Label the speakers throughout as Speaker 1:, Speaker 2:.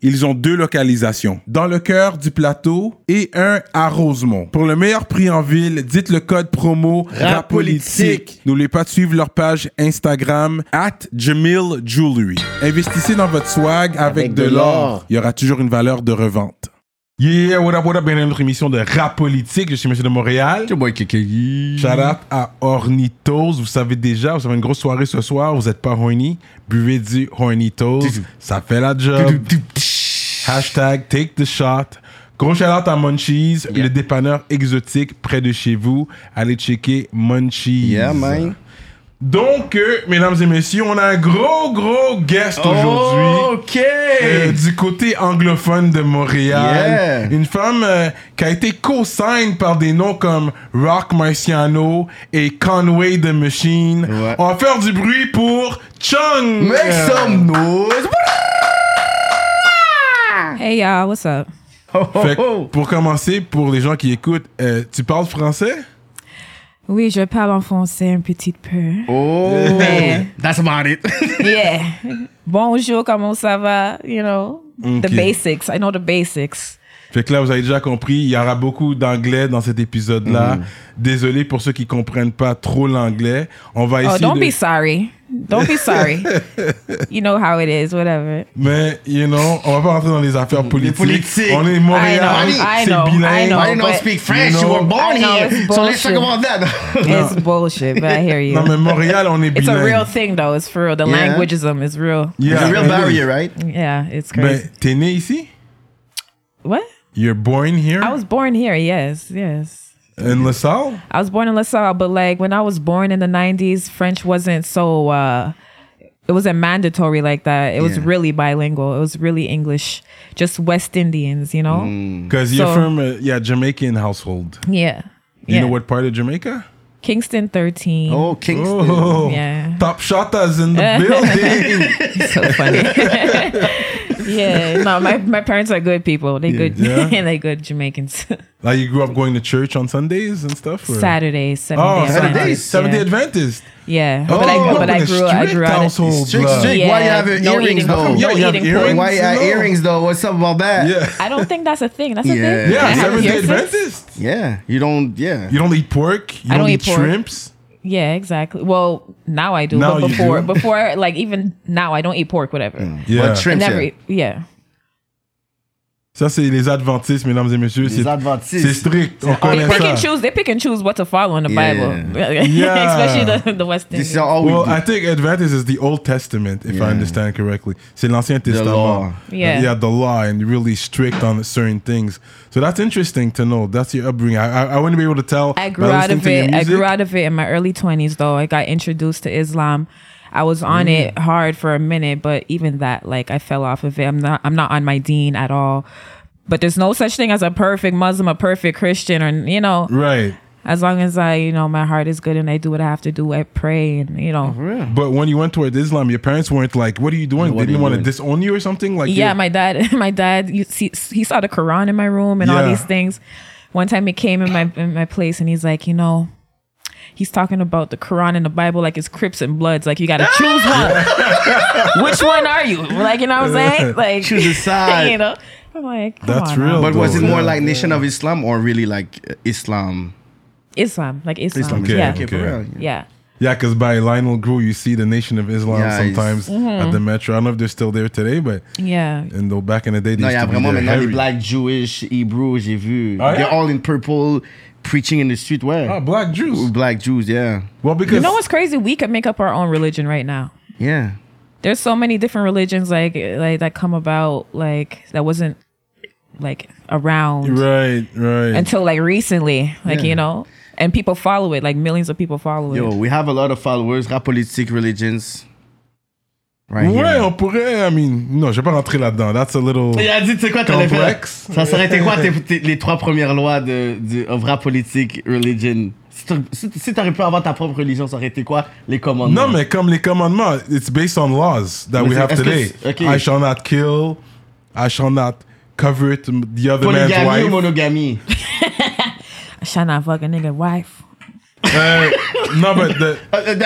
Speaker 1: ils ont deux localisations, dans le cœur du plateau et un à Rosemont. Pour le meilleur prix en ville, dites le code promo RAPOLITIQUE. N'oubliez pas de suivre leur page Instagram at Jamil Jewelry. Investissez dans votre swag avec,
Speaker 2: Avec
Speaker 1: de
Speaker 2: de
Speaker 1: l'or
Speaker 2: l'or.
Speaker 1: il y aura toujours une valeur de revente. Yeah, what up, what up, bienvenue à notre émission de rap politique. Je suis Monsieur de Montréal. Shout out à Hornitos. Vous savez déjà, vous avez une grosse soirée ce soir, vous n'êtes pas horny. Buvez du Hornitos. Ça fait la job. Hashtag take the shot. Gros shout out à Munchies, le dépanneur exotique près de chez vous. Allez checker Munchies.
Speaker 2: Yeah, man.
Speaker 1: Donc, euh, mesdames et messieurs, on a un gros, gros guest aujourd'hui.
Speaker 2: Oh, OK.
Speaker 1: Euh, du côté anglophone de Montréal.
Speaker 2: Yeah.
Speaker 1: Une femme euh, qui a été co-signed par des noms comme Rock Marciano et Conway the Machine.
Speaker 2: Ouais.
Speaker 1: On va faire du bruit pour Chung.
Speaker 2: Make
Speaker 1: Euh,
Speaker 2: some noise.
Speaker 3: Hey y'all, what's up?
Speaker 1: fait que
Speaker 2: Oh, oh.
Speaker 1: pour commencer, pour les gens qui écoutent, euh, tu parles français?
Speaker 3: Oui, je parle en français un petit peu.
Speaker 2: Oh.
Speaker 3: Mais,
Speaker 2: That's about it.
Speaker 3: yeah. Bonjour, comment ça va? You know,
Speaker 1: Ok.
Speaker 3: the basics. I know the basics.
Speaker 1: Fait que là, vous avez déjà compris, il y aura beaucoup d'anglais dans cet épisode-là.
Speaker 2: Mm.
Speaker 1: Désolé pour ceux qui comprennent pas trop l'anglais. On va
Speaker 3: Oh,
Speaker 1: essayer
Speaker 3: don't
Speaker 1: de...
Speaker 3: be sorry. Don't be sorry. you know how it is, whatever.
Speaker 1: Mais, you know, on va pas rentrer dans les affaires politiques.
Speaker 2: politiques.
Speaker 1: On est Montréal,
Speaker 2: I know,
Speaker 3: I
Speaker 1: c'est
Speaker 3: know, I
Speaker 1: bilingue.
Speaker 3: know.
Speaker 2: I don't
Speaker 3: but-
Speaker 2: speak French.
Speaker 1: No.
Speaker 2: Oh, You were born
Speaker 3: I know,
Speaker 2: here.
Speaker 3: it's
Speaker 2: So let's talk
Speaker 3: bullshit.
Speaker 2: about that.
Speaker 3: It's bullshit, but I hear you.
Speaker 1: Non, mais Montréal, on est
Speaker 3: it's
Speaker 1: bilingue.
Speaker 3: a real thing, though. It's for real. The
Speaker 2: Yeah.
Speaker 3: languageism is real.
Speaker 1: Yeah.
Speaker 2: It's a real barrier, right?
Speaker 3: Yeah, it's
Speaker 1: Mais
Speaker 3: crazy.
Speaker 1: t'es né ici?
Speaker 3: what?
Speaker 1: You're born here?
Speaker 3: I was born here. Yes, yes.
Speaker 1: In LaSalle?
Speaker 3: I was born in LaSalle, but like when I was born in the 90s, French wasn't so, uh, it wasn't mandatory like that. It was
Speaker 2: Yeah.
Speaker 3: really bilingual. It was really English, just West Indians, you know?
Speaker 1: Because you're
Speaker 3: So-
Speaker 1: from a uh, yeah, Jamaican household.
Speaker 3: Yeah.
Speaker 1: You
Speaker 3: yeah.
Speaker 1: know what part of Jamaica?
Speaker 3: Kingston 13.
Speaker 2: Oh, Kingston.
Speaker 1: Oh,
Speaker 3: Yeah.
Speaker 1: top shotters in the building.
Speaker 3: so funny. yeah. No, my, my parents are good people. They good.
Speaker 1: Yeah.
Speaker 3: and they good Jamaicans.
Speaker 1: like you grew up going to church on Sundays and stuff? Or?
Speaker 3: Saturdays, seven
Speaker 1: Oh,
Speaker 3: day
Speaker 1: Saturdays.
Speaker 3: Adventist,
Speaker 1: Seventh day
Speaker 3: Yeah.
Speaker 1: Adventist.
Speaker 3: yeah.
Speaker 1: Oh,
Speaker 3: but
Speaker 1: you
Speaker 3: I,
Speaker 1: grew up
Speaker 3: but
Speaker 1: in
Speaker 3: I
Speaker 1: a
Speaker 3: grew up. I
Speaker 1: strict
Speaker 3: grew up.
Speaker 1: household.
Speaker 2: Strict,
Speaker 1: blood.
Speaker 2: strict. Why do you have your
Speaker 3: no
Speaker 2: earrings,
Speaker 3: eating,
Speaker 2: though?
Speaker 1: Yeah,
Speaker 3: No
Speaker 1: you have
Speaker 3: eating
Speaker 1: earrings?
Speaker 3: pork.
Speaker 2: Why you have
Speaker 1: No.
Speaker 2: earrings though? What's up about that?
Speaker 1: Yeah.
Speaker 3: I don't think that's a thing. That's
Speaker 2: Yeah.
Speaker 3: a
Speaker 2: Can
Speaker 3: thing.
Speaker 2: I
Speaker 1: Yeah,
Speaker 2: have
Speaker 1: Seventh day
Speaker 3: Yes, yes.
Speaker 1: Adventist.
Speaker 2: Yeah. You don't. Yeah.
Speaker 1: You don't eat pork. You
Speaker 3: I
Speaker 1: don't,
Speaker 3: don't
Speaker 1: eat,
Speaker 3: eat pork.
Speaker 1: shrimps.
Speaker 3: Yeah, exactly. Well, now I do,
Speaker 1: Now you
Speaker 3: but before,
Speaker 1: do.
Speaker 3: before, like even now, I don't eat pork. Whatever.
Speaker 1: Yeah.
Speaker 2: But
Speaker 3: I
Speaker 2: shrimps.
Speaker 3: never.
Speaker 2: yeah.
Speaker 3: eat- Yeah.
Speaker 1: Ça, c'est les adventistes, mesdames et messieurs.
Speaker 2: Les
Speaker 1: C'est
Speaker 2: Adventistes.
Speaker 1: c'est strict. On
Speaker 3: They
Speaker 1: connaît
Speaker 3: pick Ah and
Speaker 1: ça.
Speaker 3: choose. They pick and choose what to follow in the
Speaker 2: Yeah.
Speaker 3: Bible,
Speaker 1: Yeah.
Speaker 3: especially the the West
Speaker 2: This is
Speaker 3: Indians.
Speaker 2: all we
Speaker 1: Well,
Speaker 2: do.
Speaker 1: I think Adventist is the Old Testament, if I
Speaker 2: Yeah.
Speaker 1: understand correctly. C'est l'Ancien
Speaker 2: law.
Speaker 1: Testament.
Speaker 3: Yeah.
Speaker 1: yeah, the law, and really strict on certain things. So that's interesting to know. That's your upbringing. I, I, I wouldn't be able to tell.
Speaker 3: I grew
Speaker 1: by
Speaker 3: out
Speaker 1: listening
Speaker 3: of
Speaker 1: to your
Speaker 3: it. I grew
Speaker 1: music.
Speaker 3: out of it in my early twenties, though. I got introduced to Islam. I was on it
Speaker 2: Mm.
Speaker 3: hard for a minute, but even that, like, I fell off of it. I'm not. I'm not on my dean at all. But there's no such thing as a perfect Muslim, a perfect Christian, or you know.
Speaker 1: Right.
Speaker 3: As long as I, you know, my heart is good and I do what I have to do, I pray and you know.
Speaker 1: But when you went toward Islam, your parents weren't like, what are you doing?
Speaker 2: Hmm. What are
Speaker 1: they didn't
Speaker 2: you
Speaker 1: want to
Speaker 2: doing?
Speaker 1: disown you or something? Like,
Speaker 3: Yeah,
Speaker 1: you-
Speaker 3: my dad, my dad, you see, he saw the Quran in my room and all
Speaker 1: Yeah.
Speaker 3: these things. One time he came in my in my place and he's like, you know, he's talking about the Quran and the Bible like it's Crips and Bloods. Like you got to choose one. Which one are you? Like you know what I'm saying? Like
Speaker 2: Choose a side.
Speaker 3: you know. I'm like, come
Speaker 1: That's
Speaker 3: on now.
Speaker 1: real.
Speaker 2: But was it
Speaker 1: though.
Speaker 2: more
Speaker 1: Yeah.
Speaker 2: like Nation of Islam or really like uh, Islam?
Speaker 3: Islam, like Islam.
Speaker 2: Islam.
Speaker 1: Okay,
Speaker 3: yeah,
Speaker 1: okay.
Speaker 2: for real, yeah.
Speaker 3: yeah.
Speaker 1: Yeah, because by Lionel Grew, you see the Nation of Islam
Speaker 2: Yeah, it's-
Speaker 1: sometimes at the metro. I don't know if they're still there today, but
Speaker 3: Yeah,
Speaker 1: in the, back in the day, they
Speaker 2: Non, il y
Speaker 1: used
Speaker 2: a
Speaker 1: to be
Speaker 2: vraiment
Speaker 1: there
Speaker 2: maintenant les
Speaker 1: hairy.
Speaker 2: Black Jewish, Hebrew, j'ai vu.
Speaker 1: Ah,
Speaker 2: They're
Speaker 1: yeah?
Speaker 2: all in purple, preaching in the street. Where?
Speaker 1: Ah, black Jews.
Speaker 2: Black Jews, yeah.
Speaker 1: Well, because
Speaker 3: You know what's crazy? We could make up our own religion right now.
Speaker 2: Yeah.
Speaker 3: there's so many different religions like like that come about like that wasn't like around
Speaker 1: right, right.
Speaker 3: until like recently like you know and people follow it like millions of people follow
Speaker 2: Yo,
Speaker 3: it
Speaker 2: we have a lot of followers, rap politique, religions. Right
Speaker 1: ouais,
Speaker 2: here.
Speaker 1: on pourrait. I mean, non, je vais pas rentrer là-dedans. That's a little.
Speaker 2: Il a dit, tu sais quoi, t'allais faire.
Speaker 1: Complexe.
Speaker 2: Ça serait été quoi tes, tes- les trois premières lois de, du of rap politique, religion Si t'aurais si, si t'aurais pu avoir ta propre religion, ça aurait été quoi Les commandements
Speaker 1: Non, mais comme les commandements, it's based on laws that
Speaker 2: Mais
Speaker 1: we
Speaker 2: c'est-
Speaker 1: have
Speaker 2: est-ce que
Speaker 1: today.
Speaker 2: c'est- ok.
Speaker 1: I shall not kill. I shall not covet the other man's
Speaker 2: Polygamie ou
Speaker 1: wife.
Speaker 2: monogamie
Speaker 3: I shall not fuck a nigga wife.
Speaker 1: Euh, no, but the
Speaker 2: Uh,
Speaker 1: no,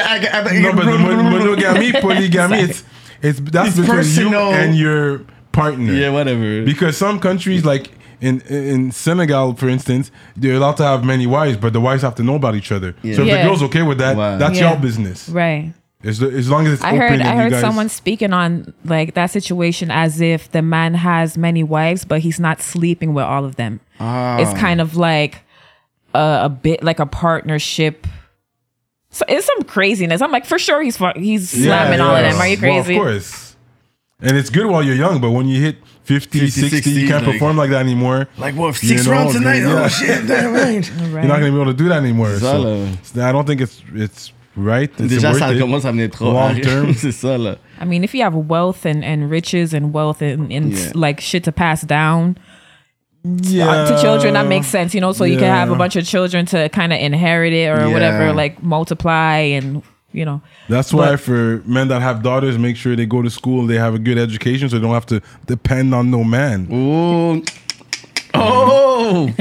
Speaker 1: but the mon- monogamy, polygamy, it's it's that's
Speaker 2: It's
Speaker 1: between
Speaker 2: personal.
Speaker 1: you and your partner.
Speaker 2: Yeah, whatever.
Speaker 1: Because some countries, like in in Senegal, for instance, they're allowed to have many wives, but the wives have to know about each other. So if
Speaker 3: Yeah.
Speaker 1: the girl's okay with that,
Speaker 2: Wow.
Speaker 1: that's
Speaker 3: Yeah.
Speaker 1: your business.
Speaker 3: Right.
Speaker 1: As, lo- as long as it's
Speaker 3: I
Speaker 1: open
Speaker 3: heard
Speaker 1: and
Speaker 3: I
Speaker 1: you
Speaker 3: heard
Speaker 1: guys-
Speaker 3: someone speaking on like that situation as if the man has many wives, but he's not sleeping with all of them.
Speaker 1: Ah.
Speaker 3: It's kind of like a, a bit like a partnership. So it's some craziness. I'm like, for sure he's fu- he's slamming all of them. Are you
Speaker 1: Well,
Speaker 3: crazy?
Speaker 1: of course. And it's good while you're young, but when you hit 50,
Speaker 2: 50,
Speaker 1: 60, you can't
Speaker 2: 60,
Speaker 1: perform like that anymore.
Speaker 2: Like what?
Speaker 1: You
Speaker 2: Six
Speaker 1: know,
Speaker 2: rounds
Speaker 1: dude,
Speaker 2: tonight?
Speaker 1: yeah.
Speaker 2: Oh shit, damn right.
Speaker 3: Right.
Speaker 1: You're not going to be able to do that anymore. So,
Speaker 2: Zala.
Speaker 1: so I don't think it's it's right. It's
Speaker 2: Déjà,
Speaker 1: worth
Speaker 2: ça
Speaker 1: it.
Speaker 2: commence à venir trop.
Speaker 1: Long
Speaker 2: hein.
Speaker 1: term.
Speaker 2: c'est ça là.
Speaker 3: I mean, if you have wealth and, and riches and wealth and, and
Speaker 2: Yeah.
Speaker 3: like shit to pass down uh,
Speaker 1: yeah.
Speaker 3: to children, that makes sense, you know, so you can have a
Speaker 1: Yeah.
Speaker 3: bunch of children to kind of inherit it or
Speaker 2: Yeah.
Speaker 3: whatever, like multiply and, you know.
Speaker 1: That's why
Speaker 3: But-
Speaker 1: for men that have daughters, make sure they go to school and they have a good education so they don't have to depend on no man
Speaker 3: Mm.
Speaker 2: Oh, oh.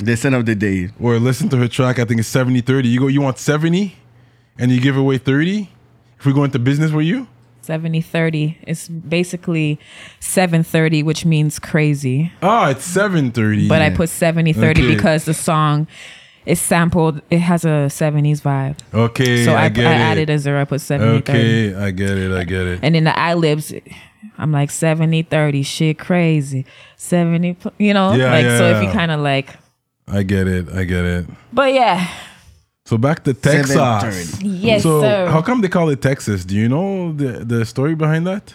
Speaker 2: Lesson of the day.
Speaker 1: or listen to her track. I think it's 70 30. You go, you want 70 and you give away 30? If we go into business with you?
Speaker 3: 70 30 it's basically 730 which means crazy
Speaker 1: Ah, it's 730.
Speaker 3: but i put 70 30
Speaker 1: Okay.
Speaker 3: because the song is sampled it has a 70s vibe
Speaker 1: Okay,
Speaker 3: so
Speaker 1: I,
Speaker 3: i, I,
Speaker 1: get it.
Speaker 3: added a zero i put 70 30
Speaker 1: Okay, I get it. I get it.
Speaker 3: and then the ad libs i'm like 70 30 shit crazy 70 pl- you know
Speaker 1: Yeah,
Speaker 3: like so
Speaker 1: yeah,
Speaker 3: if you
Speaker 1: yeah.
Speaker 3: kind of like
Speaker 1: I get it. I get it.
Speaker 3: but yeah
Speaker 1: So back to Texas.
Speaker 2: 7:30.
Speaker 3: yes
Speaker 1: so
Speaker 3: sir
Speaker 1: how come they call it Texas? Do you know the the story behind that?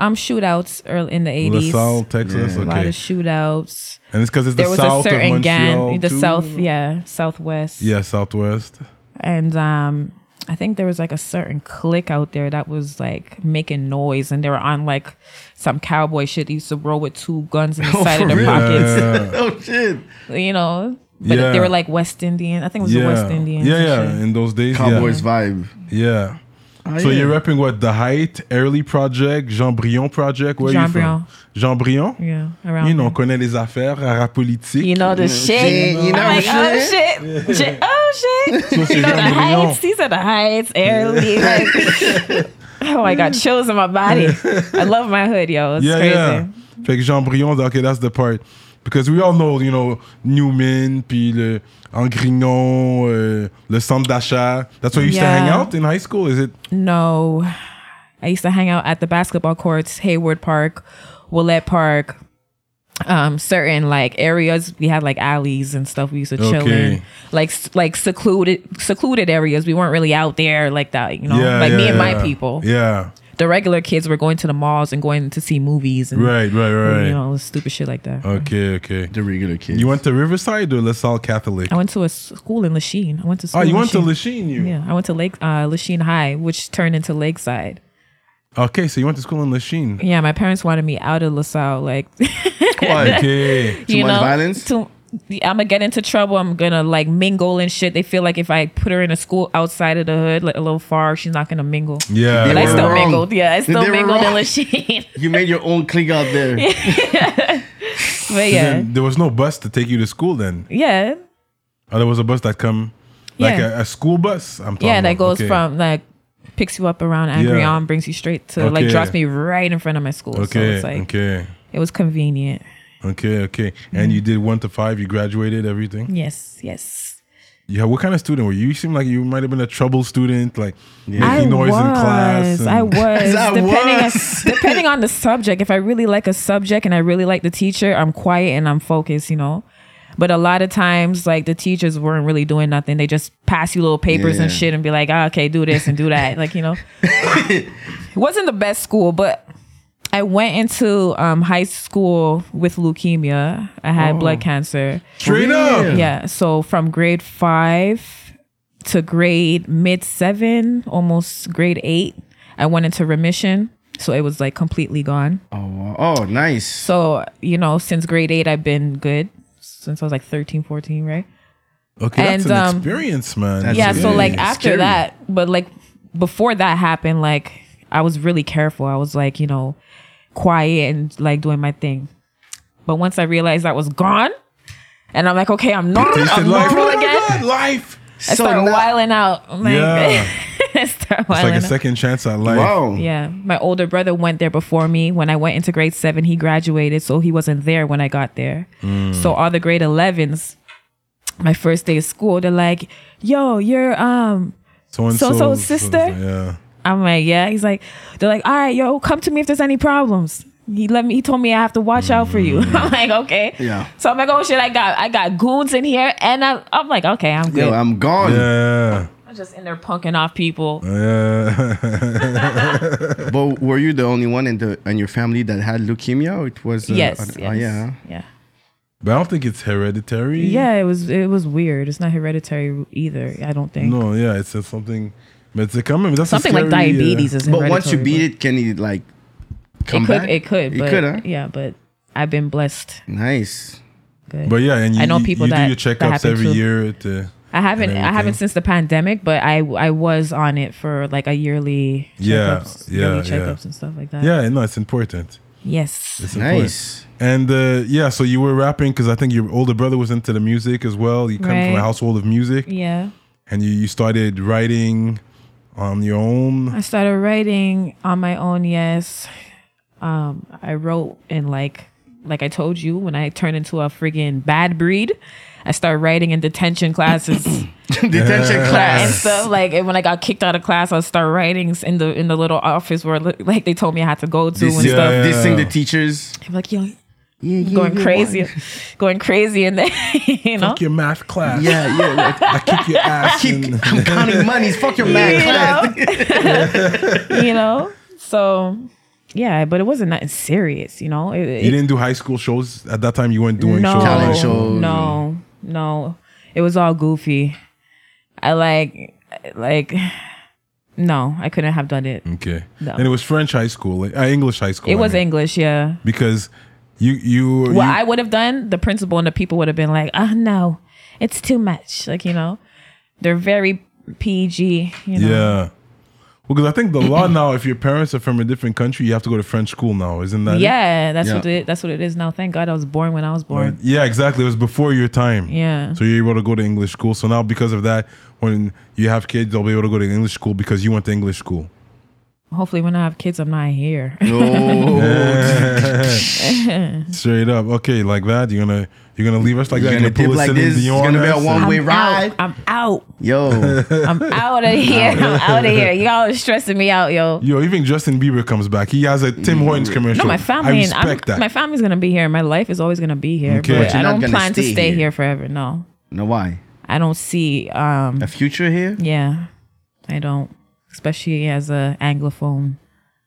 Speaker 3: um shootouts early in the 80s
Speaker 1: LaSalle, Texas.
Speaker 3: a lot
Speaker 1: Okay,
Speaker 3: of shootouts
Speaker 1: and it's because it's
Speaker 3: there
Speaker 1: the
Speaker 3: was
Speaker 1: south
Speaker 3: a certain
Speaker 1: of Montreal,
Speaker 3: gang the
Speaker 1: too?
Speaker 3: south yeah southwest
Speaker 1: Yeah, southwest.
Speaker 3: and um I think there was like a certain clique out there that was like making noise and they were on like some cowboy shit. They used to roll with two guns in the side of
Speaker 2: for
Speaker 3: their
Speaker 2: real?
Speaker 3: pockets.
Speaker 1: Yeah.
Speaker 2: Oh shit.
Speaker 3: You know? But
Speaker 1: Yeah.
Speaker 3: they were like West Indian. I think it was the
Speaker 1: yeah,
Speaker 3: West Indians.
Speaker 1: yeah,
Speaker 3: and
Speaker 1: yeah.
Speaker 3: shit.
Speaker 1: In those days,
Speaker 2: Cowboys vibe.
Speaker 1: yeah, yeah.
Speaker 3: Oh,
Speaker 2: Ah,
Speaker 1: so
Speaker 2: yeah.
Speaker 1: you're repping what? The Height, Early Project, Jean Brion Project. Where
Speaker 3: Jean
Speaker 1: you from? Jean Brion.
Speaker 3: Yeah. Around
Speaker 1: You know, on
Speaker 3: there.
Speaker 1: connaît les affaires, rap politique.
Speaker 3: you know the shit.
Speaker 2: you know
Speaker 3: I'm like,
Speaker 2: the
Speaker 3: oh shit. Shit. Oh shit.
Speaker 1: c'est
Speaker 3: you know the
Speaker 1: Jean Brion.
Speaker 3: heights. These are the heights. Early. Like, oh, I got chills in my body. I love my hood, yo. It's
Speaker 1: yeah,
Speaker 3: crazy.
Speaker 1: yeah. Fait que Jean Brion, okay, that's the part. Because we all know, you know, Newman, puis le Angrignon, euh, le centre d'achat. That's where you used
Speaker 3: Yeah.
Speaker 1: to hang out in high school, is it?
Speaker 3: No. I used to hang out at the basketball courts, Hayward Park, Willette Park, um, certain like areas. We had like alleys and stuff we used to chill in.
Speaker 1: Okay.
Speaker 3: Like s- like secluded secluded areas. We weren't really out there like that, you know.
Speaker 1: Yeah,
Speaker 3: Oh, like me
Speaker 1: yeah,
Speaker 3: and my
Speaker 1: yeah.
Speaker 3: people.
Speaker 1: Yeah,
Speaker 3: The regular kids were going to the malls and going to see movies and
Speaker 1: right, Uh, right, right.
Speaker 3: you know, stupid shit like that.
Speaker 1: Okay, okay.
Speaker 2: The regular kid.
Speaker 1: You went to Riverside or LaSalle Catholic?
Speaker 3: I went to a school in Lachine. I went to school
Speaker 1: Oh,
Speaker 3: in
Speaker 1: you went to
Speaker 3: Lachine.
Speaker 1: Lachine, you?
Speaker 3: Yeah, I went to Lake uh, Lachine High, which turned into Lakeside.
Speaker 1: Okay, so you went to school in Lachine.
Speaker 3: Yeah, my parents wanted me out of LaSalle. Like,
Speaker 1: Okay.
Speaker 3: you
Speaker 2: much
Speaker 3: know,
Speaker 2: violence?
Speaker 3: Too, I'm gonna get into trouble. I'm gonna like mingle and shit. They feel like if I put her in a school outside of the hood, like a little far, she's not gonna mingle.
Speaker 1: Yeah.
Speaker 3: But I
Speaker 2: were
Speaker 3: still
Speaker 2: wrong.
Speaker 3: mingled. Yeah, I still
Speaker 2: They were
Speaker 3: mingled in
Speaker 2: wrong.
Speaker 3: Lachine.
Speaker 2: You made your own clique out there.
Speaker 3: but yeah,
Speaker 1: There was no bus to take you to school then.
Speaker 3: yeah,
Speaker 1: Oh, there was a bus that come, like
Speaker 3: Yeah.
Speaker 1: a, a school bus. I'm talking
Speaker 3: yeah. That
Speaker 1: about.
Speaker 3: goes
Speaker 1: Okay.
Speaker 3: from like picks you up around Angry
Speaker 1: Yeah.
Speaker 3: On, brings you straight to like
Speaker 1: Okay.
Speaker 3: drops me right in front of my school. so
Speaker 1: Okay.
Speaker 3: it's like
Speaker 1: okay.
Speaker 3: it was convenient.
Speaker 1: Okay, okay. And you did one to five. You graduated everything.
Speaker 3: Yes, yes.
Speaker 1: Yeah. What kind of student were you? You seem like you might have been a trouble student, like
Speaker 3: I
Speaker 1: making noise
Speaker 3: was,
Speaker 1: in class. and-
Speaker 3: I was.
Speaker 2: I
Speaker 3: depending,
Speaker 2: was.
Speaker 3: On, depending on the subject. If I really like a subject and I really like the teacher, I'm quiet and I'm focused, you know? But a lot of times, like the teachers weren't really doing nothing. They just pass you little papers and
Speaker 2: Yeah.
Speaker 3: shit and be like, ah, okay, do this and do that. like, you know? it wasn't the best school, but I went into um, high school with leukemia. I had
Speaker 1: Oh.
Speaker 3: blood cancer.
Speaker 1: Straight up.
Speaker 3: Yeah. So from grade five to grade mid seven, almost grade eight, I went into remission, so it was like completely gone.
Speaker 2: Oh, wow. oh, nice.
Speaker 3: So, you know, since grade 8 I've been good since I was like 13, 14, right?
Speaker 1: Okay, that's
Speaker 3: And,
Speaker 1: an
Speaker 3: um,
Speaker 1: experience, man.
Speaker 2: That's
Speaker 3: yeah, so
Speaker 2: good.
Speaker 3: like
Speaker 2: It's
Speaker 3: after
Speaker 2: scary.
Speaker 3: that, but like before that happened, like I was really careful. I was like, you know, quiet and like doing my thing. But once I realized that was gone, and I'm like, okay, I'm normal,
Speaker 1: Tasted
Speaker 3: I'm
Speaker 1: life.
Speaker 3: normal
Speaker 1: Oh my
Speaker 3: again.
Speaker 1: God, life.
Speaker 3: I
Speaker 2: So
Speaker 3: start
Speaker 2: now-
Speaker 3: wilding out. I'm like,
Speaker 1: Yeah.
Speaker 3: I start
Speaker 1: It's
Speaker 3: wilding
Speaker 1: like a
Speaker 3: out.
Speaker 1: second chance at life.
Speaker 2: Wow.
Speaker 3: Yeah, my older brother went there before me. When I went into grade seven, he graduated, so he wasn't there when I got there.
Speaker 2: Hmm.
Speaker 3: So all the grade 11s, my first day of school, they're like, "Yo, you're um."
Speaker 1: So-and-so,
Speaker 3: So-so
Speaker 1: so-and-so,
Speaker 3: sister?
Speaker 1: Yeah.
Speaker 3: I'm like, "Yeah." He's like, "They're like, all right, yo, come to me if there's any problems." He let me. He told me I have to watch out for you. I'm like, okay.
Speaker 2: Hmm. Yeah.
Speaker 3: So I'm like, oh shit, I got I got goons in here, and I, I'm like, okay, I'm good.
Speaker 2: Yo, I'm gone.
Speaker 1: Yeah.
Speaker 3: I'm just in there punking off people.
Speaker 1: Yeah.
Speaker 2: But were you the only one in the in your family that had leukemia? Or it was uh,
Speaker 3: yes.
Speaker 2: uh,
Speaker 3: yes.
Speaker 2: yeah.
Speaker 3: Yeah.
Speaker 1: but I don't think it's hereditary.
Speaker 3: Yeah, it was it was weird. It's not hereditary either. I don't think.
Speaker 1: No, yeah, it's just something. But it's a coming. That's a
Speaker 3: Something like
Speaker 1: scary, uh,
Speaker 3: diabetes is
Speaker 2: But once you
Speaker 3: hereditary,
Speaker 2: beat it, can it like
Speaker 3: but it
Speaker 2: come
Speaker 3: could
Speaker 2: back?
Speaker 3: it could
Speaker 2: It
Speaker 3: but,
Speaker 2: could, huh?
Speaker 3: yeah, but I've been blessed.
Speaker 2: Nice.
Speaker 3: Good.
Speaker 1: But yeah, and you,
Speaker 3: I know
Speaker 1: you-
Speaker 3: people
Speaker 1: you
Speaker 3: that-
Speaker 1: do your
Speaker 3: that
Speaker 1: checkups
Speaker 3: happen
Speaker 1: every
Speaker 3: too.
Speaker 1: year. To,
Speaker 3: I haven't
Speaker 1: and
Speaker 3: I haven't
Speaker 1: everything.
Speaker 3: since the pandemic, but I I was on it for like a yearly
Speaker 1: Yeah,
Speaker 3: checkups,
Speaker 1: yeah,
Speaker 3: yearly
Speaker 1: yeah.
Speaker 3: checkups and stuff like that.
Speaker 1: yeah, no, it's important.
Speaker 3: Yes.
Speaker 1: It's important.
Speaker 2: Nice.
Speaker 1: And uh, yeah, so you were rapping because I think your older brother was into the music as well. You come from a
Speaker 3: Right.
Speaker 1: household of music,
Speaker 3: Yeah.
Speaker 1: and you, you started writing on your own.
Speaker 3: I started writing on my own. Yes, um, I wrote and like like I told you when I turned into a friggin' bad breed. I started writing in detention classes.
Speaker 2: Detention
Speaker 3: and
Speaker 2: class.
Speaker 3: stuff. Like and when I got kicked out of class, I would start writing in the in the little office where like they told me I had to go to
Speaker 2: This,
Speaker 3: and
Speaker 1: Yeah.
Speaker 3: stuff.
Speaker 2: Dissing the teachers.
Speaker 3: I'm like, yo, going crazy, going crazy, and then you know.
Speaker 1: Fuck your math class.
Speaker 2: Yeah, yeah. like,
Speaker 1: I kick your ass.
Speaker 2: keep,
Speaker 1: and-
Speaker 2: I'm counting monies. Fuck your math class.
Speaker 3: You know? you know? So yeah, but it wasn't nothing serious, you know. It,
Speaker 1: you
Speaker 3: it,
Speaker 1: didn't do high school shows at that time. You weren't doing
Speaker 3: no,
Speaker 1: shows.
Speaker 2: Talent shows
Speaker 3: No, no. It was all goofy. I like like no, I couldn't have done
Speaker 2: Mm,
Speaker 3: it.
Speaker 1: Okay.
Speaker 3: No.
Speaker 1: And it was French high school, like, uh, English high school.
Speaker 3: It
Speaker 1: I
Speaker 3: was
Speaker 1: mean,
Speaker 3: English, yeah.
Speaker 1: because you you.
Speaker 3: what
Speaker 1: you-
Speaker 3: I would have done, the principal and the people would have been like, "Ah, no, it's too much." Like you know, they're very PG. You know,
Speaker 1: Yeah. Well, because I think the law now, if your parents are from a different country, you have to go to French school now, isn't that? it?
Speaker 3: Yeah, that's
Speaker 2: Yeah.
Speaker 3: what it, that's what it is now. Thank God I was born when I was
Speaker 1: Right.
Speaker 3: born.
Speaker 1: Yeah, exactly. It was before your time.
Speaker 3: Yeah.
Speaker 1: So you're able to go to English school. So now, because of that, when you have kids, they'll be able to go to English school because you went to English school.
Speaker 3: Hopefully, when I have kids, I'm not here.
Speaker 2: Oh,
Speaker 1: Straight up. Okay, like that. You're gonna you're gonna leave us like
Speaker 2: You're
Speaker 1: that.
Speaker 2: gonna
Speaker 1: pull
Speaker 2: dip
Speaker 1: a
Speaker 2: like
Speaker 1: Celine
Speaker 2: this? It's
Speaker 1: Dion
Speaker 2: gonna be a
Speaker 1: on us
Speaker 2: one
Speaker 1: and-
Speaker 2: way
Speaker 3: I'm out.
Speaker 2: ride.
Speaker 3: I'm out.
Speaker 2: Yo,
Speaker 3: I'm out of here. I'm out of here. Y'all are stressing me out, yo.
Speaker 1: Yo, even Justin Bieber comes back. He has a Tim
Speaker 2: Mm.
Speaker 1: Hortons commercial.
Speaker 3: No, my
Speaker 1: I
Speaker 3: family and I'm,
Speaker 1: respect that.
Speaker 3: my family's gonna be here. My life is always gonna be here.
Speaker 1: Okay. But
Speaker 3: But
Speaker 2: you're
Speaker 3: I
Speaker 2: not
Speaker 3: don't
Speaker 2: gonna
Speaker 3: plan to
Speaker 2: stay
Speaker 3: stay
Speaker 2: here.
Speaker 3: here forever. No,
Speaker 2: no, why?
Speaker 3: I don't see. Um,
Speaker 2: A future here?
Speaker 3: yeah, I don't. Especially as a anglophone.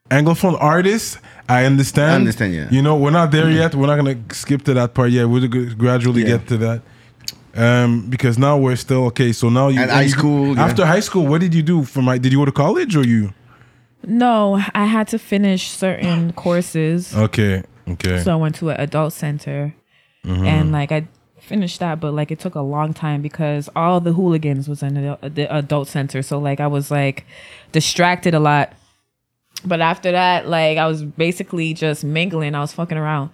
Speaker 1: Anglophone artists, I understand.
Speaker 2: I understand, yeah. Mm-hmm.
Speaker 1: You know, we're not there yet. We're not gonna skip to that part yet. We'll g- gradually
Speaker 2: Yeah.
Speaker 1: get to that. Um, because now we're still okay. So now you
Speaker 2: At high
Speaker 1: you-
Speaker 2: school, yeah.
Speaker 1: After high school, what did you do? From like, did you go to college or you?
Speaker 3: No, I had to finish certain courses.
Speaker 1: Okay, okay.
Speaker 3: So I went to an adult center and like I finished that, but like it took a long time because all the hooligans was in the, the adult center. So like I was like distracted a lot. But after that, like I was basically just mingling. I was fucking around.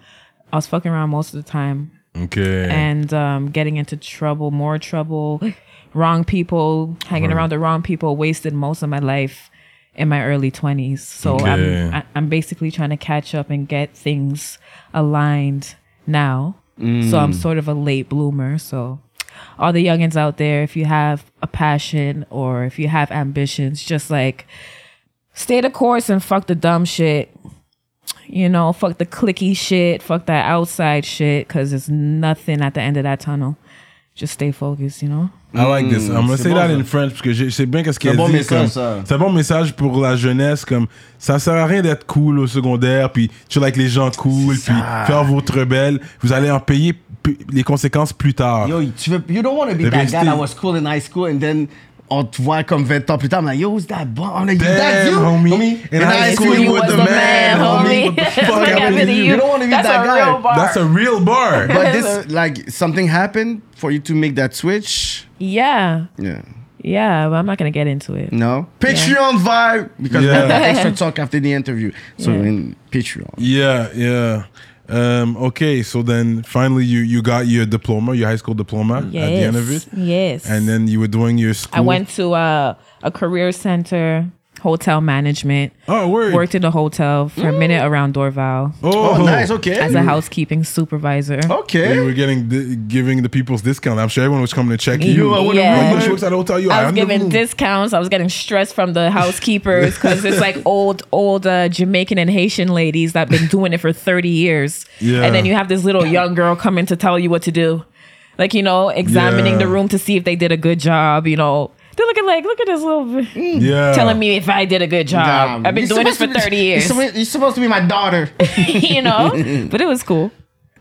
Speaker 3: I was fucking around most of the time
Speaker 1: okay.
Speaker 3: and um, getting into trouble, more trouble, wrong people, hanging around the wrong people, wasted most of my life in my early 20s. So
Speaker 1: Okay.
Speaker 3: I'm, I, I'm basically trying to catch up and get things aligned now. So
Speaker 1: Mm.
Speaker 3: I'm sort of a late bloomer. So all the youngins out there, if you have a passion or if you have ambitions, just like stay the course and fuck the dumb shit. You know, fuck the clicky shit, fuck that outside shit, cause it's nothing at the end of that tunnel. Just stay focused, you know.
Speaker 1: I like this. I'm gonna
Speaker 2: Mm, c'est
Speaker 1: say
Speaker 2: bon,
Speaker 1: that
Speaker 2: ça.
Speaker 1: in French parce que je je sais bien qu'est-ce qu'il
Speaker 2: un bon
Speaker 1: dit,
Speaker 2: message,
Speaker 1: comme-
Speaker 2: ça.
Speaker 1: C'est un bon message pour la jeunesse. Comme ça sert à rien d'être cool au secondaire, puis tu like les gens cool, puis faire votre rebelle. Vous allez en payer p- les conséquences plus tard.
Speaker 2: Yo, tu veux, you don't want to be that
Speaker 1: They've been
Speaker 2: guy that
Speaker 1: still-
Speaker 2: was cool in high school and then on te voit comme 20 ans plus tard, I'm like, yo, who's that boy? I'm like, that's
Speaker 1: Damn,
Speaker 2: you,
Speaker 1: homie.
Speaker 2: In high school, you was the man, homie.
Speaker 1: What the fuck happened to you?
Speaker 2: You don't wanna be
Speaker 3: That's
Speaker 2: that
Speaker 3: a
Speaker 2: guy.
Speaker 3: real bar.
Speaker 1: That's a real bar.
Speaker 2: But this, like, something happened for you to make that switch.
Speaker 3: yeah,
Speaker 2: Yeah.
Speaker 3: yeah, but I'm not gonna get into it.
Speaker 2: No. Patreon vibe because we
Speaker 1: Yeah.
Speaker 2: have that extra talk after the interview. So
Speaker 3: Yeah.
Speaker 2: in Patreon.
Speaker 1: Yeah, yeah. Um, okay, so then finally you you got your diploma, your high school diploma
Speaker 3: Yes,
Speaker 1: at the end of it,
Speaker 3: yes.
Speaker 1: and then you were doing your school.
Speaker 3: I went to a, a career center, hotel management.
Speaker 1: Oh, word.
Speaker 3: Worked in a hotel for a minute around Dorval
Speaker 1: Mm. Oh,
Speaker 2: Oh, nice. Okay.
Speaker 3: as a housekeeping supervisor.
Speaker 1: You
Speaker 2: Okay.
Speaker 1: were getting the, giving the people's discount. I'm sure everyone was coming to check you.
Speaker 2: You are one
Speaker 3: Yeah.
Speaker 1: Oh,
Speaker 2: of
Speaker 1: she
Speaker 2: my
Speaker 1: works at a hotel. You,
Speaker 3: I was
Speaker 1: I'm the-
Speaker 3: giving discounts. I was getting stress from the housekeepers because it's like old, old uh, Jamaican and Haitian ladies that been doing it for thirty years,
Speaker 1: Yeah.
Speaker 3: and then you have this little young girl coming to tell you what to do, like you know, examining
Speaker 1: Yeah.
Speaker 3: the room to see if they did a good job. You know, they're looking like, look at this little
Speaker 1: yeah.
Speaker 3: telling me if I did a good job.
Speaker 2: Nah,
Speaker 3: I've been
Speaker 2: you're
Speaker 3: doing this for
Speaker 2: supposed to be-
Speaker 3: 30 years,
Speaker 2: You're supposed, you're supposed to be my daughter.
Speaker 3: you know? But it was cool.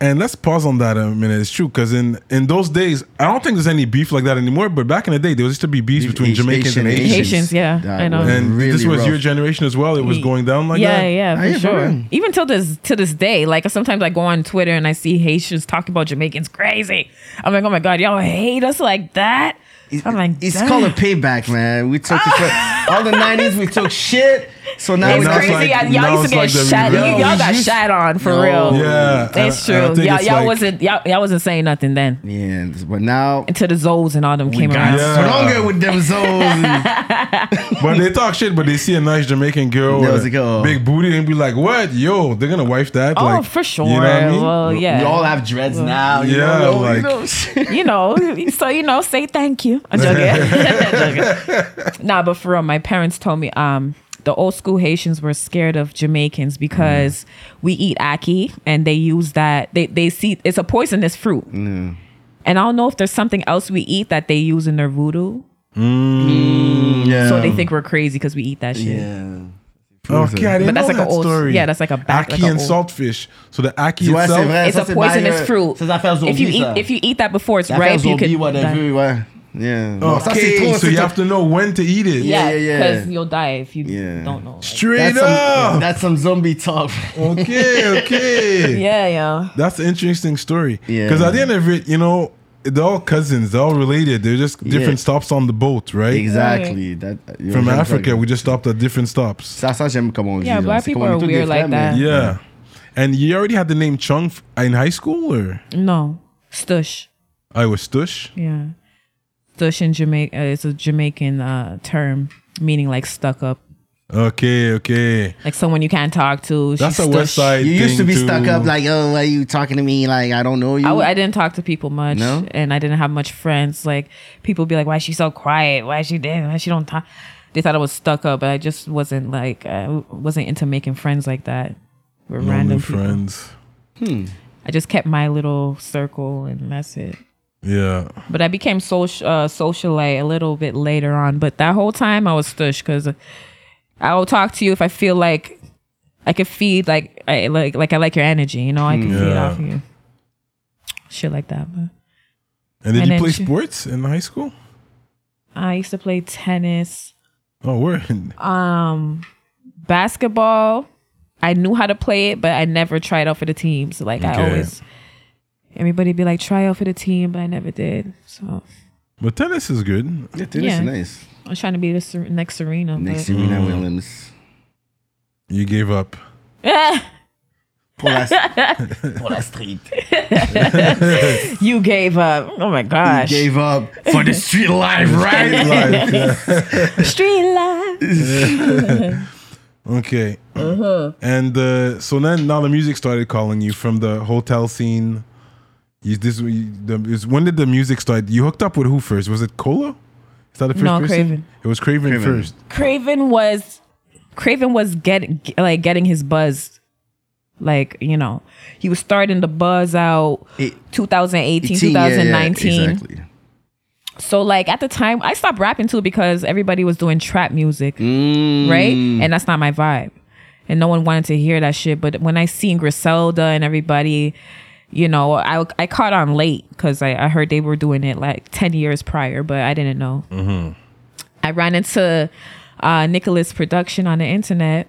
Speaker 1: And let's pause on that a minute. It's true because in in those days, I don't think there's any beef like that anymore. But back in the day, there used to be beefs between
Speaker 2: Asian-
Speaker 1: Jamaicans and
Speaker 2: Asian-
Speaker 1: Asians.
Speaker 3: Haitians, yeah,
Speaker 2: That
Speaker 3: I know.
Speaker 2: was
Speaker 1: And this
Speaker 2: really
Speaker 1: was
Speaker 2: rough.
Speaker 1: your generation as well. It was going down like
Speaker 3: yeah,
Speaker 1: that.
Speaker 3: yeah, for
Speaker 2: Hey, for
Speaker 3: sure.
Speaker 2: real.
Speaker 3: Even till this to this day, like sometimes I go on Twitter and I see Haitians talking about Jamaicans crazy. I'm like, oh my god, y'all hate us like that. I'm like,
Speaker 2: it's
Speaker 3: damn.
Speaker 2: called a payback, man. We took it for all the '90s. We took shit, so now
Speaker 1: And
Speaker 3: It's
Speaker 1: now it's
Speaker 3: crazy.
Speaker 1: like-
Speaker 3: and y'all
Speaker 1: now
Speaker 3: used to get
Speaker 1: it's like the
Speaker 3: shot. You,
Speaker 1: reverse.
Speaker 3: y'all got
Speaker 2: You-
Speaker 3: shot on for
Speaker 2: No.
Speaker 3: real.
Speaker 1: Yeah,
Speaker 3: It's true.
Speaker 1: and I-
Speaker 3: Y'all,
Speaker 1: and I think
Speaker 3: y'all
Speaker 1: it's like-
Speaker 3: wasn't y'all, y'all wasn't saying nothing then
Speaker 2: Yeah, but
Speaker 1: Uh,
Speaker 2: now
Speaker 3: until the Zoles and all them came
Speaker 2: got
Speaker 3: around.
Speaker 1: Yeah.
Speaker 2: stronger with them souls.
Speaker 1: But they talk shit, but they see a nice Jamaican girl
Speaker 2: Yeah,
Speaker 1: with
Speaker 2: it's
Speaker 1: a
Speaker 2: like, oh.
Speaker 1: big booty and be like, "What, yo? They're gonna wife that?"
Speaker 3: Oh,
Speaker 1: like,
Speaker 3: for sure.
Speaker 1: You know what I mean?
Speaker 3: Well, yeah.
Speaker 2: You all have dreads now. You
Speaker 1: Yeah,
Speaker 2: know,
Speaker 1: like-
Speaker 2: you know, shit.
Speaker 3: you know, so you know, say thank you. I'm joking. I'm joking. Nah, but for real, my parents told me um the old school Haitians were scared of Jamaicans because we eat ackee and they use that they they see it's a poisonous fruit.
Speaker 2: Mm.
Speaker 3: And I don't know if there's something else we eat that they use in their voodoo.
Speaker 1: mm,
Speaker 2: yeah.
Speaker 3: So they think we're crazy because we eat that shit.
Speaker 2: Um, Yeah.
Speaker 1: Okay, I didn't
Speaker 3: But that's
Speaker 1: know
Speaker 3: like a
Speaker 1: that
Speaker 3: old-
Speaker 1: story.
Speaker 3: yeah, that's like a back-
Speaker 1: ackee
Speaker 3: like a
Speaker 1: and
Speaker 3: old-
Speaker 1: saltfish. So the ackee
Speaker 2: Ouais, c'est
Speaker 1: itself,
Speaker 2: vrai.
Speaker 3: It's
Speaker 2: Ça,
Speaker 3: a
Speaker 2: c'est
Speaker 3: poisonous
Speaker 2: derrière-
Speaker 3: fruit.
Speaker 2: ces affaires
Speaker 3: if you
Speaker 2: zombies,
Speaker 3: eat
Speaker 2: ça.
Speaker 3: if you eat that before it's
Speaker 2: La faire
Speaker 3: ripe, you
Speaker 2: zombie,
Speaker 3: could die.
Speaker 2: whatever, ouais. Yeah.
Speaker 1: oh, okay,
Speaker 2: Bon, ça, c'est trop,
Speaker 1: so
Speaker 2: c'est
Speaker 1: you
Speaker 2: trop-
Speaker 1: have to know when to eat it.
Speaker 2: Yeah,
Speaker 3: Yeah, because
Speaker 2: yeah, yeah.
Speaker 3: you'll die if you
Speaker 2: Yeah.
Speaker 3: don't know. Like,
Speaker 1: Straight
Speaker 2: That's some,
Speaker 1: up.
Speaker 2: that's some zombie talk.
Speaker 1: okay, okay.
Speaker 3: yeah, yeah.
Speaker 1: That's an interesting story.
Speaker 2: Yeah.
Speaker 1: Because at the end of it, you know, they're all cousins. They're all related. They're just different
Speaker 2: Yeah.
Speaker 1: stops on the boat, right?
Speaker 2: Exactly. That, you know,
Speaker 1: From
Speaker 2: j'aime
Speaker 1: Africa,
Speaker 2: ça.
Speaker 1: we just stopped at different stops.
Speaker 2: Ça, ça, j'aime comment on dit.
Speaker 3: Yeah,
Speaker 2: genre.
Speaker 3: black
Speaker 2: C'est comme
Speaker 3: people
Speaker 2: on
Speaker 3: are
Speaker 2: est tous des
Speaker 3: weird
Speaker 2: frères,
Speaker 3: like that.
Speaker 2: mais-
Speaker 1: Yeah. And you already had the name Chung f- in high school, or
Speaker 3: No. Stush.
Speaker 1: I was Stush.
Speaker 3: Yeah. Stush in Jamaica, uh, it's a Jamaican uh, term meaning like stuck up,
Speaker 1: Okay, okay.
Speaker 3: like someone you can't talk to.
Speaker 1: That's
Speaker 3: She's
Speaker 1: a West
Speaker 3: stush.
Speaker 1: Side.
Speaker 2: You used to
Speaker 1: thing
Speaker 2: be stuck
Speaker 1: too.
Speaker 2: up like, oh, why are you talking to me? Like, I don't know you.
Speaker 3: I, w- I didn't talk to people much,
Speaker 2: No?
Speaker 3: and I didn't have much friends. Like people be like, "Why is she so quiet? Why is she dead? Why she don't talk?" They thought I was stuck up, but I just wasn't like I w- wasn't into making friends like that with
Speaker 1: Only
Speaker 3: random people.
Speaker 1: friends.
Speaker 3: I just kept my little circle, and that's it.
Speaker 1: Yeah.
Speaker 3: But I became social uh, socialite a little bit later on. But that whole time I was stush because I will talk to you if I feel like I could feed like I like like I like your energy. You know, I can feed
Speaker 1: Yeah.
Speaker 3: off you. Shit like that. But
Speaker 1: And did
Speaker 3: And
Speaker 1: you
Speaker 3: then
Speaker 1: play
Speaker 3: she-
Speaker 1: sports in high school?
Speaker 3: I used to play tennis,
Speaker 1: Oh, we're in.
Speaker 3: um, basketball. I knew how to play it, but I never tried out for the teams. Like
Speaker 1: Okay.
Speaker 3: I always, everybody be like try out for the team, but I never did. So
Speaker 1: But tennis is good.
Speaker 2: Yeah, tennis
Speaker 3: Yeah.
Speaker 2: is nice.
Speaker 3: I'm trying to be the Ser- next Serena.
Speaker 2: Next
Speaker 3: Next
Speaker 2: Serena Williams.
Speaker 1: You gave up.
Speaker 2: Pour la, pour la street.
Speaker 3: You gave up. Oh my gosh.
Speaker 2: Gave up for the street life, right?
Speaker 1: Life, yeah.
Speaker 3: Street life.
Speaker 1: Okay. And uh, so then, now the music started calling you from the hotel scene. You, this you- the, is- when did the music start? You hooked up with who first? Was it Cola? Is that the first
Speaker 3: No,
Speaker 1: person?
Speaker 3: Craven.
Speaker 1: It was Craven,
Speaker 2: Craven.
Speaker 1: first.
Speaker 3: Craven was Craven was getting like getting his buzz. Like, you know, he was starting the buzz out
Speaker 2: It-
Speaker 3: 2018,
Speaker 2: 18, yeah, yeah,
Speaker 3: 2019.
Speaker 2: exactly.
Speaker 3: So like at the time I stopped rapping too because everybody was doing trap music, right? And that's not my vibe. And no one wanted to hear that shit, but when I seen Griselda and everybody you know, I, I caught on late because I, I heard they were doing it like 10 years prior, but I didn't know. I ran into uh, Nicholas production on the internet.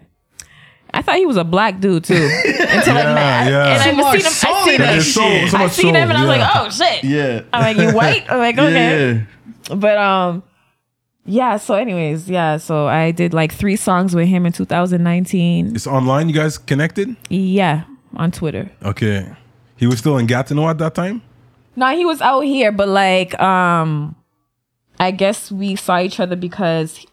Speaker 3: I thought he was a black dude too. Until I met,
Speaker 1: yeah.
Speaker 3: and I
Speaker 2: Too much soul
Speaker 3: seen him. I seen
Speaker 2: in that
Speaker 3: him.
Speaker 2: shit. There's
Speaker 1: so
Speaker 3: I
Speaker 1: much
Speaker 3: seen him,
Speaker 1: soul,
Speaker 3: and I was
Speaker 1: yeah.
Speaker 3: like, "Oh shit!"
Speaker 2: Yeah.
Speaker 3: I'm like, "You white?" I'm like,
Speaker 2: Yeah,
Speaker 3: "Okay."
Speaker 2: yeah.
Speaker 3: But um, yeah. So, anyways, yeah. So I did like three songs with him in 2019.
Speaker 1: It's online. You guys connected?
Speaker 3: Yeah, on Twitter.
Speaker 1: Okay. He was still in Gatineau at that time.
Speaker 3: No, he was out here, but like, um, I guess we saw each other because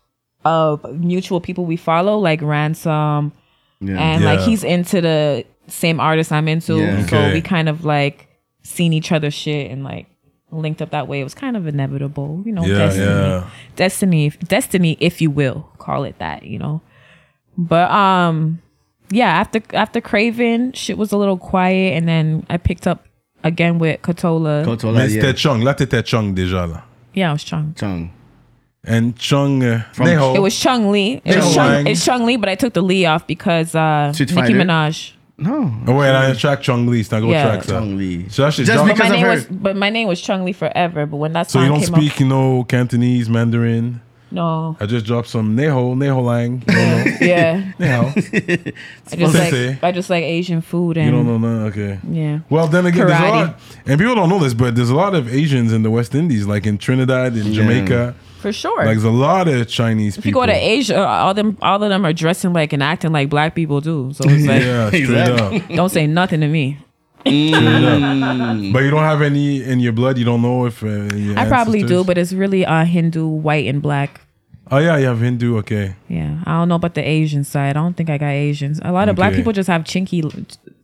Speaker 3: of mutual people we follow, like Ransom,
Speaker 2: Yeah.
Speaker 3: and like
Speaker 1: Yeah.
Speaker 3: he's into the same artist I'm into,
Speaker 2: Yeah.
Speaker 3: so
Speaker 1: Okay.
Speaker 3: we kind of like seen each other shit and like linked up that way. It was kind of inevitable, you know.
Speaker 1: Yeah,
Speaker 3: destiny,
Speaker 1: yeah.
Speaker 3: destiny, destiny, if you will, call it that, you know. But um, yeah, after after Craven, shit was a little quiet, and then I picked up again with Katola.
Speaker 2: Quand on l'a,
Speaker 1: Mais
Speaker 2: yeah.
Speaker 1: c'était Chung. Là, t'étais Chung déjà là.
Speaker 3: Yeah, it was Chung.
Speaker 2: Chung.
Speaker 1: And Chung, uh,
Speaker 2: From-
Speaker 1: Neho.
Speaker 3: It was Chung Lee. It was
Speaker 1: Chung
Speaker 3: Chung,
Speaker 1: Wang.
Speaker 3: it's Chung Lee, but I took the Lee off because uh,
Speaker 2: Street
Speaker 3: Nicki
Speaker 2: Fighter?
Speaker 3: Minaj.
Speaker 2: Non.
Speaker 1: Oh, ouais, là, un track Chung Lee. C'est un gros
Speaker 3: Yeah.
Speaker 1: track ça.
Speaker 2: Chung Lee.
Speaker 1: So, that shit's
Speaker 2: Just
Speaker 1: dope.
Speaker 3: But my
Speaker 2: Because of
Speaker 3: name
Speaker 2: her.
Speaker 3: was but my name was Chung Lee forever. But when that
Speaker 1: so
Speaker 3: song
Speaker 1: you don't
Speaker 3: came
Speaker 1: speak, you know, Cantonese, Mandarin.
Speaker 3: out, no,
Speaker 1: I just dropped some Neho, Neho Lang. You don't know.
Speaker 3: yeah,
Speaker 1: Neho.
Speaker 3: I just
Speaker 1: Sensei.
Speaker 3: like I just like Asian food
Speaker 1: You
Speaker 3: and
Speaker 1: don't know none. Okay.
Speaker 3: yeah.
Speaker 1: Well, then again, there's a
Speaker 3: Karate.
Speaker 1: lot, and people don't know this, but there's a lot of Asians in the West Indies, like in Trinidad, in Jamaica.
Speaker 3: For sure.
Speaker 1: Like, there's a lot of Chinese
Speaker 3: if you go
Speaker 1: people.
Speaker 3: to Asia, all them all of them are dressing like and acting like black people do. So it's like
Speaker 1: yeah, straight
Speaker 2: Exactly.
Speaker 1: up.
Speaker 3: don't say nothing to me.
Speaker 1: Straight
Speaker 2: Hmm.
Speaker 1: up. But you don't have any in your blood. You don't know if. Uh, your
Speaker 3: I probably do,
Speaker 1: ancestors-
Speaker 3: but it's really uh Hindu, white and black.
Speaker 1: Oh yeah, you have Hindu. Okay.
Speaker 3: Yeah, I don't know about the Asian side. I don't think I got Asians. A lot of black
Speaker 1: Okay.
Speaker 3: people just have chinky,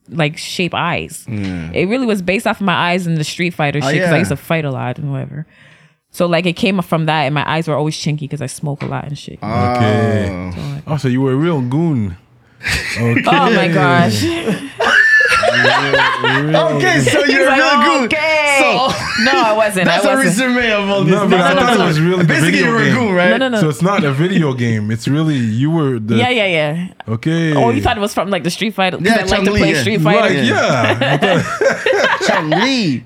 Speaker 3: like shape eyes. It really was based off of my eyes in the Street Fighter shit because
Speaker 2: Oh, yeah.
Speaker 3: I used to fight a lot and whatever. So like it came from that, and my eyes were always chinky because I smoke a lot and shit.
Speaker 1: Okay. Oh, so you were a real goon. Okay.
Speaker 3: oh my gosh!
Speaker 2: Okay, so you're
Speaker 3: Like,
Speaker 2: real good.
Speaker 3: okay.
Speaker 2: So
Speaker 3: no, I wasn't.
Speaker 2: that's
Speaker 3: I
Speaker 2: a
Speaker 3: wasn't.
Speaker 2: resume of all this.
Speaker 1: No, but I
Speaker 3: no,
Speaker 1: thought
Speaker 3: no.
Speaker 1: it was really the
Speaker 2: Basically,
Speaker 1: video
Speaker 2: you're a
Speaker 1: game.
Speaker 2: goon, right?
Speaker 3: No, no, no.
Speaker 1: So it's not a video game. It's really you were the.
Speaker 3: yeah, yeah, yeah.
Speaker 1: Okay.
Speaker 3: Oh, you thought it was from like the Street Fighter? 'Cause
Speaker 2: Yeah,
Speaker 3: I like to
Speaker 2: Chun-Li,
Speaker 3: play
Speaker 2: yeah.
Speaker 3: Street
Speaker 1: Like
Speaker 3: Fighter.
Speaker 1: yeah.
Speaker 2: Chung Lee.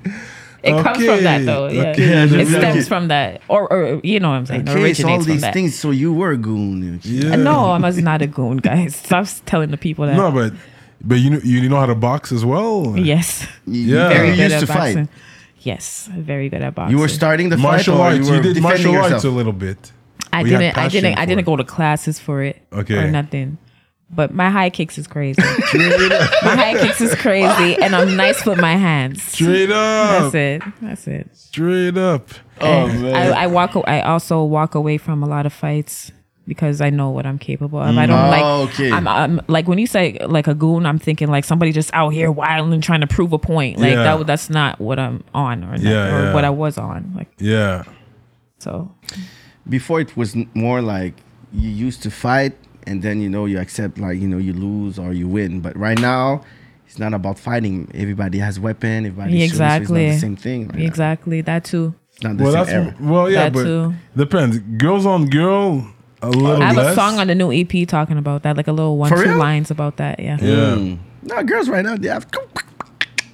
Speaker 3: It comes from that
Speaker 1: Okay.
Speaker 3: though. Yeah,
Speaker 1: Okay, Yeah,
Speaker 3: it
Speaker 2: that's
Speaker 3: stems
Speaker 2: okay.
Speaker 3: from that, or, or you know what I'm saying. It
Speaker 2: Okay, so all
Speaker 3: originates from
Speaker 2: these
Speaker 3: that. Uh,
Speaker 2: things. So you were a goon.
Speaker 1: yeah.
Speaker 3: No, I was not a goon, guys. Stop telling the people that.
Speaker 1: No, but but you know, you know how to box as well.
Speaker 3: Yes.
Speaker 2: Yeah.
Speaker 1: Very
Speaker 2: You
Speaker 3: Good
Speaker 2: used
Speaker 3: at
Speaker 2: to
Speaker 3: boxing.
Speaker 2: fight.
Speaker 3: Yes, very good at boxing.
Speaker 2: You were starting the
Speaker 1: Martial
Speaker 2: fight, or
Speaker 1: arts.
Speaker 2: You,
Speaker 1: You,
Speaker 2: were
Speaker 1: did
Speaker 2: defending
Speaker 1: martial
Speaker 2: yourself.
Speaker 1: arts a little bit.
Speaker 3: I
Speaker 1: we had
Speaker 3: didn't. I didn't.
Speaker 1: passion
Speaker 3: I
Speaker 1: for
Speaker 3: didn't
Speaker 1: it.
Speaker 3: go to classes for it.
Speaker 1: Okay.
Speaker 3: Or nothing. But my high kicks is crazy. my high kicks is crazy, and I'm nice with my hands.
Speaker 1: Straight up.
Speaker 3: That's it. That's it.
Speaker 1: Straight up.
Speaker 2: Oh
Speaker 3: And
Speaker 2: man.
Speaker 3: I, I walk. a- I also walk away from a lot of fights because I know what I'm capable of. I don't like.
Speaker 2: Oh, okay.
Speaker 3: I'm, I'm like when you say like a goon, I'm thinking like somebody just out here wild and trying to prove a point. Like
Speaker 1: Yeah.
Speaker 3: that. That's not what I'm on, or, not,
Speaker 1: Yeah,
Speaker 3: or
Speaker 1: yeah.
Speaker 3: what I was on. Like
Speaker 1: Yeah.
Speaker 3: so.
Speaker 2: Before it was n- more like you used to fight, and then you know you accept like you know you lose or you win. But right now, it's not about fighting. Everybody has weapon. Everybody shoots, so
Speaker 3: exactly.
Speaker 2: it's not the same thing. Right now.
Speaker 3: Exactly. That too.
Speaker 2: It's not the
Speaker 1: Well,
Speaker 2: same
Speaker 1: that's
Speaker 2: era.
Speaker 1: well, yeah,
Speaker 3: That
Speaker 1: but
Speaker 3: too.
Speaker 1: depends. Girls on girl, a little
Speaker 3: I have
Speaker 1: less.
Speaker 3: a song on the new EP talking about that, like a little one
Speaker 2: For
Speaker 3: two
Speaker 2: real?
Speaker 3: lines about that. Yeah.
Speaker 1: yeah.
Speaker 2: Hmm. Mm. No, girls right now they have.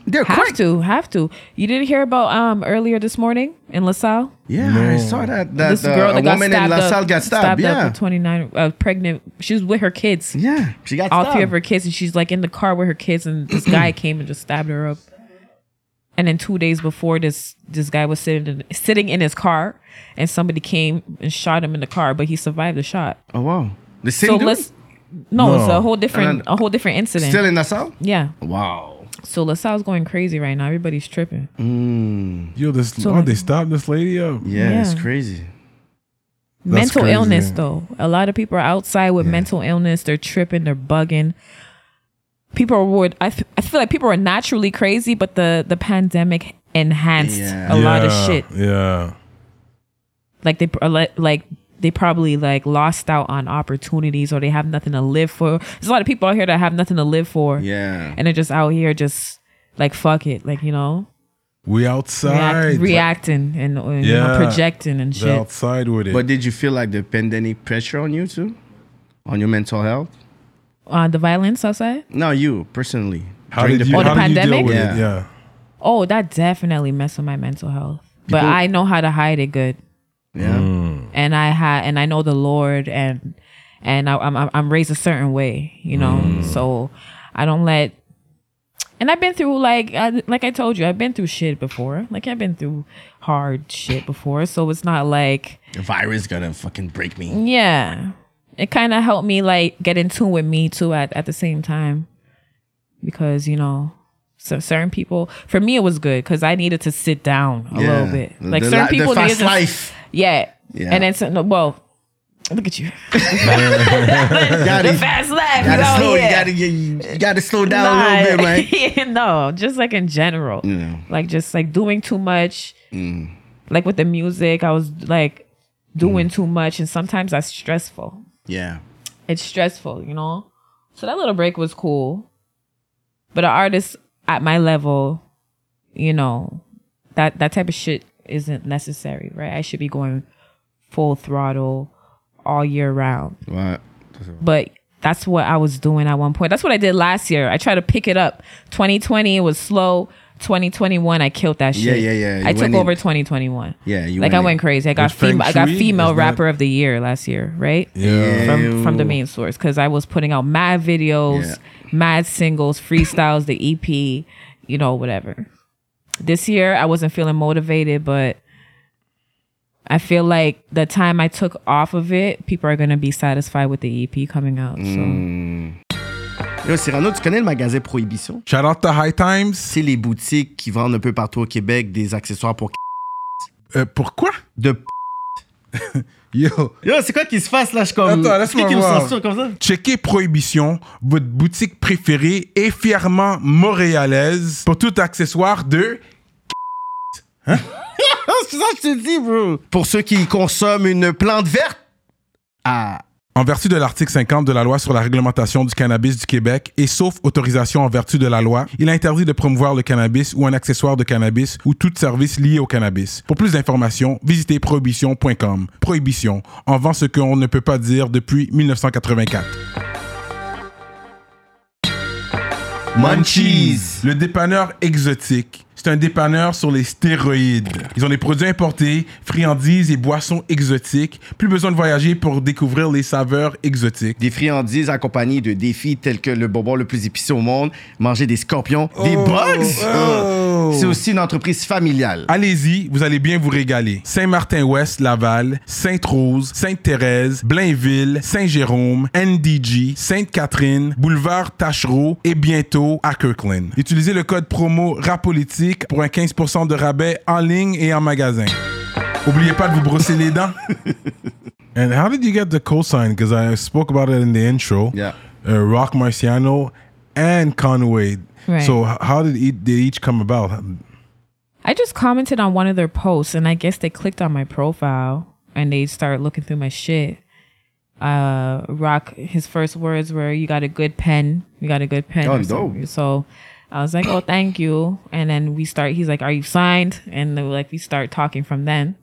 Speaker 2: They're
Speaker 3: Have
Speaker 2: quick.
Speaker 3: to, have to. You didn't hear about um earlier this morning in LaSalle?
Speaker 2: Yeah, I saw that. That
Speaker 3: this
Speaker 2: uh,
Speaker 3: girl
Speaker 2: a
Speaker 3: that got
Speaker 2: woman in
Speaker 3: stabbed
Speaker 2: La Salle
Speaker 3: up,
Speaker 2: got stabbed.
Speaker 3: stabbed
Speaker 2: yeah.
Speaker 3: up with 29, uh, pregnant. She was with her kids,
Speaker 2: yeah, she got
Speaker 3: all
Speaker 2: stabbed.
Speaker 3: three of her kids, and she's like in the car with her kids, and this guy came and just stabbed her up. And then two days before this, this guy was sitting in, sitting in his car, and somebody came and shot him in the car, but he survived the shot.
Speaker 2: Oh wow, the same
Speaker 3: so
Speaker 2: dude
Speaker 3: let's no, it's
Speaker 1: No.
Speaker 3: a whole different,
Speaker 2: And then-
Speaker 3: a whole different incident.
Speaker 2: still in La Salle.
Speaker 3: yeah.
Speaker 2: Wow.
Speaker 3: So LaSalle's going crazy right now. Everybody's tripping.
Speaker 1: Yo, this oh,
Speaker 3: like-
Speaker 1: they stopped this lady up.
Speaker 2: Yeah, it's
Speaker 3: Yeah.
Speaker 2: crazy.
Speaker 1: That's
Speaker 3: mental
Speaker 1: crazy.
Speaker 3: illness, though. A lot of people are outside with mental illness. They're tripping. They're bugging. People would. I, f- I feel like people are naturally crazy, but the the pandemic enhanced
Speaker 2: Yeah.
Speaker 3: a lot of
Speaker 1: Yeah,
Speaker 3: shit.
Speaker 1: Yeah.
Speaker 3: Like they pr- like- like they probably like lost out on opportunities, or they have nothing to live for. There's a lot of people out here that have nothing to live for,
Speaker 2: Yeah.
Speaker 3: and they're just out here just like fuck it, like you know,
Speaker 1: We
Speaker 3: react-
Speaker 1: outside.
Speaker 3: reacting and, and, you know,
Speaker 1: Yeah.
Speaker 3: projecting and
Speaker 1: They
Speaker 3: shit.
Speaker 1: outside with it.
Speaker 2: But did you feel like the pandemic pressure on you too, on your mental health?
Speaker 3: Uh, the violence outside.
Speaker 2: No, you personally.
Speaker 1: how
Speaker 2: During
Speaker 1: did
Speaker 2: the
Speaker 1: you,
Speaker 3: Oh, the
Speaker 1: how did you deal
Speaker 3: pandemic?
Speaker 1: with
Speaker 2: Yeah.
Speaker 1: it? Yeah.
Speaker 3: Oh, that definitely messed with my mental health. But I know how to hide it good.
Speaker 1: Mm.
Speaker 2: Yeah.
Speaker 3: And and I had and I know the Lord and and I, I'm I'm- I'm raised a certain way, you know. So I don't let. And I've been through like I, like I told you, I've been through shit before. Like I've been through hard shit before, so it's not like
Speaker 2: The virus gonna fucking break me.
Speaker 3: yeah. It kind of helped me like get in tune with me too at at the same time, because you know. So certain people, for me, it was good because I needed to sit down a
Speaker 2: Yeah.
Speaker 3: little bit. Like
Speaker 2: The
Speaker 3: certain
Speaker 2: li- the
Speaker 3: people
Speaker 2: fast
Speaker 3: needed to-
Speaker 2: life.
Speaker 3: yeah.
Speaker 2: Yeah.
Speaker 3: And then some, no, well, look at you.
Speaker 2: Gotta,
Speaker 3: the fast laugh.
Speaker 2: gotta
Speaker 3: you know,
Speaker 2: slow.
Speaker 3: yeah.
Speaker 2: You gotta you, you gotta slow down a little bit, Mm.
Speaker 3: Nah,
Speaker 2: right?
Speaker 3: yeah, no, just like in general.
Speaker 2: Yeah.
Speaker 3: Like just like doing too much.
Speaker 2: Mm.
Speaker 3: Like with the music, I was like
Speaker 2: Mm.
Speaker 3: doing too much and sometimes that's stressful.
Speaker 2: Yeah.
Speaker 3: It's stressful, you know? So that little break was cool. But an artist at my level, you know, that that type of shit isn't necessary, right? I should be going full throttle all year round
Speaker 2: What?
Speaker 3: but that's what I was doing at one point. That's what I did last year. I tried to pick it up. 2020 it was slow. 2021 I killed that
Speaker 2: Yeah,
Speaker 3: shit.
Speaker 2: yeah, yeah. You
Speaker 3: I took
Speaker 2: went
Speaker 3: over
Speaker 2: in-
Speaker 3: 2021.
Speaker 2: Yeah, you
Speaker 3: like
Speaker 2: went
Speaker 3: I
Speaker 2: in-
Speaker 3: went crazy. I got
Speaker 1: With Feng
Speaker 3: fema- I got
Speaker 1: Shui,
Speaker 3: female
Speaker 1: isn't it?
Speaker 3: rapper of the year last year, right?
Speaker 1: Yeah.
Speaker 3: From from the main source because I was putting out mad videos,
Speaker 2: Yeah.
Speaker 3: mad singles, freestyles, the EP, you know, whatever. This year I wasn't feeling motivated, but I feel like the time I took off of it, people are gonna be satisfied with the EP coming out.
Speaker 1: Mm.
Speaker 3: So
Speaker 2: Mm. Yo, Cyrano, tu connais le magasin Prohibition?
Speaker 1: Shout out to High Times.
Speaker 2: C'est les boutiques qui vendent un peu partout au Québec des accessoires pour
Speaker 1: Euh, pourquoi?
Speaker 2: de p-
Speaker 1: Yo.
Speaker 2: Yo, c'est quoi qui se passe là? Je suis comme.
Speaker 1: Attends, laisse-moi
Speaker 2: Qui me
Speaker 1: voir.
Speaker 2: censure comme ça?
Speaker 1: Checkez Prohibition, votre boutique préférée et fièrement montréalaise pour tout accessoire de
Speaker 2: Ah, c'est ça que je te dis, bro. Pour ceux qui consomment une plante verte. Ah.
Speaker 1: En vertu de l'article 50 de la loi sur la réglementation du cannabis du Québec et sauf autorisation en vertu de la loi, il est interdit de promouvoir le cannabis ou un accessoire de cannabis ou tout service lié au cannabis. Pour plus d'informations, visitez prohibition.com. Prohibition, en vend ce qu'on ne peut pas dire depuis 1984.
Speaker 2: Munchies.
Speaker 1: Le dépanneur exotique. C'est un dépanneur sur les stéroïdes. Ils ont des produits importés, friandises et boissons exotiques. Plus besoin de voyager pour découvrir les saveurs exotiques.
Speaker 2: Des friandises accompagnées de défis tels que le bonbon le plus épicé au monde, manger des scorpions, des bugs.
Speaker 1: oh.
Speaker 2: Ah. C'est aussi une entreprise familiale.
Speaker 1: Allez-y, vous allez bien vous régaler. Saint-Martin-Ouest, Laval, Sainte-Rose, Sainte-Thérèse, Blainville, Saint-Jérôme, NDG, Sainte-Catherine, Boulevard Tachereau et bientôt à Kirkland. Utilisez le code promo RAPOLITIQUE pour un 15% de rabais en ligne et en magasin. Oubliez pas de vous brosser les dents. And how did you get the cosign? Because I spoke about it in the intro.
Speaker 2: Yeah.
Speaker 1: Uh, Rock Marciano and Conway.
Speaker 3: Right.
Speaker 1: So h- how did each, they each come about?
Speaker 3: I just commented on one of their posts, and I guess they clicked on my profile and they started looking through my shit. Uh, Rock, his first words were, "You got a good pen. You got a good pen."
Speaker 2: Oh,
Speaker 3: or something.
Speaker 2: dope.
Speaker 3: So I was like, "Oh, thank you." And then we start. He's like, "Are you signed?" And then, like we start talking from then.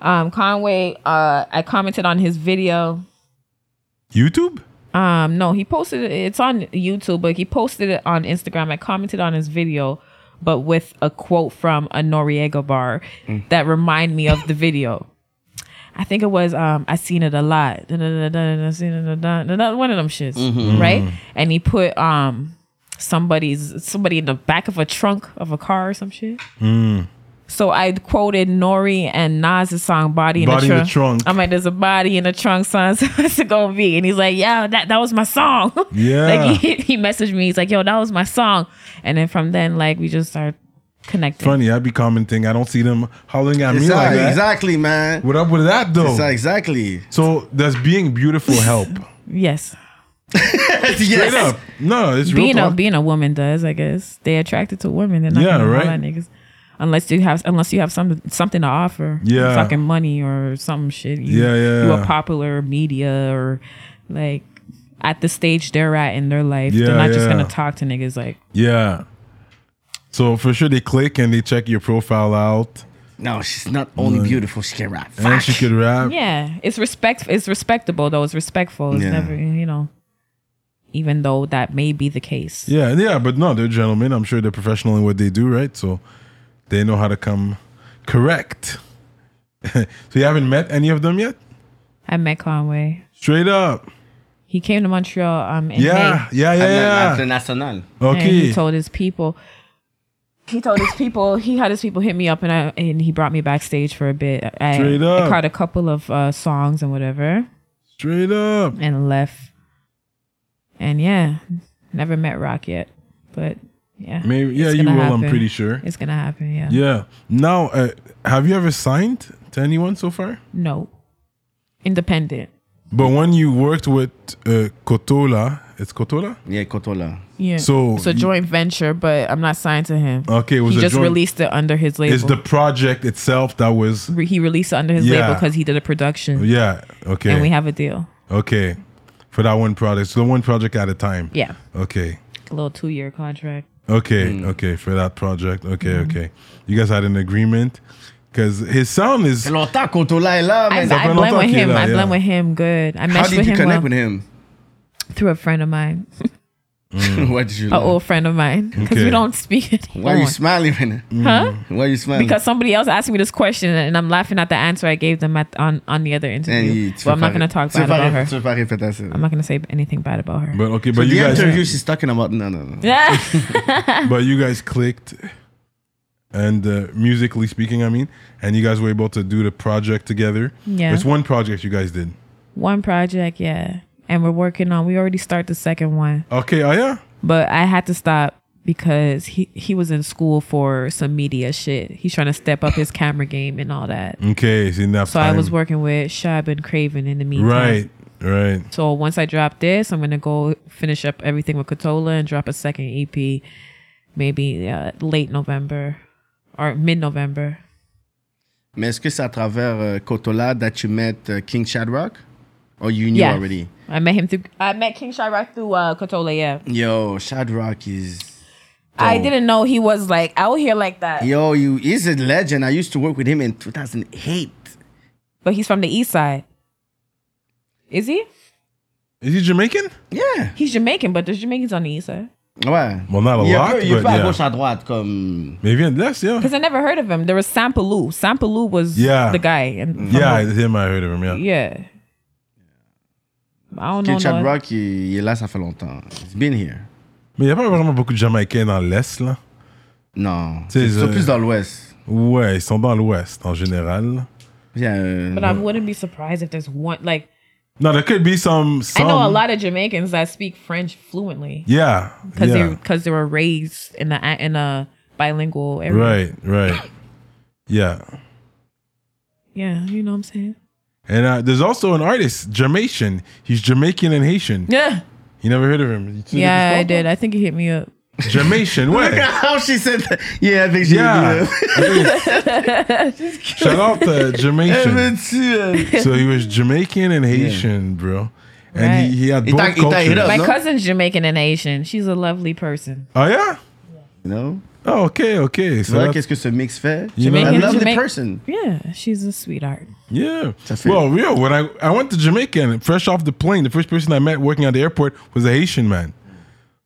Speaker 3: Um, Conway, uh, I commented on his video.
Speaker 1: YouTube?
Speaker 3: Um, no, he posted it. It's on YouTube, but he posted it on Instagram. I commented on his video, but with a quote from a Noriega bar
Speaker 1: Mm.
Speaker 3: that remind me of the video. I think it was um, I seen it a lot. Dun, dun, dun, dun, dun, seen it a dun- dun, dun, One of them shits,
Speaker 1: Mm-hmm.
Speaker 3: right? And he put um somebody's somebody in the back of a trunk of a car or some shit.
Speaker 1: Mm.
Speaker 3: So I quoted Nori and Nas's song "Body in,
Speaker 1: Body in
Speaker 3: the,
Speaker 1: the
Speaker 3: trunk.
Speaker 1: Trunk.
Speaker 3: I'm like, "There's a body in the trunk, son. So what's it gonna be?" And he's like, "Yeah, that that was my song."
Speaker 1: Yeah.
Speaker 3: like he, he messaged me. He's like, "Yo, that was my song." And then from then, like, we just started connecting.
Speaker 1: Funny, I be commenting. I don't see them hollering at me
Speaker 2: C'est hein? ça,
Speaker 1: like that.
Speaker 2: exactly, man.
Speaker 1: What up with that though?
Speaker 2: C'est ça, exactly.
Speaker 1: So does being beautiful help?
Speaker 3: Yes,
Speaker 2: Yes.
Speaker 1: Straight up. No, it's real
Speaker 3: being a
Speaker 1: talk.
Speaker 3: being a woman does. I guess they attracted to women. They're not
Speaker 1: Yeah,
Speaker 3: gonna holler
Speaker 1: right.
Speaker 3: at niggas. Unless you have, unless you have some something to offer,
Speaker 1: Yeah.
Speaker 3: fucking money or some shit. You,
Speaker 1: Yeah, yeah,
Speaker 3: You
Speaker 1: yeah.
Speaker 3: a popular media or like at the stage they're at in their life,
Speaker 1: Yeah,
Speaker 3: they're not just
Speaker 1: yeah.
Speaker 3: gonna talk to niggas like
Speaker 1: yeah. So for sure they click and they check your profile out,
Speaker 2: No, she's not only beautiful, she can rap.
Speaker 1: and then she
Speaker 2: Fuck.
Speaker 1: could rap.
Speaker 3: yeah. It's respect. It's respectable though. It's respectful. It's
Speaker 2: Yeah.
Speaker 3: never you know. Even though that may be the case,
Speaker 1: Yeah, yeah, but no, they're gentlemen. I'm sure they're professional in what they do, right? So they know how to come correct. so you haven't met any of them yet?
Speaker 3: I met Conway.
Speaker 1: Straight up.
Speaker 3: He came to Montreal. Um, in
Speaker 1: Yeah,
Speaker 3: May,
Speaker 1: yeah,
Speaker 2: I meant
Speaker 1: yeah, yeah.
Speaker 2: International.
Speaker 3: and he
Speaker 1: Okay.
Speaker 3: told his people. He told his people. He had his people hit me up, and I and he brought me backstage for a bit. I,
Speaker 1: Straight
Speaker 3: I
Speaker 1: up.
Speaker 3: caught a couple of uh, songs and whatever,
Speaker 1: Straight up.
Speaker 3: and left. And yeah, never met Rock yet, but yeah,
Speaker 1: Maybe,
Speaker 3: it's
Speaker 1: yeah, you will,
Speaker 3: gonna
Speaker 1: I'm
Speaker 3: happen.
Speaker 1: pretty sure.
Speaker 3: It's gonna happen. Yeah.
Speaker 1: Yeah. Now, uh, have you ever signed to anyone so far?
Speaker 3: No. Independent.
Speaker 1: But when you worked with uh, Kotola, it's Kotola?
Speaker 2: Yeah, Kotola.
Speaker 3: Yeah.
Speaker 1: So
Speaker 3: it's a
Speaker 1: you-
Speaker 3: joint venture, but I'm not signed to him.
Speaker 1: Okay, it was
Speaker 3: he
Speaker 1: a
Speaker 3: just
Speaker 1: joint-
Speaker 3: released it under his label.
Speaker 1: It's the project itself that was.
Speaker 3: Re- he released it under his
Speaker 1: Yeah. Oh,
Speaker 3: label because he did a production,
Speaker 1: Yeah. Okay.
Speaker 3: and we have a deal.
Speaker 1: okay. For that one project. So one project at a time.
Speaker 3: Yeah,
Speaker 1: Okay.
Speaker 3: a little two year contract.
Speaker 1: Okay,
Speaker 3: Mm.
Speaker 1: okay, for that project. Okay,
Speaker 3: Mm-hmm.
Speaker 1: okay. You guys had an agreement because his sound is.
Speaker 2: Longtemps Kotola est là,
Speaker 3: I,
Speaker 2: man.
Speaker 1: Ça fait
Speaker 3: I blend
Speaker 1: longtemps
Speaker 3: with
Speaker 1: qu'il est
Speaker 3: him.
Speaker 1: là,
Speaker 3: I
Speaker 1: yeah.
Speaker 3: blend with him good. I
Speaker 2: How
Speaker 3: meshed
Speaker 2: did
Speaker 3: with
Speaker 2: you
Speaker 3: him
Speaker 2: connect
Speaker 3: well
Speaker 2: with him?
Speaker 3: through a friend of mine,
Speaker 1: Mm.
Speaker 2: what did you?
Speaker 3: an
Speaker 2: learn?
Speaker 3: old friend of mine, because
Speaker 1: Okay.
Speaker 3: we don't speak anymore.
Speaker 2: Why are you smiling, man?
Speaker 1: mm.
Speaker 3: huh?
Speaker 2: Why are you smiling?
Speaker 3: Because somebody else asked me this question, and I'm laughing at the answer I gave them at, on on the other interview.
Speaker 2: tu
Speaker 3: But I'm
Speaker 2: veux
Speaker 3: not
Speaker 2: pas-
Speaker 3: gonna talk
Speaker 2: tu veux
Speaker 3: bad
Speaker 2: pas
Speaker 3: about
Speaker 2: ré-
Speaker 3: her.
Speaker 2: Tu veux pas répéter ça.
Speaker 3: I'm not gonna say anything bad about her.
Speaker 1: But okay,
Speaker 2: So
Speaker 1: but
Speaker 2: the
Speaker 1: you guys,
Speaker 2: interview she's talking about. No, no, no.
Speaker 3: Yeah.
Speaker 1: but you guys clicked, and uh, musically speaking, I mean, and you guys were able to do the project together.
Speaker 3: Yeah.
Speaker 1: it's one project you guys did.
Speaker 3: One project, yeah. And we're working on we already start the second one.
Speaker 1: Okay, oh yeah,
Speaker 3: But I had to stop because he he was in school for some media shit. He's trying to step up his camera game and all that.
Speaker 1: okay, it's enough.
Speaker 3: So I
Speaker 1: time.
Speaker 3: was working with Shab and Craven in the meantime.
Speaker 1: Right, right.
Speaker 3: So once I drop this, I'm gonna go finish up everything with Katola and drop a second EP, maybe uh, late November or mid November.
Speaker 2: Mais est-ce que c'est à travers euh, Kotola that you met euh, King Shadrock? Or you knew
Speaker 3: Yeah.
Speaker 2: already?
Speaker 3: I met him through I met King Shirek through uh, Katola. Yeah,
Speaker 2: Yo, Shadrock is.
Speaker 3: I
Speaker 2: Dope.
Speaker 3: didn't know he was like out here like that.
Speaker 2: Yo, you he's a legend. I used to work with him in 2008.
Speaker 3: but he's from the east side. Is he?
Speaker 1: Is he Jamaican?
Speaker 2: Yeah.
Speaker 3: He's Jamaican, but there's Jamaicans on the east side.
Speaker 2: Ouais.
Speaker 1: Well, not a
Speaker 2: il est
Speaker 1: lot,
Speaker 2: un peu, il est
Speaker 1: but
Speaker 2: peu à
Speaker 1: yeah.
Speaker 2: gauche à droite comme.
Speaker 1: Maybe in this, yeah,
Speaker 3: Because I never heard of him. There was Sampaloo. Sampaloo was
Speaker 1: Yeah.
Speaker 3: the guy. And from
Speaker 1: yeah.
Speaker 3: the-
Speaker 1: It's him, I heard of him. Yeah,
Speaker 3: yeah. I don't
Speaker 2: King
Speaker 3: know. no-
Speaker 2: Shadrock, il, il est là, ça fait longtemps. He's been here.
Speaker 1: mais il y a pas vraiment beaucoup de Jamaïcains dans l'est là.
Speaker 2: Non.
Speaker 1: sais, euh,
Speaker 2: C'est c'est
Speaker 1: je-
Speaker 2: plus dans l'ouest.
Speaker 1: Ouais, ils sont dans l'ouest en général.
Speaker 2: Il y a un-
Speaker 3: But I wouldn't be surprised if there's one. Like,
Speaker 1: No, there could be some. some
Speaker 3: I know a lot of Jamaicans that speak French fluently
Speaker 1: Yeah.
Speaker 3: because
Speaker 1: yeah.
Speaker 3: they because they were raised in a in a bilingual area.
Speaker 1: Right, right. Yeah.
Speaker 3: Yeah, you know what I'm saying.
Speaker 1: And uh, there's also an artist, Jamaican. He's Jamaican and Haitian.
Speaker 3: Yeah.
Speaker 1: You never heard of him? You see
Speaker 3: Yeah, I
Speaker 1: this
Speaker 3: did. I think he hit me up.
Speaker 1: photo? Jamaican, ouais.
Speaker 2: How she said that? Yeah, I think she
Speaker 1: Yeah.
Speaker 2: did.
Speaker 1: Shout out to
Speaker 2: Elle me
Speaker 1: Jamaican.
Speaker 2: tue, elle.
Speaker 1: So he was Jamaican and Haitian, bro. And
Speaker 3: Right.
Speaker 1: he, he had
Speaker 2: He
Speaker 1: both
Speaker 2: tied- he tied
Speaker 1: cultures.
Speaker 2: it
Speaker 3: My
Speaker 2: No?
Speaker 3: cousin's Jamaican and Asian. She's a lovely person.
Speaker 1: oh, yeah?
Speaker 2: You know?
Speaker 1: Oh, okay,
Speaker 2: Tu vois
Speaker 1: okay. So that's,
Speaker 2: qu'est-ce que ce mix fait?
Speaker 1: You know-
Speaker 2: a
Speaker 3: Jamaican,
Speaker 2: lovely
Speaker 3: Jamaic-
Speaker 2: person.
Speaker 3: Yeah, she's a sweetheart.
Speaker 1: yeah.
Speaker 2: Ça fait-
Speaker 1: Well, real. When I, I went to Jamaica and fresh off the plane, the first person I met working at the airport was a Haitian man.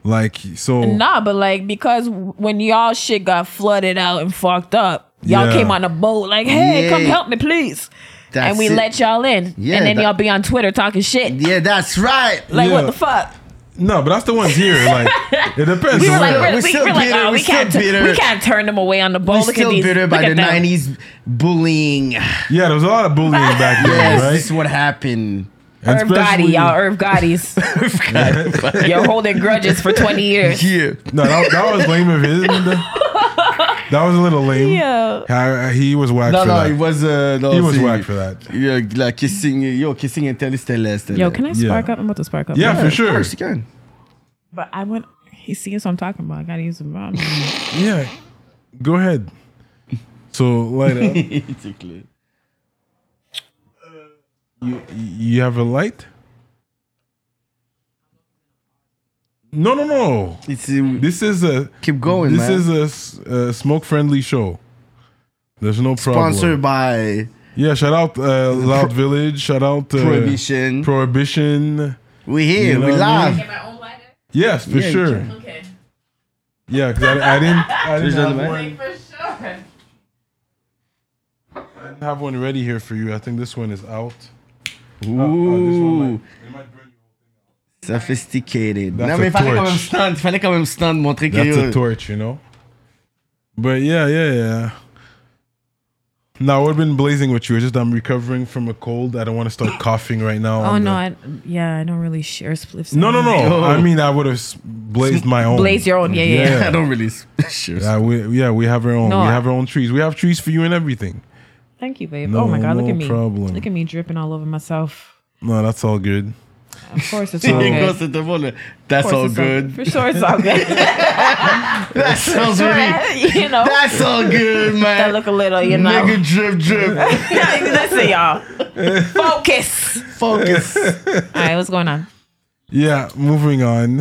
Speaker 1: Like, so.
Speaker 3: Nah, but like because when y'all shit got flooded out and fucked up, y'all
Speaker 1: Yeah.
Speaker 3: came on a boat like, "Hey,
Speaker 2: Yeah.
Speaker 3: come help me, please,"
Speaker 2: That's
Speaker 3: and we
Speaker 2: it.
Speaker 3: let y'all in,
Speaker 2: Yeah,
Speaker 3: and then
Speaker 2: that-
Speaker 3: y'all be on Twitter talking shit.
Speaker 2: Yeah, that's right.
Speaker 3: Like what
Speaker 1: Yeah.
Speaker 3: the fuck?
Speaker 1: No, but that's the ones here. Like, it depends.
Speaker 3: We were like,
Speaker 1: where.
Speaker 3: we're,
Speaker 2: We're
Speaker 3: we,
Speaker 2: still
Speaker 3: we're like,
Speaker 2: bitter,
Speaker 3: oh,
Speaker 2: we're
Speaker 3: we can't,
Speaker 2: still
Speaker 3: t-
Speaker 2: bitter.
Speaker 3: we can't turn them away on the boat.
Speaker 2: We're
Speaker 3: oh, Look at
Speaker 2: still
Speaker 3: these,
Speaker 2: bitter
Speaker 3: look
Speaker 2: by
Speaker 3: at
Speaker 2: the
Speaker 3: them.
Speaker 2: 90s bullying.
Speaker 1: Yeah, there was a lot of bullying back then,
Speaker 2: Yes,
Speaker 1: right?
Speaker 2: this is what happened.
Speaker 1: And
Speaker 3: Irv Gotti,
Speaker 1: especially-
Speaker 3: y'all, Irv Gotti's. You're holding grudges for 20 years.
Speaker 2: Yeah.
Speaker 1: No, that, that was lame of his. That was a little lame.
Speaker 3: Yeah.
Speaker 1: I- I- he was whack
Speaker 2: No,
Speaker 1: for
Speaker 2: no,
Speaker 1: that.
Speaker 2: it was uh, no,
Speaker 1: He was
Speaker 2: see,
Speaker 1: whack for that.
Speaker 2: Yeah, like kissing, yo, kissing and telling c'était less. than
Speaker 3: Yo,
Speaker 2: that.
Speaker 3: can I
Speaker 1: Yeah.
Speaker 3: spark up? I'm about to spark up.
Speaker 1: yeah, for
Speaker 2: Of
Speaker 1: sure.
Speaker 2: course you can.
Speaker 3: But I went, he sees what I'm talking about. I gotta use the bomb.
Speaker 1: Yeah. Go ahead. So, uh, light up. you, you have a light? No, no, no.
Speaker 2: It's, uh,
Speaker 1: This is a
Speaker 2: keep going,
Speaker 1: this
Speaker 2: man.
Speaker 1: is a s- a, smoke-friendly show. There's no problem.
Speaker 2: sponsored by
Speaker 1: Yeah, shout out uh, Loud Village. Shout out uh,
Speaker 2: Prohibition.
Speaker 1: Prohibition.
Speaker 2: we here,
Speaker 1: You know
Speaker 2: we
Speaker 1: what I
Speaker 2: live.
Speaker 1: mean? Yes, for
Speaker 2: Yeah, you
Speaker 1: sure.
Speaker 2: can.
Speaker 3: Okay.
Speaker 1: Yeah, because I, I didn't. I didn't
Speaker 2: There's
Speaker 1: have
Speaker 2: another
Speaker 1: one.
Speaker 3: For sure.
Speaker 1: I have one ready here for you. I think this one is out. Ah,
Speaker 2: Ooh, sophisticated.
Speaker 1: That's
Speaker 2: non,
Speaker 1: a
Speaker 2: mais il fallait quand
Speaker 1: torch.
Speaker 2: même stunt. Il fallait quand même stunt, montrer que
Speaker 1: That's a
Speaker 2: yo,
Speaker 1: torch, you know? But yeah, yeah, yeah. Now, I would have been blazing with you. It's just I'm recovering from a cold. I don't want to start coughing right now.
Speaker 3: Oh
Speaker 1: on
Speaker 3: no,
Speaker 1: the-
Speaker 3: I, yeah, I don't really share spliffs.
Speaker 1: No, no, no.
Speaker 2: Yo.
Speaker 1: I mean, I would have s- blazed my own.
Speaker 3: Blaze your own. Yeah, yeah. yeah.
Speaker 2: I don't really. sure.
Speaker 1: Yeah, we, yeah, we have our own.
Speaker 3: No,
Speaker 1: we
Speaker 3: I-
Speaker 1: have our own trees. We have trees for you and everything.
Speaker 3: Thank you, babe.
Speaker 1: No,
Speaker 3: oh my God, look
Speaker 1: no
Speaker 3: at me.
Speaker 1: problem.
Speaker 3: Look at me dripping all over myself.
Speaker 1: No, that's all good.
Speaker 3: Of course, it's
Speaker 2: Tu
Speaker 3: all
Speaker 2: rigoles,
Speaker 3: good.
Speaker 2: c'est de bon, le-
Speaker 3: Of
Speaker 2: That's
Speaker 3: course
Speaker 2: all
Speaker 3: it's all-
Speaker 2: good.
Speaker 3: For sure, it's all good.
Speaker 2: That sounds really.
Speaker 3: you know,
Speaker 2: That's all good,
Speaker 3: that
Speaker 2: man.
Speaker 3: look a little, you know.
Speaker 2: Nigga drip drip.
Speaker 3: Listen, y'all. Focus.
Speaker 2: Focus.
Speaker 3: All right, what's going on?
Speaker 1: Yeah, moving on.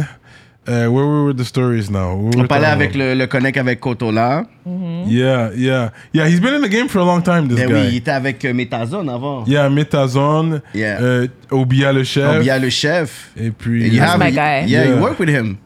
Speaker 1: Uh, where were the stories now? We were
Speaker 2: On parlait
Speaker 1: talking
Speaker 2: avec le, le connect avec Kotola.
Speaker 1: about- Yeah, yeah. Yeah, he's been in the game for a long time, this
Speaker 2: Ben
Speaker 1: guy.
Speaker 2: oui, il était avec euh, Metazone avant.
Speaker 1: Yeah, Metazone,
Speaker 2: Yeah.
Speaker 1: euh, Obia le chef.
Speaker 2: Il y a le chef.
Speaker 1: Et puis. euh,
Speaker 2: You have
Speaker 3: my
Speaker 2: you-
Speaker 3: guy.
Speaker 2: Yeah,
Speaker 1: Yeah.
Speaker 2: you work with him.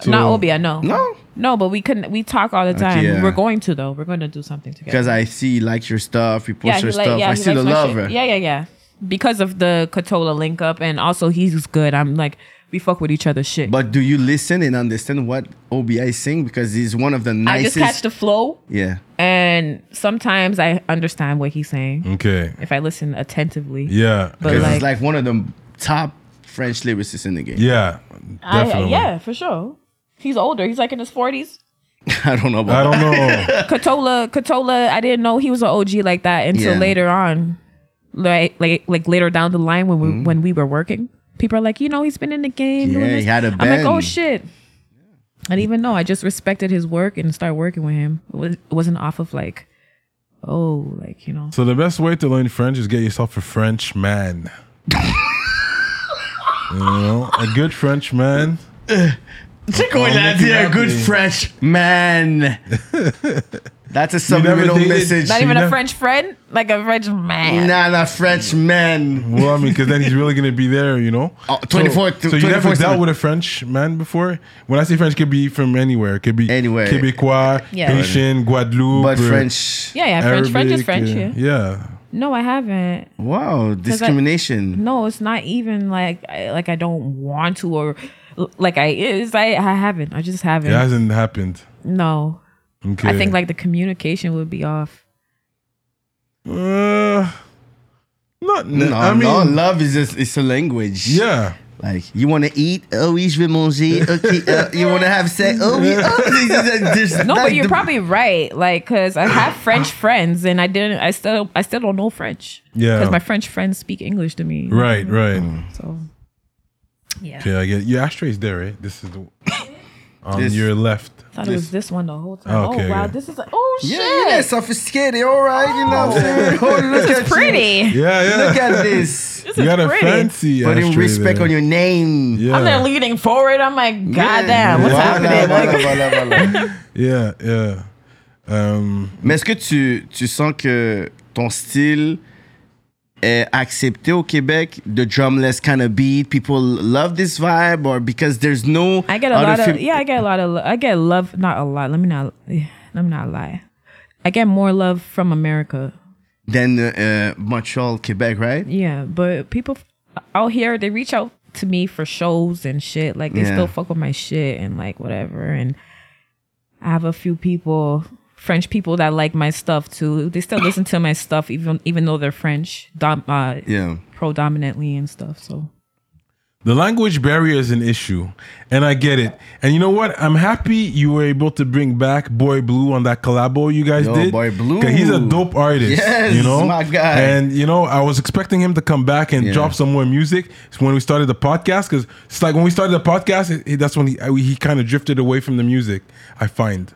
Speaker 1: so-
Speaker 3: Not Obia, no.
Speaker 2: No,
Speaker 3: No, but we couldn't. We talk all the time.
Speaker 2: yeah.
Speaker 3: We're going to though. We're going to do something together.
Speaker 2: because I see he likes your stuff. You post
Speaker 3: yeah, he
Speaker 2: your
Speaker 3: like-
Speaker 2: stuff.
Speaker 3: yeah,
Speaker 2: I
Speaker 3: he
Speaker 2: see the
Speaker 3: likes my
Speaker 2: love.
Speaker 3: shit. Yeah, yeah, yeah. Because of the Katola link up, and also he's good. I'm like, we fuck with each other shit.
Speaker 2: But do you listen and understand what OBI is saying? Because he's one of the
Speaker 3: I
Speaker 2: nicest.
Speaker 3: just catch the flow,
Speaker 2: yeah.
Speaker 3: and sometimes I understand what he's saying
Speaker 1: Okay.
Speaker 3: if I listen attentively.
Speaker 1: Yeah.
Speaker 3: But
Speaker 2: Mm. Because
Speaker 1: yeah.
Speaker 2: he's like one of the top French lyricists in the game.
Speaker 1: yeah.
Speaker 3: I- uh,
Speaker 1: Definitely.
Speaker 3: yeah, for sure. He's older. He's like in his forties.
Speaker 2: I don't know about
Speaker 1: I
Speaker 2: that.
Speaker 1: don't know.
Speaker 3: Katola, Katola. I didn't know he was an OG like that until
Speaker 2: Yeah.
Speaker 3: later on, like like like later down the line when we when we were working. People are like, you know, he's been in the game. doing
Speaker 2: Mm-hmm. Yeah, he
Speaker 3: this."
Speaker 2: had a
Speaker 3: I'm like, oh
Speaker 2: bend.
Speaker 3: shit. I didn't even know. I just respected his work and started working with him. It, was, it wasn't off of like, oh, like you know.
Speaker 1: so the best way to learn French is get yourself a French man. you know, a good French man.
Speaker 2: Tu sais qu'on
Speaker 1: Oh,
Speaker 2: l'a
Speaker 1: look
Speaker 2: dit,
Speaker 1: at
Speaker 2: a
Speaker 1: that
Speaker 2: good
Speaker 1: thing.
Speaker 2: French man. That's a
Speaker 1: never
Speaker 2: subliminal
Speaker 1: dated-
Speaker 2: message.
Speaker 3: Not
Speaker 1: she
Speaker 3: even a
Speaker 1: left-
Speaker 3: French friend, like a French man.
Speaker 2: Not a French man.
Speaker 1: Well, I mean, because then he's really gonna be there, you know.
Speaker 2: Oh, 24
Speaker 1: So,
Speaker 2: to-
Speaker 1: so you never
Speaker 2: 24
Speaker 1: dealt with a French man before. When I say French, could be from anywhere. Could be
Speaker 2: Anywhere.
Speaker 1: Quebecois,
Speaker 3: Yeah.
Speaker 1: Haitian, Guadeloupe,
Speaker 2: But
Speaker 1: uh,
Speaker 2: French.
Speaker 3: Yeah, yeah, French. French is
Speaker 1: Arabic,
Speaker 3: French.
Speaker 1: uh,
Speaker 3: Yeah.
Speaker 1: yeah.
Speaker 3: No, I haven't.
Speaker 2: Wow, discrimination.
Speaker 3: No, it's not even like I, like I don't want to or like I is I I haven't. I just haven't.
Speaker 1: It hasn't happened.
Speaker 3: No,
Speaker 1: Okay.
Speaker 3: I think like the communication would be off.
Speaker 1: Uh, not.
Speaker 2: No,
Speaker 1: I mean,
Speaker 2: no, love is a, it's a language.
Speaker 1: yeah.
Speaker 2: Like, you want to eat? Oh, oui, je vais manger. Okay. uh, you want to have sex? Oh, oui. Oh, this, this, this, this,
Speaker 3: No,
Speaker 2: that-
Speaker 3: but you're probably right. Like, cause I have French friends, and I didn't. I still I still don't know French.
Speaker 1: Yeah.
Speaker 3: Cause my Mm-hmm. French friends speak English to me.
Speaker 1: Right. Right.
Speaker 3: So. Yeah.
Speaker 1: Okay. I get your ashtray's there, right? This is the on
Speaker 2: This-
Speaker 1: your left.
Speaker 3: Thought it was this one the whole time.
Speaker 1: Okay,
Speaker 3: oh wow,
Speaker 1: yeah.
Speaker 3: this is oh shit.
Speaker 2: Yeah, yeah, sophisticated. All right, you know what I'm saying? Oh, look at
Speaker 3: It's pretty.
Speaker 1: Yeah. Yeah.
Speaker 2: Look at this.
Speaker 3: This
Speaker 1: you
Speaker 3: is
Speaker 1: got a
Speaker 3: pretty.
Speaker 1: fancy.
Speaker 2: Putting
Speaker 1: ashtray
Speaker 2: respect
Speaker 1: there.
Speaker 2: on your name.
Speaker 1: Yeah.
Speaker 3: I'm there leaning forward. I'm like, goddamn, what's
Speaker 2: Voilà,
Speaker 3: happening? Like,
Speaker 2: voilà, voilà, voilà.
Speaker 1: Yeah. Yeah. Um,
Speaker 2: Mais est-ce que tu, tu sens que ton style est accepté au Québec? The drumless kind of beat, people love this vibe, or because there's no
Speaker 3: I get a
Speaker 2: other
Speaker 3: lot of
Speaker 2: fem-
Speaker 3: yeah, I get a lot of lo- I get love not a lot. Let me not yeah, let me not lie. I get more love from America.
Speaker 2: than uh, Montreal, Quebec, right?
Speaker 3: Yeah, but people f- out here they reach out to me for shows and shit. Like they
Speaker 2: Yeah.
Speaker 3: still fuck with my shit and like whatever. And I have a few people, French people that like my stuff too. They still listen to my stuff even even though they're French, dom- uh,
Speaker 2: Yeah.
Speaker 3: predominantly and stuff. So
Speaker 1: The language barrier is an issue, and I get it. And you know what? I'm happy you were able to bring back Boy Blue on that collabo you guys
Speaker 2: Yo,
Speaker 1: did.
Speaker 2: Boy Blue.
Speaker 1: 'Cause he's a dope artist.
Speaker 2: Yes,
Speaker 1: you know,
Speaker 2: my guy.
Speaker 1: And you know, I was expecting him to come back and
Speaker 2: Yeah.
Speaker 1: drop some more music when we started the podcast. Because it's like when we started the podcast, it, it- that's when he he kind of drifted away from the music. I find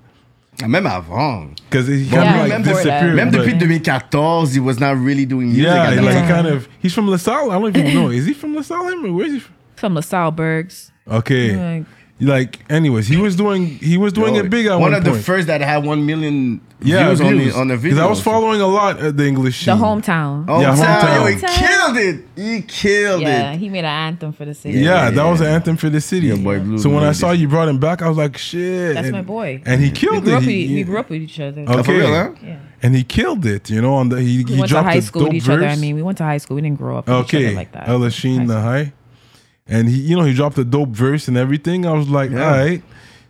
Speaker 2: Même avant.
Speaker 1: because he
Speaker 3: Well,
Speaker 1: kind
Speaker 3: I
Speaker 1: of like
Speaker 3: remember that.
Speaker 1: disappeared.
Speaker 2: Même
Speaker 1: but-
Speaker 2: depuis 2014, he was not really doing music.
Speaker 1: yeah,
Speaker 2: at that
Speaker 1: like
Speaker 2: time.
Speaker 1: he kind of he's from LaSalle. I don't even know. Is he from LaSalle? Him or where is he from?
Speaker 3: from LaSalle Bergs.
Speaker 1: Okay.
Speaker 3: Like-
Speaker 1: like, anyways, he was doing he was doing
Speaker 2: Yo,
Speaker 1: it big at
Speaker 2: one
Speaker 1: one,
Speaker 2: of
Speaker 1: point.
Speaker 2: the first that had one million
Speaker 1: yeah,
Speaker 2: views, on
Speaker 1: views.
Speaker 2: the on the
Speaker 1: 'Cause
Speaker 2: video.
Speaker 1: I was following a lot uh, the English.
Speaker 3: The
Speaker 1: scene.
Speaker 3: hometown.
Speaker 2: Oh, Yo,
Speaker 1: Yeah,
Speaker 2: he
Speaker 1: hometown.
Speaker 2: killed it. He killed
Speaker 3: Yeah,
Speaker 2: it.
Speaker 3: he made an anthem for the city.
Speaker 1: Yeah,
Speaker 2: Yeah,
Speaker 1: that
Speaker 2: yeah,
Speaker 1: was an
Speaker 2: yeah.
Speaker 1: anthem for the city.
Speaker 2: Yeah, boy, Blue
Speaker 1: so when
Speaker 2: made
Speaker 1: I saw
Speaker 2: it.
Speaker 1: you brought him back, I was like, shit.
Speaker 3: That's
Speaker 1: and-
Speaker 3: my boy.
Speaker 1: And he
Speaker 3: We
Speaker 1: killed
Speaker 3: grew,
Speaker 1: it.
Speaker 3: up with,
Speaker 1: He-
Speaker 3: we grew up with each other.
Speaker 1: Okay.
Speaker 2: Oh, For real, huh?
Speaker 3: Yeah.
Speaker 1: and he killed it. You know, on the he,
Speaker 3: We
Speaker 1: he
Speaker 3: went to
Speaker 1: dropped
Speaker 3: high
Speaker 1: a
Speaker 3: school with
Speaker 1: dope
Speaker 3: each
Speaker 1: verse.
Speaker 3: other. I mean, we went to high school. We didn't grow up with each other
Speaker 1: okay,
Speaker 3: like that.
Speaker 1: El Ashin the high, and he you know he dropped a dope verse and everything. I was like,
Speaker 2: Yeah.
Speaker 1: all right.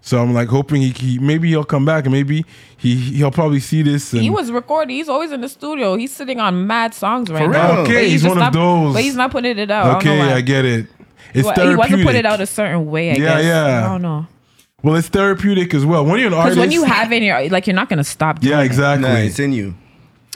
Speaker 1: So I'm like hoping he, he maybe he'll come back and maybe he he'll probably see this. And
Speaker 3: He was recording. He's always in the studio. He's sitting on mad songs right
Speaker 2: real?
Speaker 3: now.
Speaker 2: Okay,
Speaker 3: But
Speaker 1: he's
Speaker 3: just
Speaker 1: one of
Speaker 3: not,
Speaker 1: those.
Speaker 3: But he's not putting it out. Oh, I, don't
Speaker 1: okay.
Speaker 3: know
Speaker 1: I,
Speaker 3: why.
Speaker 1: get it. It's
Speaker 3: Well, he
Speaker 1: therapeutic.
Speaker 3: wasn't putting it out a certain way. I
Speaker 1: Yeah,
Speaker 3: guess.
Speaker 1: yeah.
Speaker 3: I don't know.
Speaker 1: well, it's therapeutic as well. When you're an
Speaker 3: Because
Speaker 1: artist,
Speaker 3: when you have it, you're like you're not gonna stop. Doing
Speaker 1: yeah,
Speaker 2: Nah,
Speaker 1: exactly.
Speaker 2: it's in you.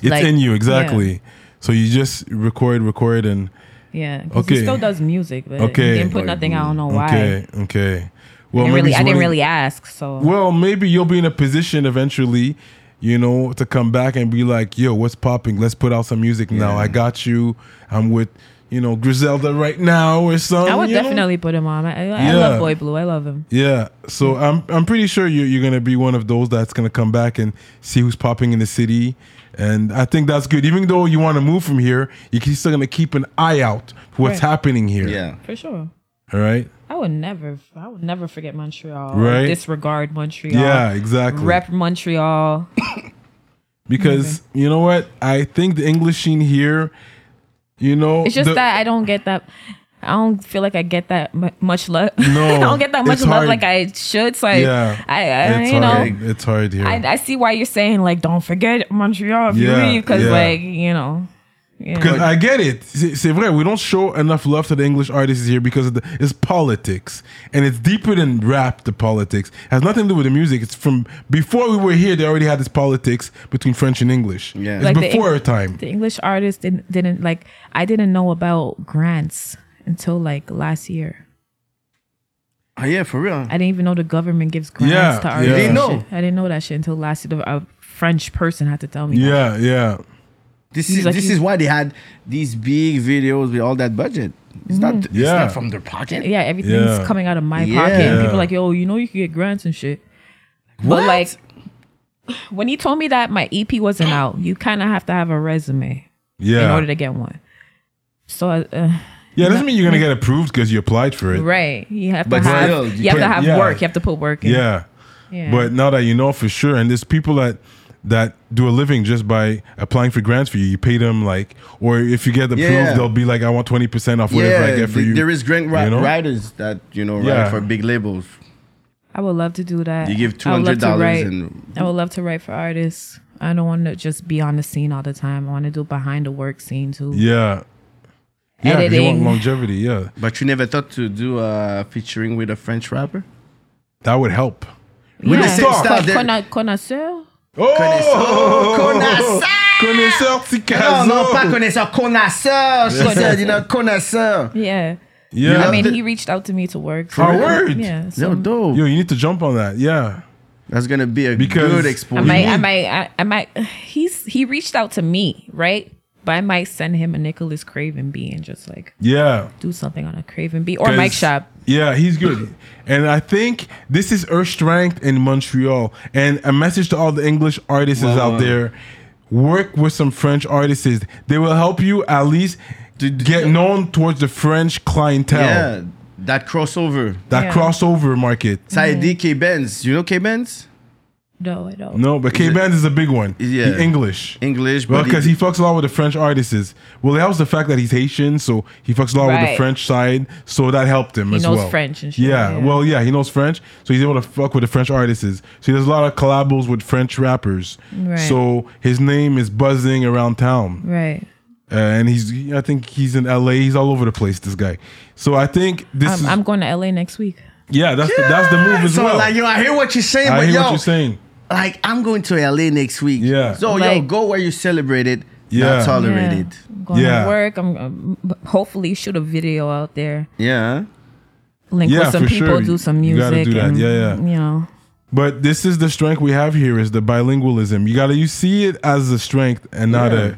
Speaker 1: It's
Speaker 3: Like,
Speaker 1: in you,
Speaker 3: yeah.
Speaker 1: exactly. So you just record, record, and
Speaker 3: It. Yeah. 'cause
Speaker 1: Okay.
Speaker 3: He still does music, but
Speaker 1: Okay.
Speaker 3: he didn't put nothing. out. I don't know Oh, why.
Speaker 1: okay, okay. Well,
Speaker 3: I
Speaker 1: maybe
Speaker 3: didn't really,
Speaker 1: it's
Speaker 3: I didn't
Speaker 1: one-
Speaker 3: really ask. So
Speaker 1: Well, maybe you'll be in a position eventually, you know, to come back and be like, "Yo, what's popping? Let's put out some music now.
Speaker 2: Yeah.
Speaker 1: I got you. I'm with, you know, Griselda right now or something."
Speaker 3: I would
Speaker 1: you know?
Speaker 3: definitely put him on. I, I, I
Speaker 1: Yeah.
Speaker 3: love Boy Blue. I love him.
Speaker 1: Yeah,
Speaker 3: Hmm.
Speaker 1: so I'm I'm pretty sure you're you're gonna be one of those that's gonna come back and see who's popping in the city, and I think that's good. Even though you want to move from here, you're still gonna keep an eye out for what's
Speaker 3: Right.
Speaker 1: happening here.
Speaker 2: Yeah.
Speaker 3: For sure.
Speaker 1: All right.
Speaker 3: I would never, I would never forget Montreal.
Speaker 1: Right.
Speaker 3: Disregard Montreal.
Speaker 1: Yeah. Exactly.
Speaker 3: Rep Montreal.
Speaker 1: because you know what? I think the English scene here, you know,
Speaker 3: It's just
Speaker 1: the-
Speaker 3: that I don't get that. I don't feel like I get that mu- much love.
Speaker 1: No,
Speaker 3: I don't get that much
Speaker 1: it's
Speaker 3: love
Speaker 1: hard.
Speaker 3: like I should. So I,
Speaker 1: Yeah,
Speaker 3: I, I
Speaker 1: it's
Speaker 3: you
Speaker 1: hard.
Speaker 3: know,
Speaker 1: it's hard here.
Speaker 3: I, I see why you're saying like, don't forget Montreal if
Speaker 1: Yeah,
Speaker 3: you leave, because
Speaker 1: yeah.
Speaker 3: like, you know, yeah.
Speaker 1: because I get it. C'est c'est vrai. We don't show enough love to the English artists here because of the, it's politics, and it's deeper than rap. The politics It has nothing to do with the music. It's from before we were here. They already had this politics between French and English.
Speaker 2: Yeah.
Speaker 1: it's
Speaker 3: Like the
Speaker 1: before
Speaker 3: Eng-
Speaker 1: our time.
Speaker 3: the English artists didn't didn't like. I didn't know about grants until like last year.
Speaker 2: Oh yeah, for real.
Speaker 3: I didn't even know the government gives grants
Speaker 1: Yeah,
Speaker 3: to
Speaker 1: yeah.
Speaker 3: artists.
Speaker 1: You didn't
Speaker 3: and
Speaker 2: know?
Speaker 3: shit. I didn't know that shit until last year. A French person had to tell me.
Speaker 1: Yeah,
Speaker 3: that.
Speaker 1: yeah.
Speaker 2: This is
Speaker 3: like
Speaker 2: this
Speaker 3: you-
Speaker 2: is why they had these big videos with all that budget. It's not it's
Speaker 1: Yeah.
Speaker 2: not from their pocket.
Speaker 3: yeah, everything's
Speaker 1: Yeah.
Speaker 3: coming out of my
Speaker 2: Yeah.
Speaker 3: pocket. And
Speaker 1: Yeah.
Speaker 3: people are like, yo, you know, you can get grants and shit. But like, when he told me that my EP wasn't out, you kind of have to have a resume
Speaker 1: Yeah,
Speaker 3: in order to get one. So, uh,
Speaker 1: yeah. Doesn't mean you're gonna get approved because you applied for it.
Speaker 3: right, you have to
Speaker 2: But
Speaker 3: have
Speaker 2: still,
Speaker 3: you,
Speaker 2: you
Speaker 3: have to
Speaker 1: put-
Speaker 3: have
Speaker 1: yeah.
Speaker 3: work. You have to put work in.
Speaker 1: Yeah.
Speaker 3: Yeah.
Speaker 1: But now that you know for sure, and there's people that that do a living just by applying for grants for you. You pay them like, or if you get approved,
Speaker 2: Yeah.
Speaker 1: they'll be like, "I want twenty percent off whatever I
Speaker 2: Yeah,
Speaker 1: get for
Speaker 2: th-
Speaker 1: you."
Speaker 2: there is grant ri-
Speaker 1: you know?
Speaker 2: writers that you know
Speaker 1: Yeah.
Speaker 2: write for big labels.
Speaker 3: I would love to do that.
Speaker 2: You give
Speaker 3: I would love to
Speaker 2: $200
Speaker 3: write-
Speaker 2: and-
Speaker 3: I would love to write for artists. I don't want to just be on the scene all the time. I want to do behind the work scene too.
Speaker 1: Yeah. Yeah, 'cause you want
Speaker 3: Editing.
Speaker 1: longevity. Yeah,
Speaker 2: But you never thought to do uh, featuring with a French rapper?
Speaker 1: that would help.
Speaker 3: With
Speaker 2: the same style that-
Speaker 3: Connoisseur?
Speaker 1: Oh,
Speaker 2: Connaisseur!
Speaker 1: connaisseur
Speaker 2: Non,
Speaker 1: Ticazo.
Speaker 2: non, pas connaisseur, connaisseur. She said, you know, connaisseur.
Speaker 3: Yeah.
Speaker 1: Yeah.
Speaker 3: I mean,
Speaker 2: the-
Speaker 3: he reached out to me to work.
Speaker 1: Oh, word.
Speaker 3: Yeah. So
Speaker 2: Yo, dope.
Speaker 1: Yo, you need to jump on that. Yeah.
Speaker 2: That's gonna be a
Speaker 1: Because-
Speaker 2: good
Speaker 3: I
Speaker 2: exposure.
Speaker 3: might, I might, I, I might. He's he reached out to me, right? But I might send him a Nicholas Craven B and just like
Speaker 1: Yeah.
Speaker 3: do something on a Craven B or Mike
Speaker 1: 'Cause-
Speaker 3: Shop.
Speaker 1: Yeah, he's good. And I think this is her strength in Montreal. And a message to all the English artists out there work with some French artists. They will help you at least to get known towards the French clientele.
Speaker 2: yeah, that crossover.
Speaker 1: That
Speaker 3: Yeah.
Speaker 1: crossover market.
Speaker 2: Saidi K Benz. You know K Benz?
Speaker 3: No, I don't.
Speaker 1: No, but K Band is a big one.
Speaker 2: Yeah.
Speaker 1: He English.
Speaker 2: English,
Speaker 1: Well,
Speaker 2: but
Speaker 1: because he fucks a lot with the French artists. Well, it helps the fact that he's Haitian, so he fucks a lot with the
Speaker 3: Right.
Speaker 1: French side, so that helped him
Speaker 3: He
Speaker 1: as well.
Speaker 3: knows French and shit,
Speaker 1: Yeah.
Speaker 3: yeah.
Speaker 1: well, yeah, he knows French, so he's able to fuck with the French artists. So he does a lot of collabs with French rappers.
Speaker 3: Right.
Speaker 1: So his name is buzzing around town,
Speaker 3: Right.
Speaker 1: uh, and he's I think he's in L.A. He's all over the place. This guy. So I think this
Speaker 3: I'm,
Speaker 1: is
Speaker 3: Um, I'm going to LA next week.
Speaker 1: yeah, that's the, that's the move as
Speaker 2: so
Speaker 1: well.
Speaker 2: like yo, I hear what you're saying,
Speaker 1: I
Speaker 2: but
Speaker 1: hear
Speaker 2: yo,
Speaker 1: what you're saying.
Speaker 2: like I'm going to LA next week.
Speaker 1: Yeah.
Speaker 2: So yo,
Speaker 3: Like-
Speaker 2: go where you celebrate it,
Speaker 1: Yeah.
Speaker 2: not tolerated.
Speaker 3: Yeah. I'm going
Speaker 1: Yeah.
Speaker 3: to work. I'm, i hopefully shoot a video out there.
Speaker 2: Yeah.
Speaker 3: Link
Speaker 1: Yeah,
Speaker 3: with some
Speaker 1: for
Speaker 3: people,
Speaker 1: sure.
Speaker 3: do some
Speaker 1: You
Speaker 3: music.
Speaker 1: gotta do that.
Speaker 3: And,
Speaker 1: Yeah, yeah.
Speaker 3: You know.
Speaker 1: But this is the strength we have here is the bilingualism. You gotta you see it as a strength and not a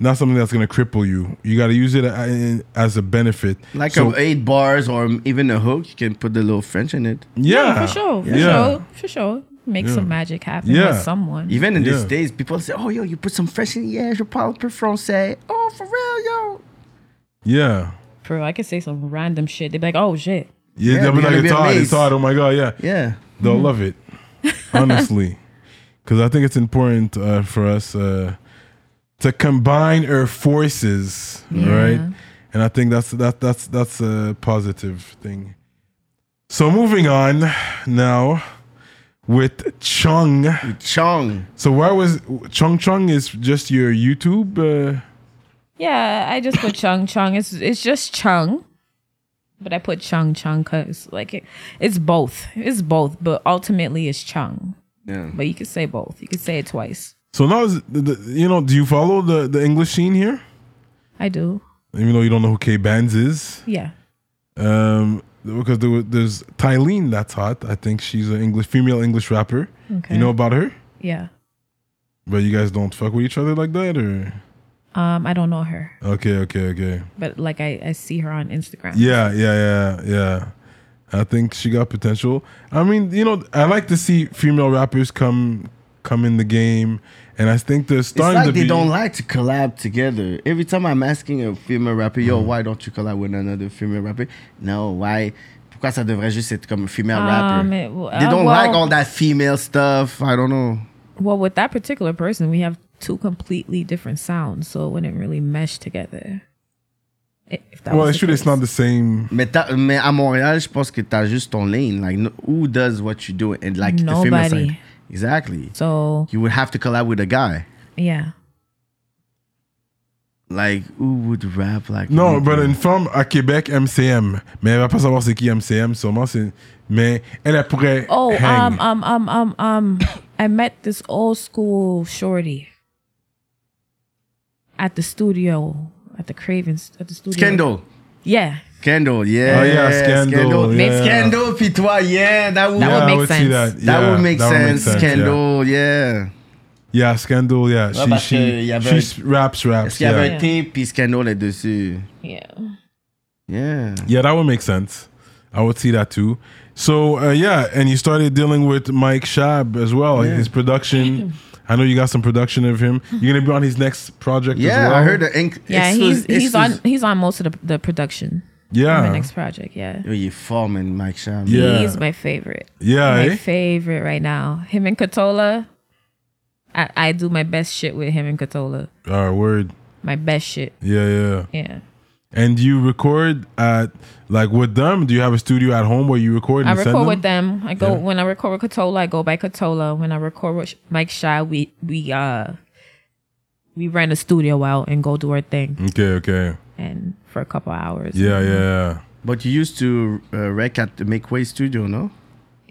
Speaker 1: not something that's gonna cripple you. You gotta use it a- as a benefit.
Speaker 2: Like
Speaker 1: So,
Speaker 2: a eight bars or even a hook, you can put the little French in it.
Speaker 1: yeah,
Speaker 3: For sure. For
Speaker 1: yeah.
Speaker 3: sure. For sure. Make some magic happen
Speaker 1: Yeah.
Speaker 3: with someone.
Speaker 2: Even in these
Speaker 1: Yeah.
Speaker 2: days, people say, "Oh, yo, you put some French in." Yeah, je parle peu français. Oh, for real, yo.
Speaker 1: yeah,
Speaker 3: Bro, I could say some random shit. They'd be like, oh shit.
Speaker 1: yeah.
Speaker 2: Yeah,
Speaker 1: They'll be
Speaker 2: they're
Speaker 1: like,
Speaker 2: gonna
Speaker 1: it's
Speaker 2: be
Speaker 1: hard, it's
Speaker 2: amazed.
Speaker 1: hard. Oh my god, yeah.
Speaker 2: Yeah.
Speaker 1: They'll love it, honestly. because I think it's important uh, for us uh, to combine our forces, right? And I think that's that that's that's a positive thing. So moving on now with Chung.
Speaker 2: Chong.
Speaker 1: So why was Chung Chung is just your YouTube? Uh,
Speaker 3: Yeah, I just put Chung Chung. It's it's just Chung, but I put Chung Chung because like it, it's both. It's both, but ultimately it's Chung.
Speaker 2: Yeah.
Speaker 3: But you could say both. You could say it twice.
Speaker 1: so now is the, the, you know, do you follow the the English scene here?
Speaker 3: I do.
Speaker 1: Even though you don't know who K Bands is,
Speaker 3: Yeah.
Speaker 1: um, because there, was- there's Tylene that's hot. I think she's an English female English rapper.
Speaker 3: Okay.
Speaker 1: You know about her?
Speaker 3: Yeah.
Speaker 1: But you guys don't fuck with each other like that, or
Speaker 3: Um, I don't know her,
Speaker 1: okay, okay, okay.
Speaker 3: but like I, I see her on Instagram.
Speaker 1: Yeah, yeah, yeah, yeah. I think she got potential. I mean, you know, I like to see female rappers come come in the game, and I think they're
Speaker 2: It's
Speaker 1: starting
Speaker 2: like
Speaker 1: to
Speaker 2: they
Speaker 1: be.
Speaker 2: don't like to collab together. Every time I'm asking a female rapper, yo,
Speaker 1: Mm.
Speaker 2: why don't you collab with another female rapper? No, why? Pourquoi ça devrait juste être comme a female
Speaker 3: Um,
Speaker 2: rapper?
Speaker 3: it- well,
Speaker 2: They
Speaker 3: uh,
Speaker 2: don't
Speaker 3: well-
Speaker 2: like all that female stuff. I don't know.
Speaker 3: Well, with that particular person, we have two completely different sounds, so it wouldn't really mesh together. I- If that
Speaker 1: well,
Speaker 3: was
Speaker 1: it's
Speaker 3: the
Speaker 1: true. It's
Speaker 3: case.
Speaker 1: not the same.
Speaker 2: Mais, t'as- mais à Montréal, je pense que t'as juste ton lane. Like, no- who does what you do? And like the female
Speaker 3: Nobody.
Speaker 2: side. Exactly.
Speaker 3: So
Speaker 2: You would have to collab with a guy.
Speaker 3: yeah,
Speaker 2: Like, who would rap like
Speaker 1: Non,
Speaker 2: you,
Speaker 1: but
Speaker 2: bro?
Speaker 1: une femme à Québec, MCM. Mais elle va pas savoir c'est qui MCM, sûrement. c'est- Mais elle, elle pourrait.
Speaker 3: Oh,
Speaker 1: hang.
Speaker 3: um, um, um, um, um, I met this old school shorty at the studio, at the Cravens, at the studio.
Speaker 2: Kendall.
Speaker 3: Yeah,
Speaker 2: Kendall, yeah.
Speaker 1: Oh, yeah, Scandal,
Speaker 2: Mix
Speaker 1: yeah.
Speaker 2: Scandal, puis toi, yeah. That would,
Speaker 3: That
Speaker 1: yeah,
Speaker 3: would
Speaker 1: I
Speaker 3: make
Speaker 1: would see
Speaker 3: sense.
Speaker 1: that.
Speaker 2: that
Speaker 1: yeah,
Speaker 2: would make
Speaker 1: that
Speaker 2: sense.
Speaker 1: Yeah.
Speaker 2: Kendall, yeah.
Speaker 1: Yeah, Scandal, yeah.
Speaker 2: Ouais, parce
Speaker 1: she,
Speaker 2: que
Speaker 1: she,
Speaker 2: y avait
Speaker 1: she raps, raps.
Speaker 2: Parce qu'il y
Speaker 1: Yeah.
Speaker 2: avait un T, puis Scandal est dessus.
Speaker 3: yeah.
Speaker 2: Yeah.
Speaker 1: yeah, that would make sense. I would see that too. So, uh, yeah, and you started dealing with Mike Shab as well, his production. I know you got some production of him. You're going to be on his next project as
Speaker 2: Yeah,
Speaker 1: well.
Speaker 2: I heard the ink.
Speaker 3: Yeah,
Speaker 2: exclus-
Speaker 3: he's he's on
Speaker 2: exclus-
Speaker 3: he's on most of the, the production for my
Speaker 1: Yeah.
Speaker 3: next project. Yeah.
Speaker 2: Yo, Oh, you forming Mike Sham.
Speaker 1: Ah. Yeah.
Speaker 3: He's my favorite.
Speaker 1: Yeah,
Speaker 3: my
Speaker 1: eh?
Speaker 3: favorite right now. Him and Katola. I, I do my best shit with him and Katola.
Speaker 1: All right, word.
Speaker 3: My best shit.
Speaker 1: Yeah, yeah.
Speaker 3: Yeah.
Speaker 1: And you record at like with them? Do you have a studio at home where you record? And
Speaker 3: I
Speaker 1: send
Speaker 3: record
Speaker 1: them?
Speaker 3: with them. I go
Speaker 1: Yeah.
Speaker 3: when I record with Katola, I go by Katola. When I record with Sh- Mike Shy, we we uh we rent a studio out and go do our thing
Speaker 1: Okay, okay.
Speaker 3: and for a couple hours.
Speaker 1: Mm. Yeah, yeah.
Speaker 2: But you used to uh, rec at the Make Way Studio, no?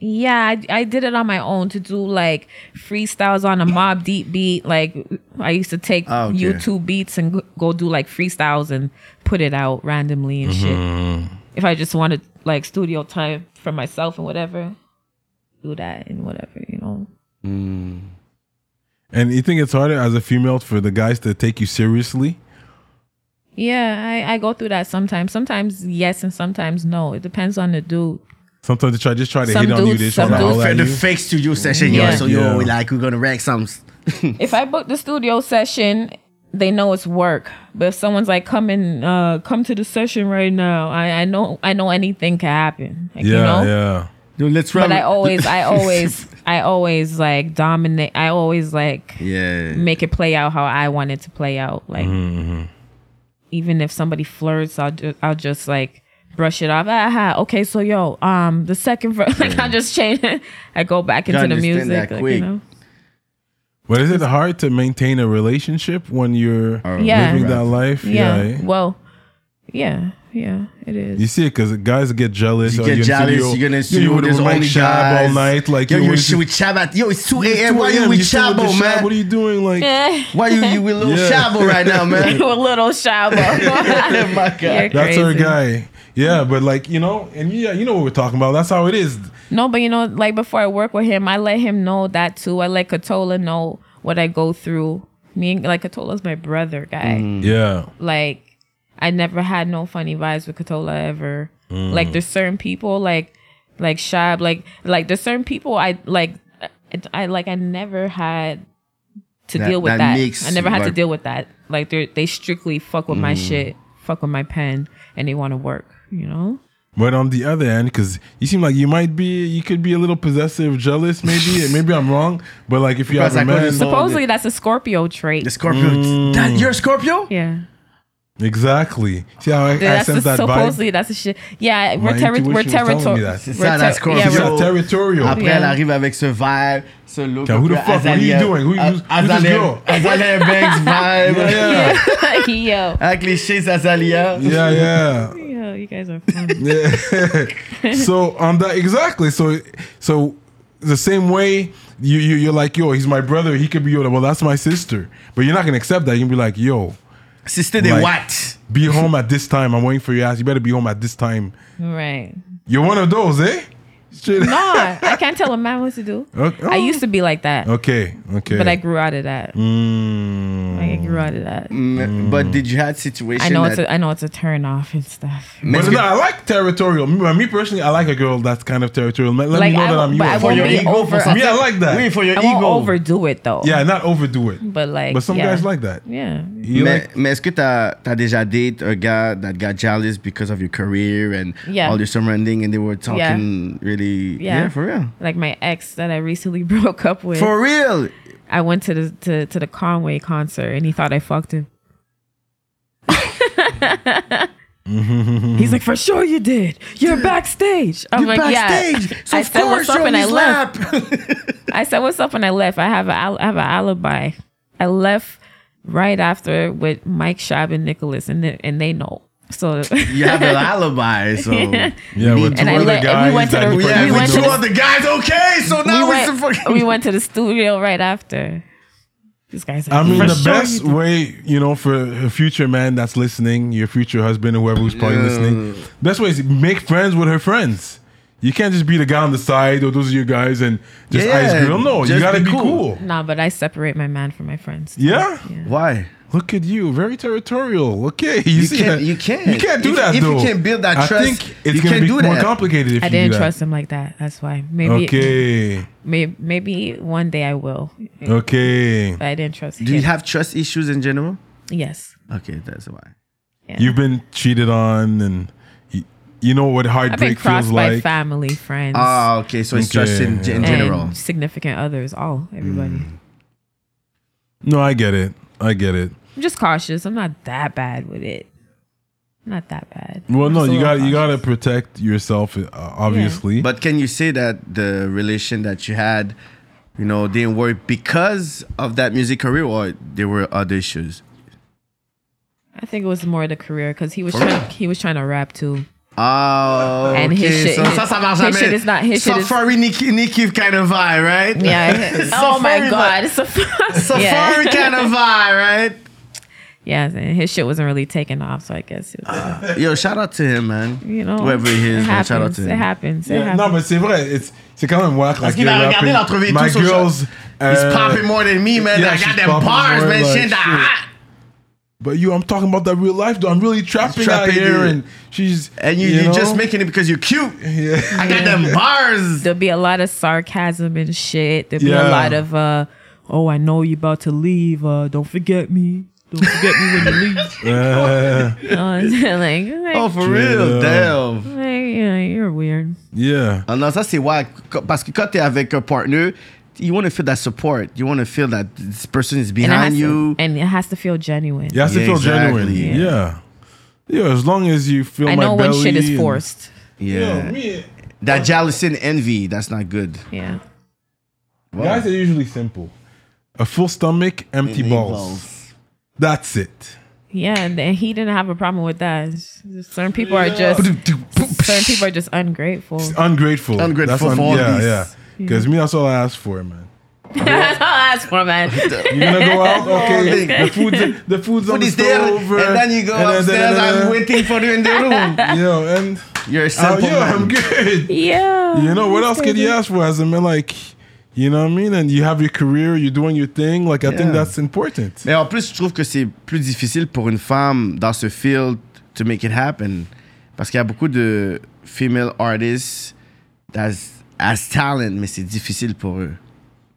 Speaker 3: Yeah, I, I did it on my own to do like freestyles on a mob deep beat. Like I used to take
Speaker 2: Ah, okay.
Speaker 3: YouTube beats and g- go do like freestyles and put it out randomly and shit. If I just wanted like studio time for myself and whatever, do that and whatever, you know.
Speaker 1: And you think it's harder as a female for the guys to take you seriously?
Speaker 3: Yeah, I, I go through that sometimes. Sometimes yes and sometimes no. It depends on the dude.
Speaker 1: Sometimes they try just try to
Speaker 3: Some
Speaker 1: hit on you.
Speaker 3: dudes-
Speaker 1: They just
Speaker 3: some
Speaker 1: want to
Speaker 3: dudes-
Speaker 1: holler
Speaker 2: For
Speaker 1: at
Speaker 2: the
Speaker 1: you.
Speaker 2: fake studio session,
Speaker 3: Yeah.
Speaker 2: yo. So, yo,
Speaker 1: Yeah.
Speaker 2: we like, we're going to rec some.
Speaker 3: if I book the studio session, they know it's work. But if someone's like, "Come in, uh, come to the session right now," I, I know, I know anything can happen. Like,
Speaker 1: Yeah,
Speaker 3: you know?
Speaker 1: yeah.
Speaker 2: Yo, let's rap.
Speaker 3: But I always, I always, I always like dominate. I always like
Speaker 2: Yeah.
Speaker 3: make it play out how I want it to play out. Like,
Speaker 2: Mm-hmm,
Speaker 3: even if somebody flirts, I'll just, I'll just like brush it off. Aha, okay, so yo, um, the second verse, like I just change. it. I go back into the
Speaker 2: understand
Speaker 3: music.
Speaker 2: that
Speaker 3: like,
Speaker 2: quick.
Speaker 3: You know?
Speaker 1: But is it hard to maintain a relationship when you're
Speaker 2: Uh,
Speaker 3: Yeah.
Speaker 1: living that life?
Speaker 3: yeah.
Speaker 1: eh?
Speaker 3: Well, yeah, yeah, it is.
Speaker 1: You see it because guys get jealous.
Speaker 2: You
Speaker 1: oh,
Speaker 2: get
Speaker 1: in
Speaker 2: jealous,
Speaker 1: studio-
Speaker 2: you're gonna
Speaker 1: you
Speaker 2: studio,
Speaker 1: with
Speaker 2: there's
Speaker 1: Mike
Speaker 2: only
Speaker 1: Shab
Speaker 2: guys.
Speaker 1: all night. Like,
Speaker 2: yo,
Speaker 1: you
Speaker 2: you
Speaker 1: with-
Speaker 2: with Shab at, yo, it's 2 a.m. Why
Speaker 1: 2
Speaker 2: you
Speaker 1: a.m.,
Speaker 2: with
Speaker 1: you still
Speaker 2: Shabo,
Speaker 1: Shab, What are
Speaker 2: man?
Speaker 1: you doing? Like,
Speaker 2: Why you you with little
Speaker 1: Yeah.
Speaker 2: Shabo right now, man?
Speaker 3: a little shy
Speaker 2: Oh my God.
Speaker 1: That's our guy. Yeah, but like you know, and yeah, you know what we're talking about. That's how it is.
Speaker 3: No, but you know, like before I work with him, I let him know that too. I let Katola know what I go through. Me and like Katola's my brother guy.
Speaker 2: Mm-hmm. Mm.
Speaker 1: Yeah,
Speaker 3: Like I never had no funny vibes with Katola ever.
Speaker 1: Mm.
Speaker 3: Like there's certain people like like Shab, like like there's certain people I like I, I- like I never had to
Speaker 2: That-
Speaker 3: deal with
Speaker 2: that
Speaker 3: that.
Speaker 2: mix,
Speaker 3: I never had to
Speaker 2: like-
Speaker 3: deal with that.
Speaker 1: Mm.
Speaker 3: Like they are they strictly fuck with my shit, fuck with my pen and they want to work, you know?
Speaker 1: But on the other end, because you seem like you might be, you could be a little possessive, jealous, maybe. and maybe I'm wrong. But like, if you
Speaker 2: Because
Speaker 1: have a
Speaker 2: I couldn't
Speaker 1: man,
Speaker 2: support-
Speaker 3: Supposedly that's a Scorpio trait.
Speaker 2: The Scorpio.
Speaker 1: Mm.
Speaker 2: That, you're a Scorpio?
Speaker 3: yeah.
Speaker 1: exactly. See how I, I
Speaker 3: That's
Speaker 1: sense
Speaker 3: just
Speaker 1: that vibe.
Speaker 3: supposedly that's a shit. Yeah, we're
Speaker 1: My
Speaker 3: terri- we're
Speaker 1: intuition was telling
Speaker 3: territorial.
Speaker 1: me that.
Speaker 2: C'est ça, la Scorpio.
Speaker 1: She's
Speaker 2: Yeah,
Speaker 1: not
Speaker 2: bro.
Speaker 1: territorial.
Speaker 2: Après,
Speaker 3: Yeah.
Speaker 2: elle arrive avec ce vibe, ce look.
Speaker 1: Yeah, who the fuck? What are you doing? Who- who's- who's this girl?
Speaker 2: Azalia Banks vibe.
Speaker 1: Yeah,
Speaker 3: Yo.
Speaker 2: Avec les chez Azalia.
Speaker 1: yeah, yeah.
Speaker 3: Yo, you guys are funny.
Speaker 1: so on that exactly so so the same way you, you you're like yo he's my brother he could be yo well that's my sister but you're not gonna accept that you can be like yo
Speaker 2: Si c'était des
Speaker 1: Like-
Speaker 2: watts.
Speaker 1: be home at this time i'm waiting for your ass you better be home at this time
Speaker 3: right.
Speaker 1: you're one of those eh Shit.
Speaker 3: No, I can't tell a man what to do.
Speaker 1: Okay.
Speaker 3: I used to be like that,
Speaker 1: okay okay
Speaker 3: but I grew out of that.
Speaker 1: Mm.
Speaker 3: I grew out of that.
Speaker 2: Mm, But did you have situation
Speaker 3: I know it's
Speaker 2: that...
Speaker 3: a, I know it's a turn off and stuff.
Speaker 2: Mais
Speaker 1: but
Speaker 2: est-ce
Speaker 1: no,
Speaker 2: que-
Speaker 1: I like territorial. Me, me personally, I like a girl that's kind of territorial. Let, let
Speaker 3: Like,
Speaker 1: me know
Speaker 3: I
Speaker 1: that
Speaker 3: won't-
Speaker 1: I'm
Speaker 3: but I
Speaker 2: For
Speaker 3: won't
Speaker 2: your
Speaker 3: be
Speaker 2: ego,
Speaker 3: over-
Speaker 2: for something.
Speaker 1: Yeah, I like that.
Speaker 2: Oui, for your
Speaker 3: I
Speaker 2: ego.
Speaker 3: won't overdo it though.
Speaker 1: Yeah, not overdo it.
Speaker 3: But like,
Speaker 1: But some
Speaker 3: yeah.
Speaker 1: guys like that.
Speaker 3: Yeah.
Speaker 1: You
Speaker 2: mais,
Speaker 1: like,
Speaker 2: mais est-ce que t'as as déjà date a guy that got jealous because of your career and
Speaker 3: Yeah.
Speaker 2: all your surrounding and they were talking really yeah.
Speaker 3: Yeah.
Speaker 2: for real
Speaker 3: Like my ex that I recently broke up with.
Speaker 2: for real
Speaker 3: I went to the to, to the Conway concert and he thought I fucked him.
Speaker 1: Mm-hmm.
Speaker 3: He's like, for sure you did. You're backstage. I'm like, yeah.
Speaker 2: so
Speaker 3: I
Speaker 2: of
Speaker 3: said
Speaker 2: course
Speaker 3: what's up
Speaker 2: yo,
Speaker 3: and
Speaker 2: we
Speaker 3: I left.
Speaker 2: slap.
Speaker 3: I said, what's up? And I left. I have a, al- I have an alibi. I left right after with Mike Shab and Nicholas, and they, and they know. So
Speaker 2: you have an alibi so
Speaker 1: yeah,
Speaker 2: And
Speaker 1: with two
Speaker 3: I
Speaker 1: other
Speaker 3: let- and
Speaker 1: guys.
Speaker 3: we went to
Speaker 1: that
Speaker 3: the-
Speaker 1: you
Speaker 3: we
Speaker 2: yeah
Speaker 1: probably
Speaker 2: we
Speaker 3: went
Speaker 1: know.
Speaker 2: two
Speaker 3: to the-
Speaker 2: other guys okay so
Speaker 3: we
Speaker 2: now it's a
Speaker 3: went,
Speaker 2: fucking
Speaker 3: we went to the studio right after. This guy's like,
Speaker 1: I mean,
Speaker 3: "For
Speaker 1: the
Speaker 3: sure you
Speaker 1: best
Speaker 3: did."
Speaker 1: way, you know, for a future man that's listening, your future husband, whoever who's probably listening, best way is make friends with her friends. You can't just be the guy on the side or those are your guys and just
Speaker 2: Yeah,
Speaker 1: ice grill. No, you
Speaker 2: just
Speaker 1: gotta
Speaker 2: be
Speaker 1: be cool.
Speaker 2: cool.
Speaker 3: Nah, but I separate my man from my friends.
Speaker 1: Yeah?
Speaker 2: why
Speaker 1: Look at you, very territorial. Okay, you, see
Speaker 2: can't-
Speaker 1: that?
Speaker 2: you can't.
Speaker 1: You can't do
Speaker 2: If-
Speaker 1: that.
Speaker 2: if you
Speaker 1: though.
Speaker 2: can't build that
Speaker 1: I
Speaker 2: trust,
Speaker 1: think it's
Speaker 2: you
Speaker 1: gonna
Speaker 2: can't
Speaker 1: be
Speaker 2: do
Speaker 1: more
Speaker 2: that.
Speaker 1: complicated if
Speaker 3: I
Speaker 1: you
Speaker 3: didn't
Speaker 1: do that.
Speaker 3: trust him like that. That's why. Maybe
Speaker 1: Okay,
Speaker 3: Maybe, maybe one day I will.
Speaker 1: okay.
Speaker 3: But I didn't trust
Speaker 2: do
Speaker 3: him.
Speaker 2: you have trust issues in general
Speaker 3: yes.
Speaker 2: okay that's why
Speaker 1: You've been cheated on, and you, you know what
Speaker 3: I've been
Speaker 1: heartbreak feels
Speaker 3: crossed by
Speaker 1: like.
Speaker 3: family, friends,
Speaker 2: ah okay so it's
Speaker 1: Okay,
Speaker 2: trust in, in
Speaker 3: and
Speaker 2: general
Speaker 3: significant others, all, everybody.
Speaker 1: no, I get it. I get it.
Speaker 3: I'm just cautious. I'm not that bad with it. Not that bad.
Speaker 1: Well,
Speaker 3: I'm
Speaker 1: no,
Speaker 3: just a
Speaker 1: you
Speaker 3: little
Speaker 1: got you got to
Speaker 3: cautious.
Speaker 1: protect yourself, uh, obviously.
Speaker 2: But can you say that the relation that you had, you know, didn't work because of that music career, or there were other issues?
Speaker 3: I think it was more the career because he was trying. He was trying to rap too.
Speaker 2: Oh,
Speaker 3: And his
Speaker 2: okay.
Speaker 3: shit-
Speaker 2: so, ça, ça marche
Speaker 3: his
Speaker 2: jamais.
Speaker 3: shit is not- his shit is-
Speaker 2: Safari Nikki Nikki kind of vibe, right?
Speaker 3: Yeah. oh my
Speaker 2: Safari,
Speaker 3: God. Safari.
Speaker 2: Safari
Speaker 3: Yeah.
Speaker 2: kind of vibe,
Speaker 3: yeah. And his shit wasn't really taking off, so I guess it was,
Speaker 2: right? Yo, shout out to him, man.
Speaker 3: you know.
Speaker 2: whoever he
Speaker 3: it
Speaker 2: is, man,
Speaker 3: happens.
Speaker 2: shout out to
Speaker 3: it
Speaker 2: him.
Speaker 3: happens. It
Speaker 1: Yeah,
Speaker 3: happens.
Speaker 1: non, mais c'est vrai. It's- C'est quand même wack. Parce
Speaker 2: qu'il a regardé l'entrevue et
Speaker 1: My
Speaker 2: tout sur-
Speaker 1: girls.
Speaker 2: He's
Speaker 1: uh,
Speaker 2: popping more than me, man.
Speaker 1: yeah,
Speaker 2: I
Speaker 1: she's
Speaker 2: got them
Speaker 1: popping
Speaker 2: bars,
Speaker 1: more,
Speaker 2: man.
Speaker 1: like,
Speaker 2: shit, ah.
Speaker 1: But you, I'm talking about that real life, though. I'm really trapping,
Speaker 2: Trapping
Speaker 1: out here,
Speaker 2: it.
Speaker 1: and she's
Speaker 2: And you, you
Speaker 1: know?
Speaker 2: are just making it because you're cute.
Speaker 1: Yeah.
Speaker 2: I got them bars.
Speaker 3: there'll be a lot of sarcasm and shit. There'll be
Speaker 1: Yeah.
Speaker 3: a lot of uh oh I know you about to leave. Uh don't forget me. Don't forget me when you leave.
Speaker 1: Uh,
Speaker 3: You know, like, like,
Speaker 2: Oh, for real, damn.
Speaker 3: like, yeah, you're weird.
Speaker 1: yeah.
Speaker 2: Ah non, ça c'est wack. Co- Parce que quand t'es avec un partner, you want to feel that support. You want to feel that this person is
Speaker 3: And it, has
Speaker 2: behind you.
Speaker 3: to, and it has to feel genuine.
Speaker 1: You have to
Speaker 2: Yeah,
Speaker 1: feel
Speaker 2: exactly.
Speaker 1: genuine. Yeah. yeah. as long as you feel
Speaker 3: I
Speaker 1: my
Speaker 3: know
Speaker 1: belly.
Speaker 3: when shit is
Speaker 1: and-
Speaker 3: forced.
Speaker 1: Yeah.
Speaker 2: yeah.
Speaker 1: me-
Speaker 2: That jealousy and envy, that's not good.
Speaker 3: Yeah.
Speaker 1: Guys are usually simple. A full stomach, empty balls. That's it.
Speaker 3: Yeah, and then he didn't have a problem with that. It's just Certain people are just certain people are just ungrateful.
Speaker 1: Ungrateful.
Speaker 2: Ungrateful
Speaker 1: That's
Speaker 2: for all
Speaker 1: yeah,
Speaker 2: these.
Speaker 1: yeah. Because me, that's all I ask for, man.
Speaker 3: That's all I ask for, man.
Speaker 1: You gonna go out? Okay.
Speaker 2: Nigga.
Speaker 1: the food's the food's on
Speaker 2: Food
Speaker 1: the
Speaker 2: is there,
Speaker 1: stove, uh,
Speaker 2: and then you go
Speaker 1: and then-
Speaker 2: upstairs.
Speaker 1: da- da- da-
Speaker 2: I'm waiting for you in the room.
Speaker 1: Yo, and
Speaker 2: You're a
Speaker 1: oh,
Speaker 2: simple
Speaker 1: yeah,
Speaker 2: man.
Speaker 1: I'm good.
Speaker 3: Yeah.
Speaker 1: You know what else could you ask for as a man? Like, you know what I mean? And you have your career, you're doing your thing. Like, I think
Speaker 2: Yeah.
Speaker 1: that's important.
Speaker 2: Mais en plus, je trouve que c'est plus difficile pour une femme dans ce field to make it happen. Parce qu'il y a beaucoup de female artists that's as talent, mais c'est difficile pour eux.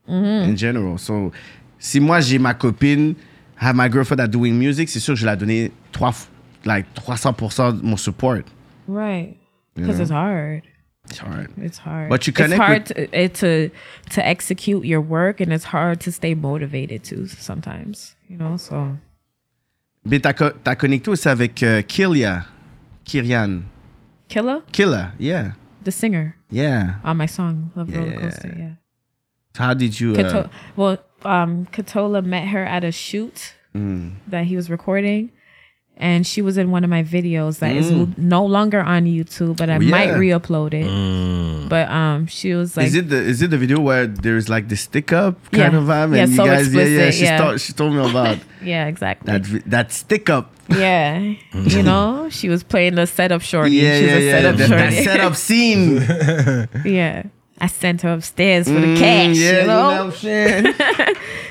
Speaker 2: In general. So, si moi j'ai ma copine, have my girlfriend that doing music, c'est sûr que je vais la donner trois, f- like 300% de mon support.
Speaker 3: Right.
Speaker 2: you
Speaker 3: because
Speaker 2: know?
Speaker 3: it's hard.
Speaker 2: It's hard.
Speaker 3: It's hard.
Speaker 2: But you
Speaker 3: It's
Speaker 2: connect
Speaker 3: hard
Speaker 2: with-
Speaker 3: to, it, to to execute your work, and it's hard to stay motivated too. Sometimes, you know. So
Speaker 2: Mais t'as, co- t'as connecté aussi avec euh, Kylia. Kyrian.
Speaker 3: Killa,
Speaker 2: Killa, yeah.
Speaker 3: the singer
Speaker 2: Yeah.
Speaker 3: on my song "Love Roller
Speaker 2: Yeah.
Speaker 3: Coaster," yeah.
Speaker 2: So how did you. Uh,
Speaker 3: Kato- well, um, Katola met her at a shoot
Speaker 2: Mm.
Speaker 3: that he was recording, and she was in one of my videos that is no longer on YouTube, but I
Speaker 2: Well,
Speaker 3: might
Speaker 2: Mm. Oh, yeah.
Speaker 3: re-upload it. But um, she was like,
Speaker 2: is it the is it the video where there's like the stick up kind
Speaker 3: Yeah.
Speaker 2: of vibe
Speaker 3: Yeah,
Speaker 2: and you
Speaker 3: so
Speaker 2: guys yeah yeah
Speaker 3: explicit,
Speaker 2: she,
Speaker 3: yeah.
Speaker 2: Told, she told me about
Speaker 3: yeah, exactly,
Speaker 2: that vi- that stick up
Speaker 3: yeah, you know, she was playing the setup shorty.
Speaker 2: yeah
Speaker 3: She's
Speaker 2: yeah
Speaker 3: a
Speaker 2: yeah
Speaker 3: setup
Speaker 2: that, that
Speaker 3: shorty.
Speaker 2: setup scene
Speaker 3: yeah. I sent her upstairs for the cash,
Speaker 2: Mm, yeah
Speaker 3: you know?
Speaker 2: what I'm saying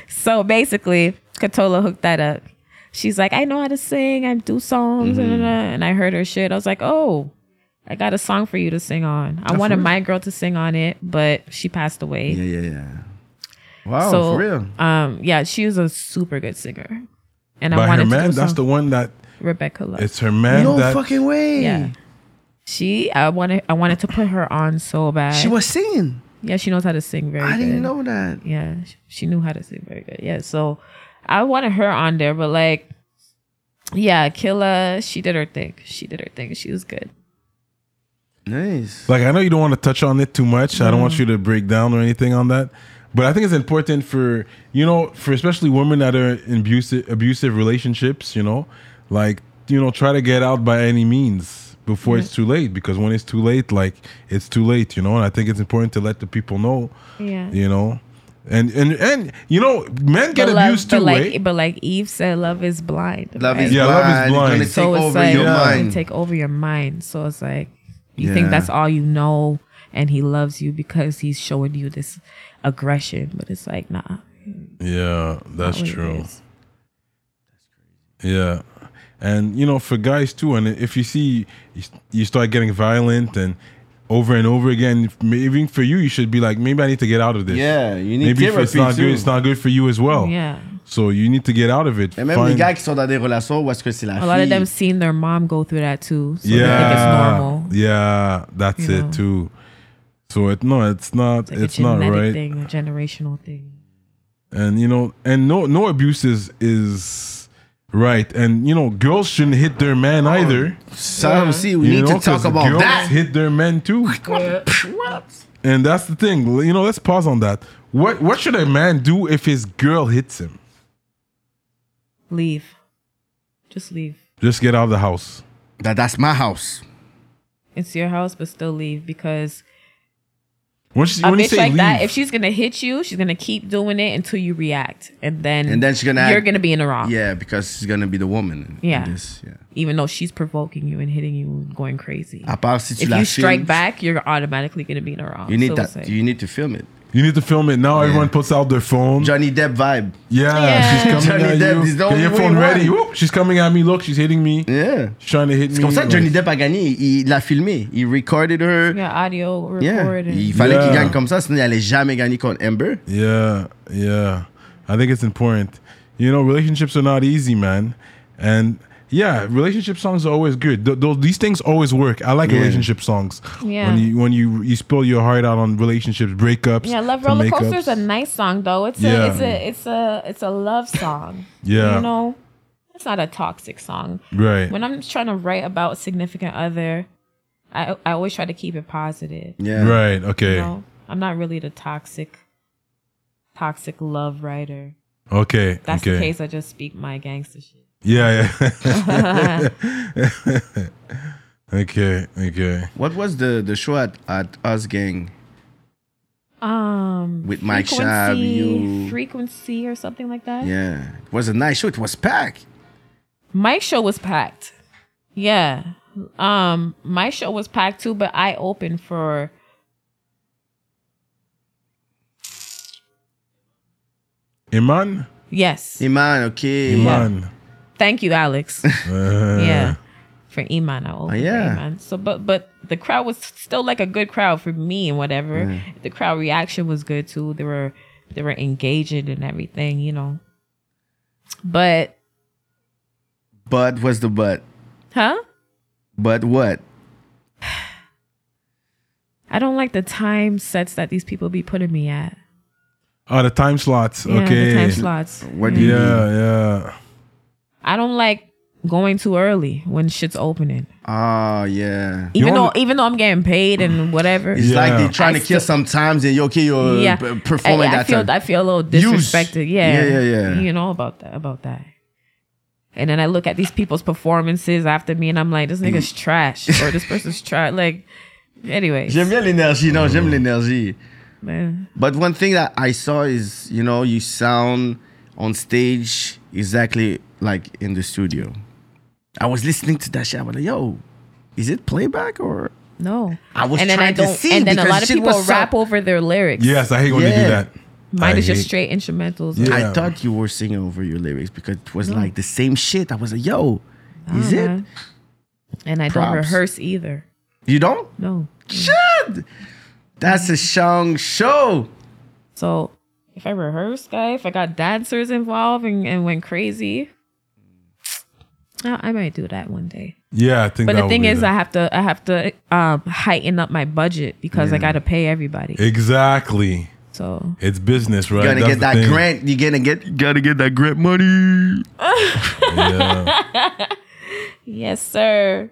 Speaker 3: So basically, Katola hooked that up. She's like, I know how to sing. I do songs.
Speaker 2: Mm-hmm.
Speaker 3: and And I heard her shit. I was like, oh, I got a song for you to sing on. I wanted my girl to sing on it, but she passed away.
Speaker 2: yeah yeah yeah wow
Speaker 3: so,
Speaker 2: for real
Speaker 3: Um, yeah, she was a super good singer. And I
Speaker 1: But
Speaker 3: wanted
Speaker 1: her
Speaker 3: to
Speaker 1: man,
Speaker 3: do
Speaker 1: that's
Speaker 3: some-
Speaker 1: the one that
Speaker 3: Rebecca Love.
Speaker 1: it's her man
Speaker 2: no
Speaker 1: that
Speaker 2: fucking way
Speaker 3: yeah. She, I wanted, I wanted to put her on so bad.
Speaker 2: she was singing
Speaker 3: yeah, she knows how to sing very.
Speaker 2: I didn't
Speaker 3: good.
Speaker 2: know that
Speaker 3: Yeah, sh- she knew how to sing very good. Yeah, so I wanted her on there, but like, yeah, Killa, she did her thing. She did her thing. She was good.
Speaker 2: nice
Speaker 1: Like I know you don't want to touch on it too much. I don't
Speaker 2: Mm.
Speaker 1: want you to break down or anything on that. But I think it's important for you know, for especially women that are in abusive abusive relationships, you know, like you know, try to get out by any means before it's too late because when it's too late, like it's too late, you know. And I think it's important to let the people know,
Speaker 3: Yeah.
Speaker 1: you know. And and and you know, men get
Speaker 3: but love-
Speaker 1: abused
Speaker 3: but
Speaker 1: too, eh?
Speaker 3: like,
Speaker 1: right?
Speaker 3: but like Eve said, love is blind.
Speaker 2: love
Speaker 3: right?
Speaker 2: is
Speaker 1: Yeah, love is
Speaker 2: blind,
Speaker 1: blind.
Speaker 2: It's gonna
Speaker 3: So
Speaker 2: take
Speaker 3: it's
Speaker 2: over
Speaker 3: like
Speaker 2: your
Speaker 3: you
Speaker 2: mind
Speaker 3: take over your mind. So it's like you think
Speaker 2: Yeah.
Speaker 3: that's all you know, and he loves you because he's showing you this aggression. But it's like nah, not
Speaker 1: Yeah, that's
Speaker 3: what it
Speaker 1: true.
Speaker 3: is.
Speaker 1: Yeah. And you know, for guys too, and if you see you, you start getting violent and over and over again, maybe for you, you should be like, maybe I need to get out of this.
Speaker 2: yeah you need
Speaker 1: Maybe if
Speaker 2: therapy
Speaker 1: it's not
Speaker 2: too.
Speaker 1: good, it's not good for you as well.
Speaker 3: Yeah.
Speaker 1: So you need to get out of it.
Speaker 2: Et même les
Speaker 1: Find-
Speaker 2: gars qui sont dans des relations où est-ce que c'est la
Speaker 3: A lot of
Speaker 2: fille.
Speaker 3: them seen their mom go through that too. So yeah. think it's
Speaker 1: yeah,
Speaker 3: normal.
Speaker 1: yeah, that's
Speaker 3: You
Speaker 1: it
Speaker 3: know?
Speaker 1: too. So it no, it's not,
Speaker 3: Like
Speaker 1: it's,
Speaker 3: a
Speaker 1: not
Speaker 3: genetic
Speaker 1: right.
Speaker 3: thing, a generational thing.
Speaker 1: and you know and no no abuse is is right and you know girls shouldn't hit their man either
Speaker 2: Ça aussi, we
Speaker 1: you
Speaker 2: need
Speaker 1: know,
Speaker 2: to talk
Speaker 1: 'cause
Speaker 2: about
Speaker 1: girls
Speaker 2: that.
Speaker 1: hit their men too and that's the thing you know let's pause on that what what should a man do if his girl hits him
Speaker 3: Leave. Just leave.
Speaker 1: just get out of the house
Speaker 2: That- that's my house.
Speaker 3: It's your house, but still leave because
Speaker 1: when, she,
Speaker 3: a
Speaker 1: when you
Speaker 3: bitch
Speaker 1: say
Speaker 3: like
Speaker 1: leave,
Speaker 3: that, if she's gonna hit you, she's gonna keep doing it until you react, and then
Speaker 2: And then she's gonna
Speaker 3: you're
Speaker 2: act-
Speaker 3: gonna be in the wrong,
Speaker 2: Yeah, because she's gonna be the woman. in
Speaker 3: Yeah.
Speaker 2: this, yeah.
Speaker 3: even though she's provoking you and hitting you, and going crazy.
Speaker 2: À part si tu
Speaker 3: if
Speaker 2: la
Speaker 3: you
Speaker 2: filmes,
Speaker 3: strike back, you're automatically gonna be in the wrong.
Speaker 2: you need
Speaker 3: So
Speaker 2: that.
Speaker 3: it's like-
Speaker 2: You need to film it.
Speaker 1: you need to film it now everyone puts out their phone
Speaker 2: Johnny Depp vibe.
Speaker 1: yeah,
Speaker 3: Yeah.
Speaker 1: she's coming
Speaker 2: Johnny
Speaker 1: at
Speaker 2: Depp
Speaker 1: you
Speaker 2: is the
Speaker 1: get
Speaker 2: only
Speaker 1: your
Speaker 2: way
Speaker 1: phone
Speaker 2: you
Speaker 1: ready
Speaker 2: want.
Speaker 1: Whoop, she's coming at me look she's hitting me
Speaker 2: Yeah.
Speaker 1: she's trying to hit me
Speaker 2: C'est comme ça que Johnny
Speaker 1: Like-
Speaker 2: Depp a gagné. Il il l'a filmé. Il recorded her.
Speaker 3: yeah, audio
Speaker 2: Yeah.
Speaker 3: recording.
Speaker 2: Il fallait
Speaker 1: Yeah.
Speaker 2: qu'il gagne comme ça, sinon il allait jamais gagner contre Amber.
Speaker 1: Yeah, yeah. I think it's important. You know, relationships are not easy, man. And yeah, relationship songs are always good. Th- those these things always work. I like
Speaker 2: Yeah.
Speaker 1: relationship songs.
Speaker 3: Yeah.
Speaker 1: When you when you you spill your heart out on relationships, breakups.
Speaker 3: Yeah, Love
Speaker 1: to
Speaker 3: Roller
Speaker 1: makeups.
Speaker 3: Coaster is a nice song though. It's
Speaker 1: Yeah.
Speaker 3: a it's a it's a it's a love song.
Speaker 1: Yeah.
Speaker 3: You know? It's not a toxic song.
Speaker 1: right.
Speaker 3: When I'm trying to write about significant other, I I always try to keep it positive.
Speaker 2: Yeah.
Speaker 1: Right. Okay.
Speaker 3: You know? I'm not really the toxic toxic love writer.
Speaker 1: Okay.
Speaker 3: That's
Speaker 1: okay.
Speaker 3: the case I just speak my gangster shit.
Speaker 1: Yeah. Yeah. okay. Okay.
Speaker 2: What was the, the show at, at Us Gang?
Speaker 3: Um
Speaker 2: With Mike Shab, you-
Speaker 3: frequency or something like that.
Speaker 2: Yeah. It was a nice show. It was packed.
Speaker 3: my show was packed. Yeah. Um, my show was packed too, but I opened for
Speaker 1: Iman.
Speaker 3: yes.
Speaker 2: Iman, ok.
Speaker 1: Iman.
Speaker 3: Thank you, Alex.
Speaker 1: Uh,
Speaker 3: yeah. For Iman, I opened
Speaker 2: uh, yeah.
Speaker 3: for Iman. So but but the crowd was still like a good crowd for me and whatever. The crowd reaction was good too. They were they were engaging and everything, you know. But
Speaker 2: But what's the but?
Speaker 3: huh?
Speaker 2: But what?
Speaker 3: I don't like the time sets that these people be putting me at.
Speaker 1: Oh, the time slots.
Speaker 3: Yeah,
Speaker 1: okay.
Speaker 3: the time slots.
Speaker 2: What do
Speaker 1: Yeah,
Speaker 2: you
Speaker 1: yeah.
Speaker 3: I don't like going too early when shit's opening.
Speaker 2: Oh, yeah.
Speaker 3: Even
Speaker 1: wanna-
Speaker 3: though even though I'm getting paid and whatever.
Speaker 2: It's
Speaker 1: Yeah.
Speaker 2: like they're trying to
Speaker 3: I
Speaker 2: kill
Speaker 3: still-
Speaker 2: sometimes and you're okay, you're
Speaker 3: yeah,
Speaker 2: uh, p- performing
Speaker 3: I, I
Speaker 2: that
Speaker 3: feel
Speaker 2: time.
Speaker 3: I feel a little
Speaker 2: Use.
Speaker 3: disrespected. Yeah,
Speaker 2: Yeah, yeah, yeah.
Speaker 3: You know about that about that. And then I look at these people's performances after me, and I'm like, this nigga's trash, or this person's trash. Like, anyway,
Speaker 2: J'aime bien l'énergie, non, j'aime l'énergie.
Speaker 3: man,
Speaker 2: Mm. But one thing that I saw is, you know, you sound on stage exactly like in the studio. I was listening to that shit. I was like, yo, is it playback or?
Speaker 3: no.
Speaker 2: I was
Speaker 3: and then I
Speaker 2: trying to
Speaker 3: don't.
Speaker 2: see
Speaker 3: and then a
Speaker 2: because
Speaker 3: lot of
Speaker 2: shit
Speaker 3: people
Speaker 2: was so-
Speaker 3: rap over their lyrics.
Speaker 1: Yes, I hate when they do
Speaker 2: Yeah.
Speaker 1: that.
Speaker 3: mine
Speaker 1: I
Speaker 3: is just
Speaker 1: hate-
Speaker 3: straight instrumentals.
Speaker 1: Yeah.
Speaker 2: I thought you were singing over your lyrics because it was like the same shit. I was like, yo, is it?
Speaker 3: Uh-huh. And I don't
Speaker 2: Props.
Speaker 3: rehearse either.
Speaker 2: You don't?
Speaker 3: No.
Speaker 2: Shit! That's a Shang show.
Speaker 3: So if I rehearse, guy, if I got dancers involved and, and went crazy, I, I might do that one day.
Speaker 1: Yeah, I think.
Speaker 3: But
Speaker 1: that
Speaker 3: the
Speaker 1: would
Speaker 3: thing
Speaker 1: be
Speaker 3: is,
Speaker 1: the-
Speaker 3: I have to I have to um, heighten up my budget because I got to pay everybody.
Speaker 1: exactly.
Speaker 3: So
Speaker 1: It's business, right?
Speaker 2: You gotta
Speaker 1: That's
Speaker 2: get
Speaker 1: the
Speaker 2: that
Speaker 1: thing.
Speaker 2: grant. You gonna get. You gotta get that grant money.
Speaker 1: Yeah.
Speaker 3: yes, sir.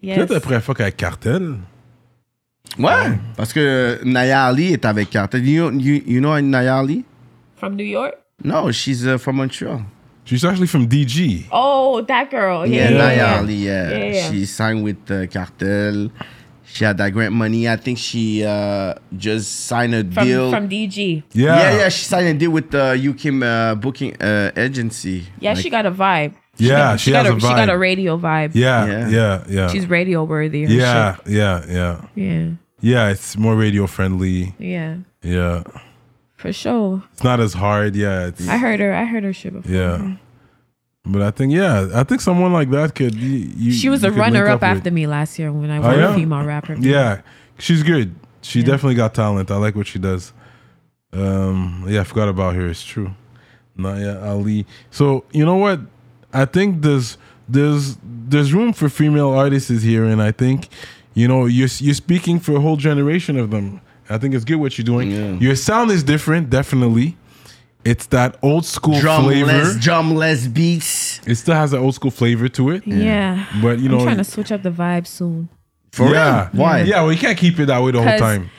Speaker 3: Yes.
Speaker 1: Peut-être la première fois qu'avec Cartel.
Speaker 2: Ouais, parce que Naya Ali est avec Cartel. You, you, you know Naya Ali?
Speaker 3: From New York.
Speaker 2: No, she's uh, from Montreal.
Speaker 1: She's actually from DG.
Speaker 3: Oh, that girl.
Speaker 2: Yeah,
Speaker 3: Yeah.
Speaker 2: Naya
Speaker 3: yeah,
Speaker 2: Ali, yeah.
Speaker 3: Yeah, yeah.
Speaker 2: She signed with uh, Cartel. She had that grant money. I think she uh, just signed a
Speaker 3: From
Speaker 2: deal.
Speaker 3: from DG.
Speaker 1: Yeah.
Speaker 2: yeah, yeah, she signed a deal with the UK uh, booking uh, agency.
Speaker 3: Yeah,
Speaker 2: Like,
Speaker 3: she got a vibe.
Speaker 1: Yeah, she
Speaker 3: got
Speaker 1: has
Speaker 3: a,
Speaker 1: a
Speaker 3: She got a
Speaker 1: vibe.
Speaker 3: radio vibe.
Speaker 1: Yeah,
Speaker 2: Yeah.
Speaker 1: yeah, yeah.
Speaker 3: She's radio worthy.
Speaker 1: yeah, yeah, yeah.
Speaker 3: Yeah.
Speaker 1: Yeah, it's more radio friendly.
Speaker 3: Yeah.
Speaker 1: Yeah.
Speaker 3: For sure.
Speaker 1: It's not as hard. Yeah, it's,
Speaker 3: I heard her. I heard her shit before.
Speaker 1: yeah. But I think yeah, I think someone like that could. You, you-
Speaker 3: She was
Speaker 1: you
Speaker 3: a
Speaker 1: could link
Speaker 3: runner up
Speaker 1: with.
Speaker 3: after me last year when I
Speaker 1: Oh,
Speaker 3: won
Speaker 1: yeah?
Speaker 3: female rapper.
Speaker 1: Yeah, she's good. She definitely got talent. I like what she does. Um, yeah, I forgot about her. It's true. Naya Ali. So you know what? I think there's there's there's room for female artists here, and I think you know you're you're speaking for a whole generation of them. I think it's good what you're doing.
Speaker 2: Yeah.
Speaker 1: Your sound is different, definitely. It's that old school flavor.
Speaker 2: drumless, drumless beats.
Speaker 1: It still has that old school flavor to it.
Speaker 3: Yeah.
Speaker 1: But you
Speaker 3: I'm
Speaker 1: know,
Speaker 3: trying to switch up the vibe soon.
Speaker 2: For
Speaker 1: yeah,
Speaker 2: real? Why?
Speaker 1: Yeah, well, you can't keep it that way the whole
Speaker 3: 'Cause
Speaker 1: time.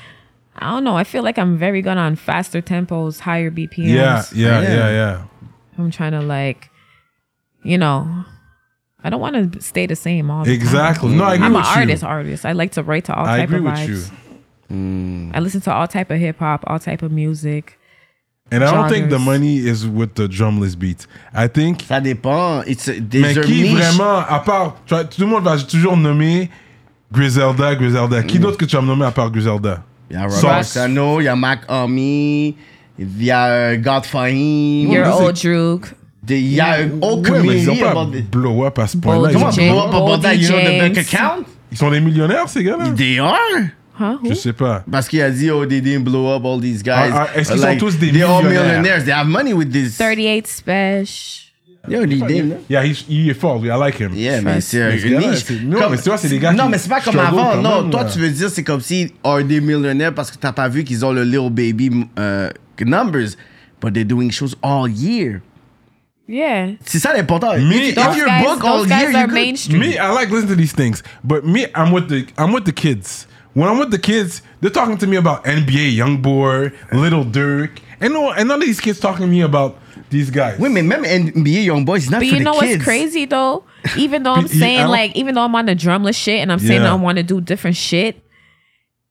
Speaker 3: I don't know. I feel like I'm very good on faster tempos, higher BPMs.
Speaker 1: Yeah,
Speaker 2: Yeah.
Speaker 1: yeah, yeah, yeah.
Speaker 3: I'm trying to like, you know, I don't want to stay the same all the time.
Speaker 1: Exactly. No, I agree
Speaker 3: I'm an
Speaker 1: with you.
Speaker 3: artist. Artist. I like to write to all
Speaker 1: I
Speaker 3: type
Speaker 1: agree
Speaker 3: of
Speaker 1: with
Speaker 3: vibes.
Speaker 1: you.
Speaker 3: I listen to all type of hip hop, all type of music.
Speaker 1: And I don't think the
Speaker 3: Genres.
Speaker 1: money is with the drumless beats. I think.
Speaker 2: Ça dépend. It's a, there's
Speaker 1: Mais
Speaker 2: a
Speaker 1: qui
Speaker 2: niche.
Speaker 1: vraiment, à part. tu vois, Tout le monde va toujours nommer Griselda, Griselda.
Speaker 3: Mm.
Speaker 1: Qui d'autre que tu vas me nommer à part Griselda
Speaker 2: Il y a
Speaker 1: Sauce.
Speaker 2: Robert Sano, il y a Mac Army, il y a euh, Godfine.
Speaker 3: Your
Speaker 1: this is-
Speaker 3: old Droog.
Speaker 2: Des- Il y
Speaker 3: Ah,
Speaker 2: a un haut
Speaker 1: Ouais, mais ils
Speaker 2: community
Speaker 1: ont pas
Speaker 2: about the-
Speaker 1: blow up à ce
Speaker 3: Bold
Speaker 1: point-là. Ils,
Speaker 2: Comment
Speaker 1: sont-
Speaker 3: DJ.
Speaker 2: blow up about that? You know the
Speaker 3: James.
Speaker 2: bank account?
Speaker 1: ils sont des millionnaires, ces gars-là
Speaker 2: They are.
Speaker 3: Huh? Who?
Speaker 1: Je sais pas.
Speaker 2: Parce qu'il a dit, oh, they didn't blow up all these guys.
Speaker 1: Ah, ah, est-ce qu'ils sont tous des
Speaker 2: They are
Speaker 1: millionnaires?
Speaker 2: millionaires. They have money with this.
Speaker 3: 38 Special.
Speaker 2: Yo, they didn't.
Speaker 1: Yeah, he, he est fort, oui, I like him.
Speaker 2: Yeah, mais c'est
Speaker 1: Mais ce
Speaker 2: un
Speaker 1: gars-là,
Speaker 2: niche.
Speaker 1: c'est- non,
Speaker 2: Comme-
Speaker 1: mais tu vois, c'est des gars
Speaker 2: Non,
Speaker 1: qui
Speaker 2: mais c'est pas comme
Speaker 1: struggle
Speaker 2: avant.
Speaker 1: quand
Speaker 2: Non,
Speaker 1: même,
Speaker 2: toi,
Speaker 1: là.
Speaker 2: tu veux dire, c'est comme si are they millionaires parce que t'as pas vu qu'ils ont le little baby euh, numbers, but they're doing shows all year.
Speaker 3: Yeah.
Speaker 2: C'est ça l'important.
Speaker 1: Mais-
Speaker 2: if,
Speaker 3: Those
Speaker 2: if you're
Speaker 3: guys,
Speaker 2: booked all
Speaker 3: those guys
Speaker 2: year,
Speaker 3: are
Speaker 2: you could-
Speaker 3: mainstream.
Speaker 1: Me, I like listening to these things, but me, I'm with the I'm with the kids. When I'm with the kids, they're talking to me about NBA, Youngboy, Little Dirk, and no, and none of these kids talking to me about these guys.
Speaker 2: Oui, mais même NBA Young Boy, it's not
Speaker 3: But
Speaker 2: for
Speaker 3: you
Speaker 2: the
Speaker 3: know what's
Speaker 2: kids.
Speaker 3: crazy though? Even though I'm
Speaker 1: But you- I
Speaker 3: saying
Speaker 1: don't-
Speaker 3: like, even though I'm on the drumless shit and I'm saying
Speaker 1: Yeah.
Speaker 3: I want to do different shit,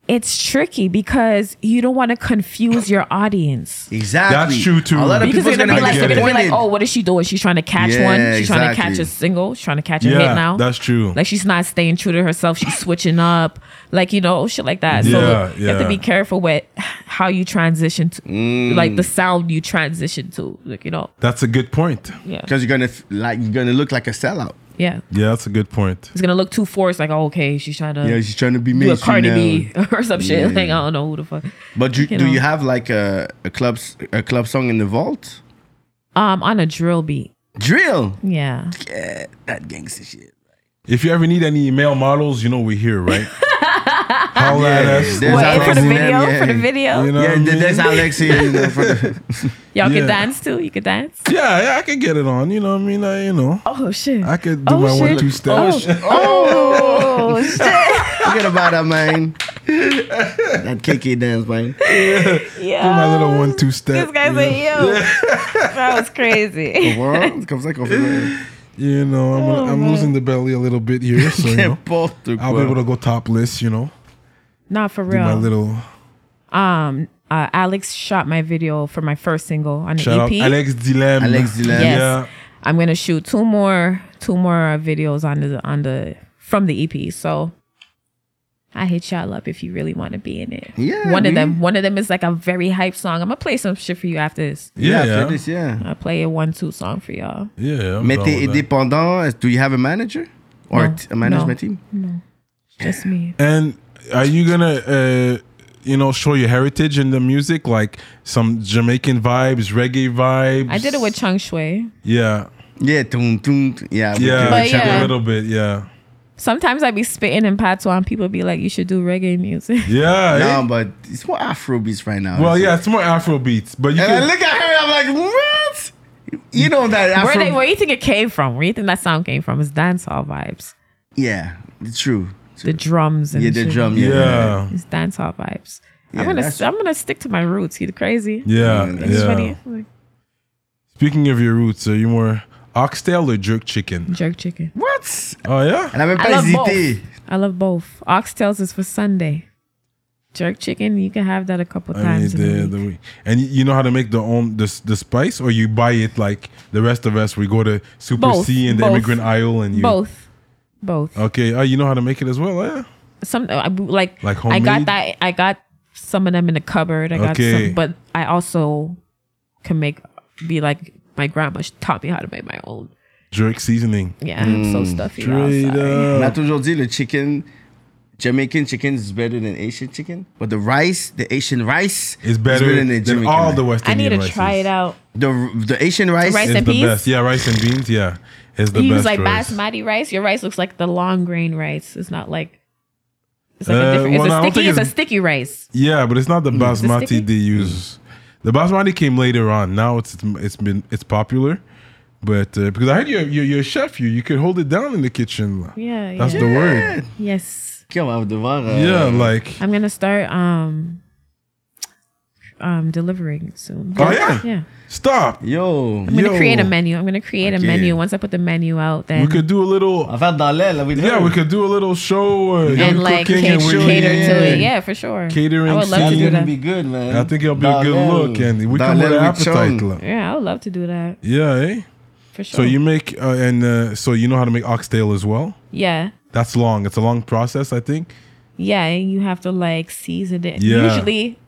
Speaker 3: it's tricky because you don't want to confuse your audience.
Speaker 2: Exactly.
Speaker 1: That's true, too.
Speaker 2: A lot of people
Speaker 3: Because they're
Speaker 2: are
Speaker 3: gonna be like,
Speaker 2: get
Speaker 3: they're gonna be like,
Speaker 2: disappointed.
Speaker 3: oh, what is she doing? She's trying to catch
Speaker 2: Yeah,
Speaker 3: one. She's trying to
Speaker 2: exactly.
Speaker 3: catch a single. She's trying to catch a
Speaker 1: yeah,
Speaker 3: hit now.
Speaker 1: that's true.
Speaker 3: Like she's not staying true to herself. She's switching up, like you know, shit like that. so
Speaker 1: Yeah,
Speaker 3: you
Speaker 1: yeah.
Speaker 3: have to be careful with how you transition to, like the sound you transition to, like you know,
Speaker 1: that's a good point.
Speaker 3: yeah,
Speaker 2: Because you're gonna f- like you're gonna look like a sellout.
Speaker 3: yeah.
Speaker 1: Yeah, that's a good point.
Speaker 3: It's gonna look too forced, like oh, okay, she's trying to
Speaker 2: Yeah, she's trying to be
Speaker 3: do a
Speaker 2: mainstream
Speaker 3: Cardi
Speaker 2: now.
Speaker 3: B or some shit.
Speaker 2: Yeah.
Speaker 3: Like I don't know who the fuck.
Speaker 2: But you,
Speaker 3: You
Speaker 2: do
Speaker 3: know.
Speaker 2: you have like a, a club s- a club song in the vault?
Speaker 3: Um, on a drill beat,
Speaker 2: Drill.
Speaker 3: yeah.
Speaker 2: Yeah, that gangster shit.
Speaker 1: If you ever need any male models, you know we're here, right? Holla at us.
Speaker 2: Yeah,
Speaker 3: What,
Speaker 2: Alex
Speaker 3: for the
Speaker 2: and them,
Speaker 3: video?
Speaker 2: yeah.
Speaker 3: For the video?
Speaker 1: You know what I
Speaker 2: Yeah,
Speaker 1: mean?
Speaker 2: there's Alex here. You know, for the,
Speaker 1: Yeah.
Speaker 3: Y'all can dance too? You can dance?
Speaker 1: Yeah, yeah, I can get it on. You know what I mean? I, you know,
Speaker 3: Oh, shit.
Speaker 1: I could do
Speaker 3: Oh,
Speaker 1: my one
Speaker 3: shit.
Speaker 1: two step.
Speaker 3: oh, oh, shit.
Speaker 2: forget about that, man. That KK dance, man.
Speaker 3: Yeah.
Speaker 1: Do my little one two step.
Speaker 3: oh, This guy's like, yo. that was crazy.
Speaker 2: What? Comes like over
Speaker 1: You know, I'm,
Speaker 3: Oh,
Speaker 1: I'm losing the belly a little bit here, so you know, I'll be able to go topless. You know,
Speaker 3: Not for
Speaker 1: do
Speaker 3: real.
Speaker 1: my little
Speaker 3: um, uh, Alex shot my video for my first single on the E
Speaker 1: shout out,
Speaker 3: EP.
Speaker 1: Alex Dilem.
Speaker 2: Alex Dilem.
Speaker 3: Yes.
Speaker 1: Yeah,
Speaker 3: I'm gonna shoot two more two more videos on the on the from the EP. So I hit y'all up if you really want to be in it.
Speaker 2: Yeah,
Speaker 3: One
Speaker 2: we-
Speaker 3: of them one of them is like a very hype song. I'm gonna play some shit for you after this.
Speaker 1: yeah, yeah.
Speaker 2: after this, yeah.
Speaker 3: I'll play a one two song for y'all.
Speaker 1: yeah I'm
Speaker 2: Mais
Speaker 1: down
Speaker 2: t'es
Speaker 1: with that.
Speaker 2: indépendant. Do you have a manager or a
Speaker 3: No,
Speaker 2: t- a management
Speaker 3: no.
Speaker 2: team?
Speaker 3: Just me.
Speaker 1: And are you gonna, uh, you know, show your heritage in the music, like some Jamaican vibes, reggae vibes?
Speaker 3: I did it with Chung Shui.
Speaker 1: Yeah,
Speaker 2: Yeah, tum, tum, tum. yeah, we
Speaker 1: yeah,
Speaker 2: do.
Speaker 3: But yeah.
Speaker 1: a little bit, yeah,
Speaker 3: Sometimes I be spitting in patois and people be like, "You should do reggae music."
Speaker 1: yeah. eh?
Speaker 2: No, but it's more Afro beats right now.
Speaker 1: well,
Speaker 2: It's-
Speaker 1: yeah, it's more Afro beats, but you
Speaker 2: And I
Speaker 1: can,
Speaker 2: look at her, I'm like, what? You know that
Speaker 3: Where
Speaker 2: Afro?
Speaker 3: they where you think it came from? Where you think that sound came from? It's dancehall vibes.
Speaker 2: yeah, it's true.
Speaker 3: The drums and
Speaker 2: Yeah, the
Speaker 3: shit.
Speaker 2: drum. Yeah,
Speaker 1: yeah,
Speaker 3: It's dancehall vibes.
Speaker 2: Yeah,
Speaker 3: I'm gonna
Speaker 2: that's-
Speaker 3: I'm gonna stick to my roots. You crazy?
Speaker 1: yeah,
Speaker 2: Mm,
Speaker 1: yeah.
Speaker 3: It's funny. Like,
Speaker 1: Speaking of your roots, are you more oxtail or jerk chicken?
Speaker 3: jerk chicken.
Speaker 2: What?
Speaker 1: Oh yeah,
Speaker 2: Elle avait
Speaker 3: I
Speaker 2: pas
Speaker 3: love
Speaker 2: hésité.
Speaker 3: both. I love both. Oxtails is for Sunday. Jerk chicken, you can have that a couple
Speaker 1: I mean
Speaker 3: times. in
Speaker 1: the,
Speaker 3: the week.
Speaker 1: the and you- you know how to make the own the s- the spice, or you buy it like the rest of us. We go to Super
Speaker 3: Both,
Speaker 1: C and the
Speaker 3: both,
Speaker 1: Immigrant Aisle, and you
Speaker 3: Both, both.
Speaker 1: Okay, oh, you know how to make it as well, yeah.
Speaker 3: Some I, like
Speaker 1: Like
Speaker 3: I
Speaker 1: homemade?
Speaker 3: got that. I got some of them in the cupboard. I got
Speaker 1: Okay.
Speaker 3: some, but I also can make be like my grandma she taught me how to make my own.
Speaker 1: jerk seasoning.
Speaker 3: Yeah, I'm so stuffy. y'all,
Speaker 1: Mm, Straight
Speaker 3: sorry.
Speaker 2: On a
Speaker 1: up.
Speaker 2: toujours dit le chicken, Jamaican chicken is better than Asian chicken, but the rice, the Asian rice,
Speaker 1: It's better than, all the West
Speaker 3: I need
Speaker 1: Indian
Speaker 3: to
Speaker 1: rice.
Speaker 3: try it out.
Speaker 2: the the Asian rice.
Speaker 3: Rice
Speaker 1: It's
Speaker 3: and
Speaker 1: the
Speaker 3: peas?
Speaker 1: best. Yeah, rice and beans. Yeah, it's the
Speaker 3: you
Speaker 1: best.
Speaker 3: use like
Speaker 1: rice.
Speaker 3: basmati rice. Your rice looks like the long grain rice. It's not like it's like
Speaker 1: Uh,
Speaker 3: a different. It's
Speaker 1: well, I
Speaker 3: a
Speaker 1: don't
Speaker 3: sticky.
Speaker 1: think
Speaker 3: It's,
Speaker 1: it's-
Speaker 3: a sticky rice.
Speaker 1: Yeah, but it's not the basmati
Speaker 3: Mm, sticky?
Speaker 1: they use. The basmati came later on. Now it's it's been it's popular, but uh, because I heard you're, you're you're a chef, you you could hold it down in the kitchen.
Speaker 3: Yeah, yeah.
Speaker 1: That's the word.
Speaker 3: yes,
Speaker 2: Ok, on va devoir. euh,
Speaker 1: Yeah, like
Speaker 3: I'm gonna start um um delivering soon.
Speaker 1: Oh, yeah?
Speaker 3: yeah.
Speaker 1: stop.
Speaker 2: Yo,
Speaker 3: I'm gonna
Speaker 1: Yo.
Speaker 3: create a menu. I'm gonna create
Speaker 2: Okay.
Speaker 3: a menu. Once I put the menu out, then
Speaker 1: We could do a little.
Speaker 2: on va faire dans l'aile. with
Speaker 1: Yeah,
Speaker 2: her.
Speaker 1: we could do a little show uh,
Speaker 3: and
Speaker 1: young
Speaker 3: like
Speaker 1: cooking
Speaker 3: cater,
Speaker 1: and we-
Speaker 3: cater to
Speaker 2: yeah.
Speaker 3: it. Yeah, for sure.
Speaker 1: Catering
Speaker 3: I would love
Speaker 2: That's
Speaker 3: to
Speaker 1: scene.
Speaker 3: do
Speaker 2: gonna
Speaker 3: that.
Speaker 2: be good, man.
Speaker 1: I think it'll be a
Speaker 2: Dans
Speaker 1: good
Speaker 2: l'aile.
Speaker 1: look, and we
Speaker 2: Dans
Speaker 1: come with
Speaker 2: l'aile
Speaker 1: an
Speaker 2: with Chung.
Speaker 1: appetite. Like.
Speaker 3: Yeah, I would love to do that
Speaker 1: Yeah, eh?
Speaker 3: for sure.
Speaker 1: So you make uh, and uh, so you know how to make oxtail as well.
Speaker 3: yeah.
Speaker 1: That's long. It's a long process, I think.
Speaker 3: Yeah, and you have to like season it.
Speaker 1: Yeah.
Speaker 3: Usually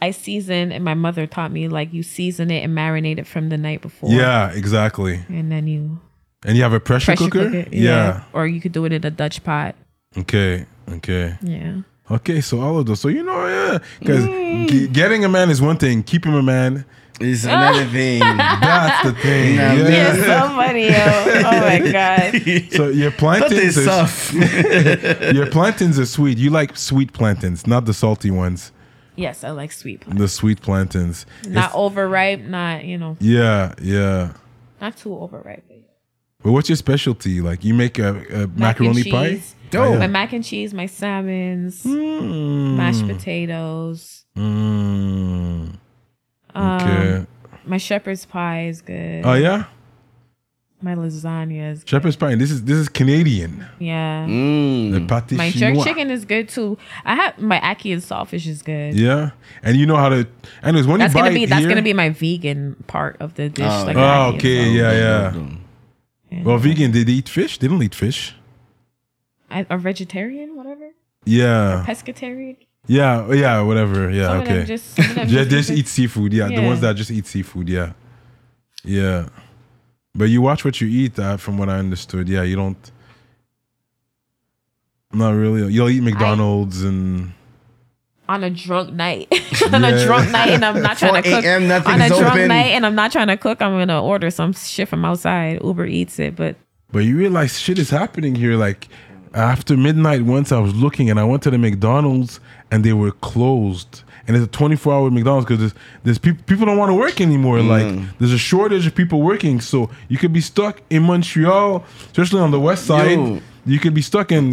Speaker 3: I season and my mother taught me like you season it and marinate it from the night before.
Speaker 1: Yeah, exactly.
Speaker 3: And then you
Speaker 1: And you have a pressure,
Speaker 3: pressure
Speaker 1: cooker.
Speaker 3: cook it.
Speaker 1: yeah.
Speaker 3: Or you could do it in a Dutch pot.
Speaker 1: Okay. Okay.
Speaker 3: Yeah.
Speaker 1: Okay. So all of those. So you know, yeah, because
Speaker 3: Mm.
Speaker 1: getting a man is one thing. Keeping a man,
Speaker 2: It's another thing.
Speaker 1: that's the thing.
Speaker 2: Nah,
Speaker 1: yeah.
Speaker 2: man.
Speaker 3: Somebody else. Oh my God.
Speaker 1: So your
Speaker 2: Tout est
Speaker 1: plantains, is,
Speaker 2: soft.
Speaker 1: your plantains are sweet. You like sweet plantains, not the salty ones.
Speaker 3: Yes, I like sweet plants.
Speaker 1: The sweet plantains.
Speaker 3: Not overripe, not, you know,
Speaker 1: Yeah. Yeah.
Speaker 3: not too overripe.
Speaker 1: But what's your specialty? Like you make a, a
Speaker 3: Mac and
Speaker 1: macaroni pie.
Speaker 3: cheese.
Speaker 2: Dope.
Speaker 3: My mac and cheese, my salmons, mashed potatoes.
Speaker 1: Mm,
Speaker 3: Um,
Speaker 1: okay.
Speaker 3: My shepherd's pie is good.
Speaker 1: oh yeah,
Speaker 3: My lasagna is good.
Speaker 1: shepherd's pie. This is this is Canadian.
Speaker 3: Yeah.
Speaker 1: The
Speaker 2: Mm.
Speaker 1: pâté
Speaker 3: My
Speaker 1: chinois.
Speaker 3: jerk chicken is good too. I have my ackee and saltfish is good.
Speaker 1: Yeah, and you know how to. Anyways, when
Speaker 3: That's
Speaker 1: you buy
Speaker 3: gonna be
Speaker 1: it
Speaker 3: that's
Speaker 1: here,
Speaker 3: gonna be my vegan part of the dish.
Speaker 2: Oh,
Speaker 3: like
Speaker 1: Oh,
Speaker 3: ackee and
Speaker 1: okay,
Speaker 3: salt.
Speaker 1: yeah, yeah. Well, vegan, did they eat fish? They don't eat fish.
Speaker 3: I, a vegetarian, whatever,
Speaker 1: Yeah,
Speaker 3: pescatarian.
Speaker 1: yeah, yeah, whatever. Yeah,
Speaker 3: Some of
Speaker 1: okay.
Speaker 3: them just, some of them
Speaker 1: Ju-
Speaker 3: just,
Speaker 1: just eat seafood. Yeah, the
Speaker 3: Yeah.
Speaker 1: ones that just eat seafood. Yeah, yeah. But you watch what you eat. Uh, from what I understood, yeah, you don't. Not really. You'll eat McDonald's and
Speaker 3: on a drunk night. on
Speaker 1: Yeah.
Speaker 3: a drunk night, and I'm not trying to
Speaker 2: 4
Speaker 3: cook.
Speaker 2: a.m.,
Speaker 3: On a
Speaker 2: nothing's
Speaker 3: drunk
Speaker 2: open.
Speaker 3: night, and I'm not trying to cook. I'm gonna order some shit from outside. Uber eats it, but
Speaker 1: But you realize shit is happening here. Like, After midnight, once I was looking and I went to the McDonald's and they were closed. And it's a 24 hour McDonald's because there's, there's peop people don't want to work anymore. Like, there's a shortage of people working. So you could be stuck in Montreal, especially on the west side.
Speaker 2: Yo.
Speaker 1: You could be stuck in,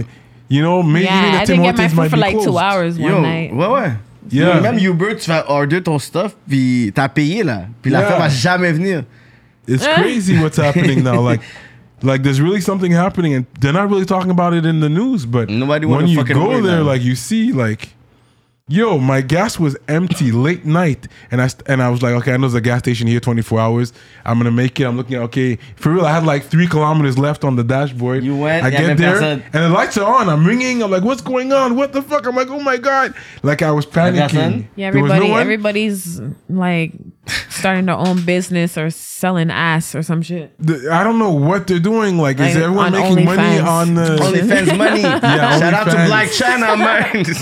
Speaker 1: you know, maybe
Speaker 3: yeah, I
Speaker 1: the Tim
Speaker 3: didn't get my
Speaker 1: Hortons might
Speaker 3: food for
Speaker 1: be
Speaker 3: like two
Speaker 1: closed.
Speaker 3: hours one
Speaker 2: Yo,
Speaker 3: night.
Speaker 2: ouais, ouais.
Speaker 1: Yeah.
Speaker 2: Yo, Même Uber, tu fais order ton stuff, puis t'as payé, là. Puis la
Speaker 1: Yeah.
Speaker 2: femme va jamais venir.
Speaker 1: It's
Speaker 3: Eh?
Speaker 1: crazy what's happening now. Like, like there's really something happening, and they're not really talking about it in the news. But
Speaker 2: Nobody wanna
Speaker 1: when you
Speaker 2: fucking
Speaker 1: go
Speaker 2: work
Speaker 1: there,
Speaker 2: now.
Speaker 1: like you see, like, yo, my gas was empty late night, and I st- and I was like, okay, I know there's a gas station here 24 hours. I'm gonna make it. I'm looking, okay, for real. I had like three kilometers left on the dashboard.
Speaker 2: You went,
Speaker 1: I
Speaker 2: yeah,
Speaker 1: get
Speaker 2: then
Speaker 1: there,
Speaker 2: personne.
Speaker 1: and the lights are on. I'm ringing. I'm like, what's going on? What the fuck? I'm like, oh my god, like I was panicking.
Speaker 2: personne?
Speaker 3: Yeah,
Speaker 1: There was no
Speaker 3: everybody,
Speaker 1: one.
Speaker 3: everybody's like starting their own business or selling ass or some shit.
Speaker 1: The- I don't know what they're doing. Like,
Speaker 3: Like,
Speaker 1: is everyone
Speaker 3: on
Speaker 1: making money
Speaker 3: OnlyFans.
Speaker 1: on the
Speaker 2: OnlyFans money. Shout out
Speaker 1: OnlyFans.
Speaker 2: to Black China, man.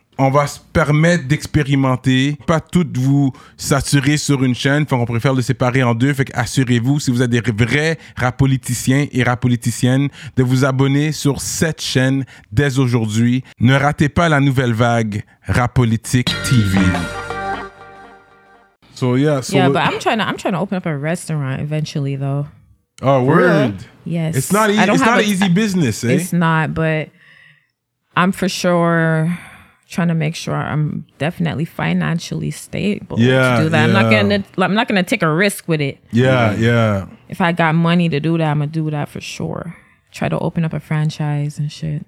Speaker 1: On va se permettre d'expérimenter, pas toutes vous saturer sur une chaîne. Fait qu'on préfère le séparer en deux. Fait assurez-vous, si vous êtes des vrais rapoliticiens et rapoliticiennes, de vous abonner sur cette chaîne dès aujourd'hui. Ne ratez pas la nouvelle vague Rapolitique TV. So yeah, so
Speaker 3: yeah, but I'm trying to I'm trying to open up a restaurant eventually though.
Speaker 1: oh word.
Speaker 3: Yes,
Speaker 1: It's not easy.
Speaker 3: I don't
Speaker 1: It's
Speaker 3: have
Speaker 1: not
Speaker 3: a-
Speaker 1: an easy business, eh?
Speaker 3: It's not, but I'm for sure trying to make sure I'm definitely financially stable
Speaker 1: Yeah,
Speaker 3: to do that. I'm not
Speaker 1: yeah.
Speaker 3: gonna I'm not gonna take a risk with it.
Speaker 1: Yeah, yeah.
Speaker 3: If I got money to do that, I'm gonna do that for sure. Try to open up a franchise and shit.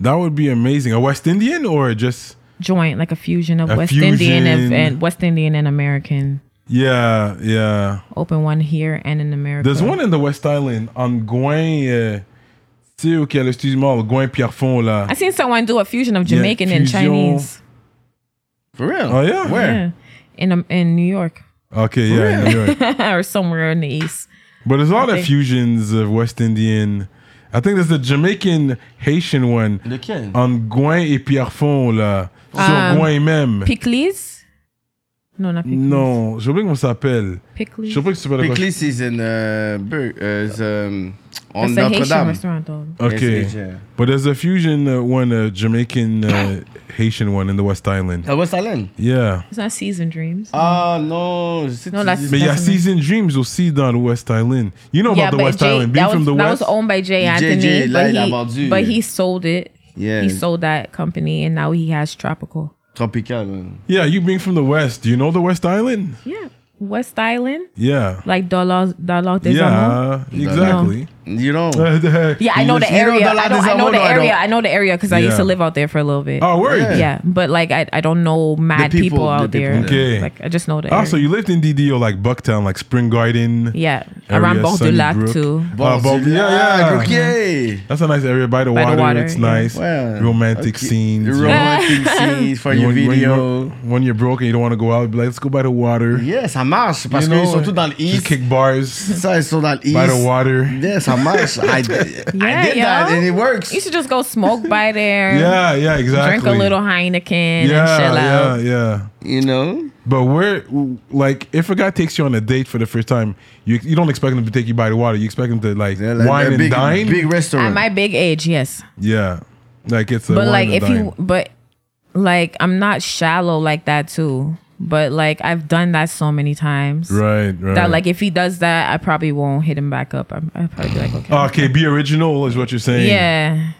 Speaker 1: That would be amazing. A West Indian or just
Speaker 3: Joint like a fusion of
Speaker 1: A
Speaker 3: West Indian
Speaker 1: fusion.
Speaker 3: and, and West Indian and American.
Speaker 1: yeah, yeah.
Speaker 3: Open one here and in America.
Speaker 1: There's one in the West Island on Gouin. Euh, tu sais, ok, excuse-moi, le Gouin Pierrefonds là.
Speaker 3: I seen someone do a fusion of Jamaican and
Speaker 1: fusion.
Speaker 3: Chinese.
Speaker 2: For real?
Speaker 1: Oh, yeah?
Speaker 2: Where?
Speaker 3: Yeah. In um, in New York
Speaker 1: Okay, yeah, in New York.
Speaker 3: or somewhere in the east.
Speaker 1: But there's a lot of
Speaker 3: Okay.
Speaker 1: fusions of West Indian. I think there's the Jamaican Haitian one
Speaker 2: Lequel?
Speaker 1: on Gouin et Pierrefonds là. Sur
Speaker 3: Um,
Speaker 1: Gouin même.
Speaker 3: Pickles? No, not pickles.
Speaker 1: Non, j'ai oublié comment ça s'appelle.
Speaker 3: Pickles.
Speaker 1: Je sais pas que ça s'appelle.
Speaker 2: Pickley season, uh, Bur- uh, is, um, on
Speaker 3: That's a Haitian
Speaker 2: Notre-Dame.
Speaker 3: restaurant though.
Speaker 1: Okay.
Speaker 2: Yes, yeah.
Speaker 1: But there's a fusion uh, one, a Jamaican uh, Haitian one in the West Island.
Speaker 3: Oh.
Speaker 2: Ah, West Island?
Speaker 1: Yeah.
Speaker 3: It's not season dreams.
Speaker 2: Ah, non. je sais
Speaker 3: Non,
Speaker 2: tu
Speaker 3: la-
Speaker 2: dis-
Speaker 1: But yeah,
Speaker 3: Definitely.
Speaker 1: Season Dreams will see down the West Island. You know about the West
Speaker 3: Jay-
Speaker 1: Island. Being
Speaker 3: that was,
Speaker 1: from the
Speaker 3: that
Speaker 1: West.
Speaker 3: was owned by Jay Anthony,
Speaker 2: JJ, là,
Speaker 3: but,
Speaker 2: il a
Speaker 3: he,
Speaker 2: vendu.
Speaker 3: but he sold it.
Speaker 2: Yeah.
Speaker 3: He sold that company, and now he has Tropical.
Speaker 2: Tropical. hein.
Speaker 1: yeah, you being from the West. Do you know the West Island?
Speaker 3: Yeah, West Island,
Speaker 1: Yeah.
Speaker 3: like Dollar Dollar des Amants.
Speaker 1: Yeah, exactly.
Speaker 2: You know.
Speaker 3: Yeah, I know
Speaker 2: You know
Speaker 3: the area.
Speaker 2: Dollar
Speaker 3: I, don't,
Speaker 2: des
Speaker 3: I know
Speaker 2: Amants, no,
Speaker 3: the
Speaker 2: I
Speaker 3: area.
Speaker 2: don't.
Speaker 3: I know the area because I used to
Speaker 1: Yeah.
Speaker 3: live out there for a little bit.
Speaker 1: oh, word.
Speaker 2: Yeah.
Speaker 3: yeah, but like I, I don't know mad
Speaker 2: people,
Speaker 3: people,
Speaker 2: the
Speaker 3: out
Speaker 2: people
Speaker 3: there.
Speaker 1: there. Okay.
Speaker 3: Like I just know the
Speaker 1: Ah,
Speaker 3: area.
Speaker 1: so you lived in DDO, like Bucktown, like Spring Garden.
Speaker 3: yeah,
Speaker 1: area,
Speaker 3: around Bord du Lac
Speaker 1: Sunnybrook.
Speaker 3: too.
Speaker 1: Ah, Bord-
Speaker 2: du
Speaker 1: yeah, yeah.
Speaker 2: Lac, OK.
Speaker 1: That's a nice area by the,
Speaker 3: By the
Speaker 1: water.
Speaker 3: water,
Speaker 1: It's
Speaker 3: yeah.
Speaker 1: nice.
Speaker 2: Well,
Speaker 1: romantic
Speaker 2: okay.
Speaker 1: scenes. you know.
Speaker 2: Romantic scenes for
Speaker 1: When-
Speaker 2: your
Speaker 1: when you're-
Speaker 2: video.
Speaker 1: When you're broke and you don't want to go out, be like, let's go by the water.
Speaker 2: Yeah, ça marche parce
Speaker 1: You
Speaker 2: qu'ils
Speaker 1: know,
Speaker 2: sont tous dans le
Speaker 1: Just
Speaker 2: East.
Speaker 1: kick bars
Speaker 2: Ça, ils sont dans le East.
Speaker 1: by the water.
Speaker 2: Yeah, ça marche. I, I did
Speaker 3: Yeah,
Speaker 2: that
Speaker 3: yo.
Speaker 2: and it works.
Speaker 3: You should just go smoke by there.
Speaker 1: Yeah, yeah, exactly.
Speaker 3: Drink a little Heineken and chill out.
Speaker 1: yeah, yeah, yeah.
Speaker 2: You know?
Speaker 1: But where, like, if a guy takes you on a date for the first time, you you don't expect him to take you by the water. You expect him to like,
Speaker 2: Yeah, like
Speaker 1: wine
Speaker 2: a
Speaker 1: and
Speaker 2: big,
Speaker 1: dine.
Speaker 2: Big restaurant.
Speaker 3: At my big age, yes.
Speaker 1: yeah, like it's a
Speaker 3: but
Speaker 1: wine
Speaker 3: like
Speaker 1: and
Speaker 3: if
Speaker 1: dine.
Speaker 3: you but like I'm not shallow like that too. But like I've done that so many times.
Speaker 1: right, right.
Speaker 3: That like if he does that, I probably won't hit him back up. I'm I'd probably be like, okay.
Speaker 1: okay, be original is what you're saying.
Speaker 3: Yeah.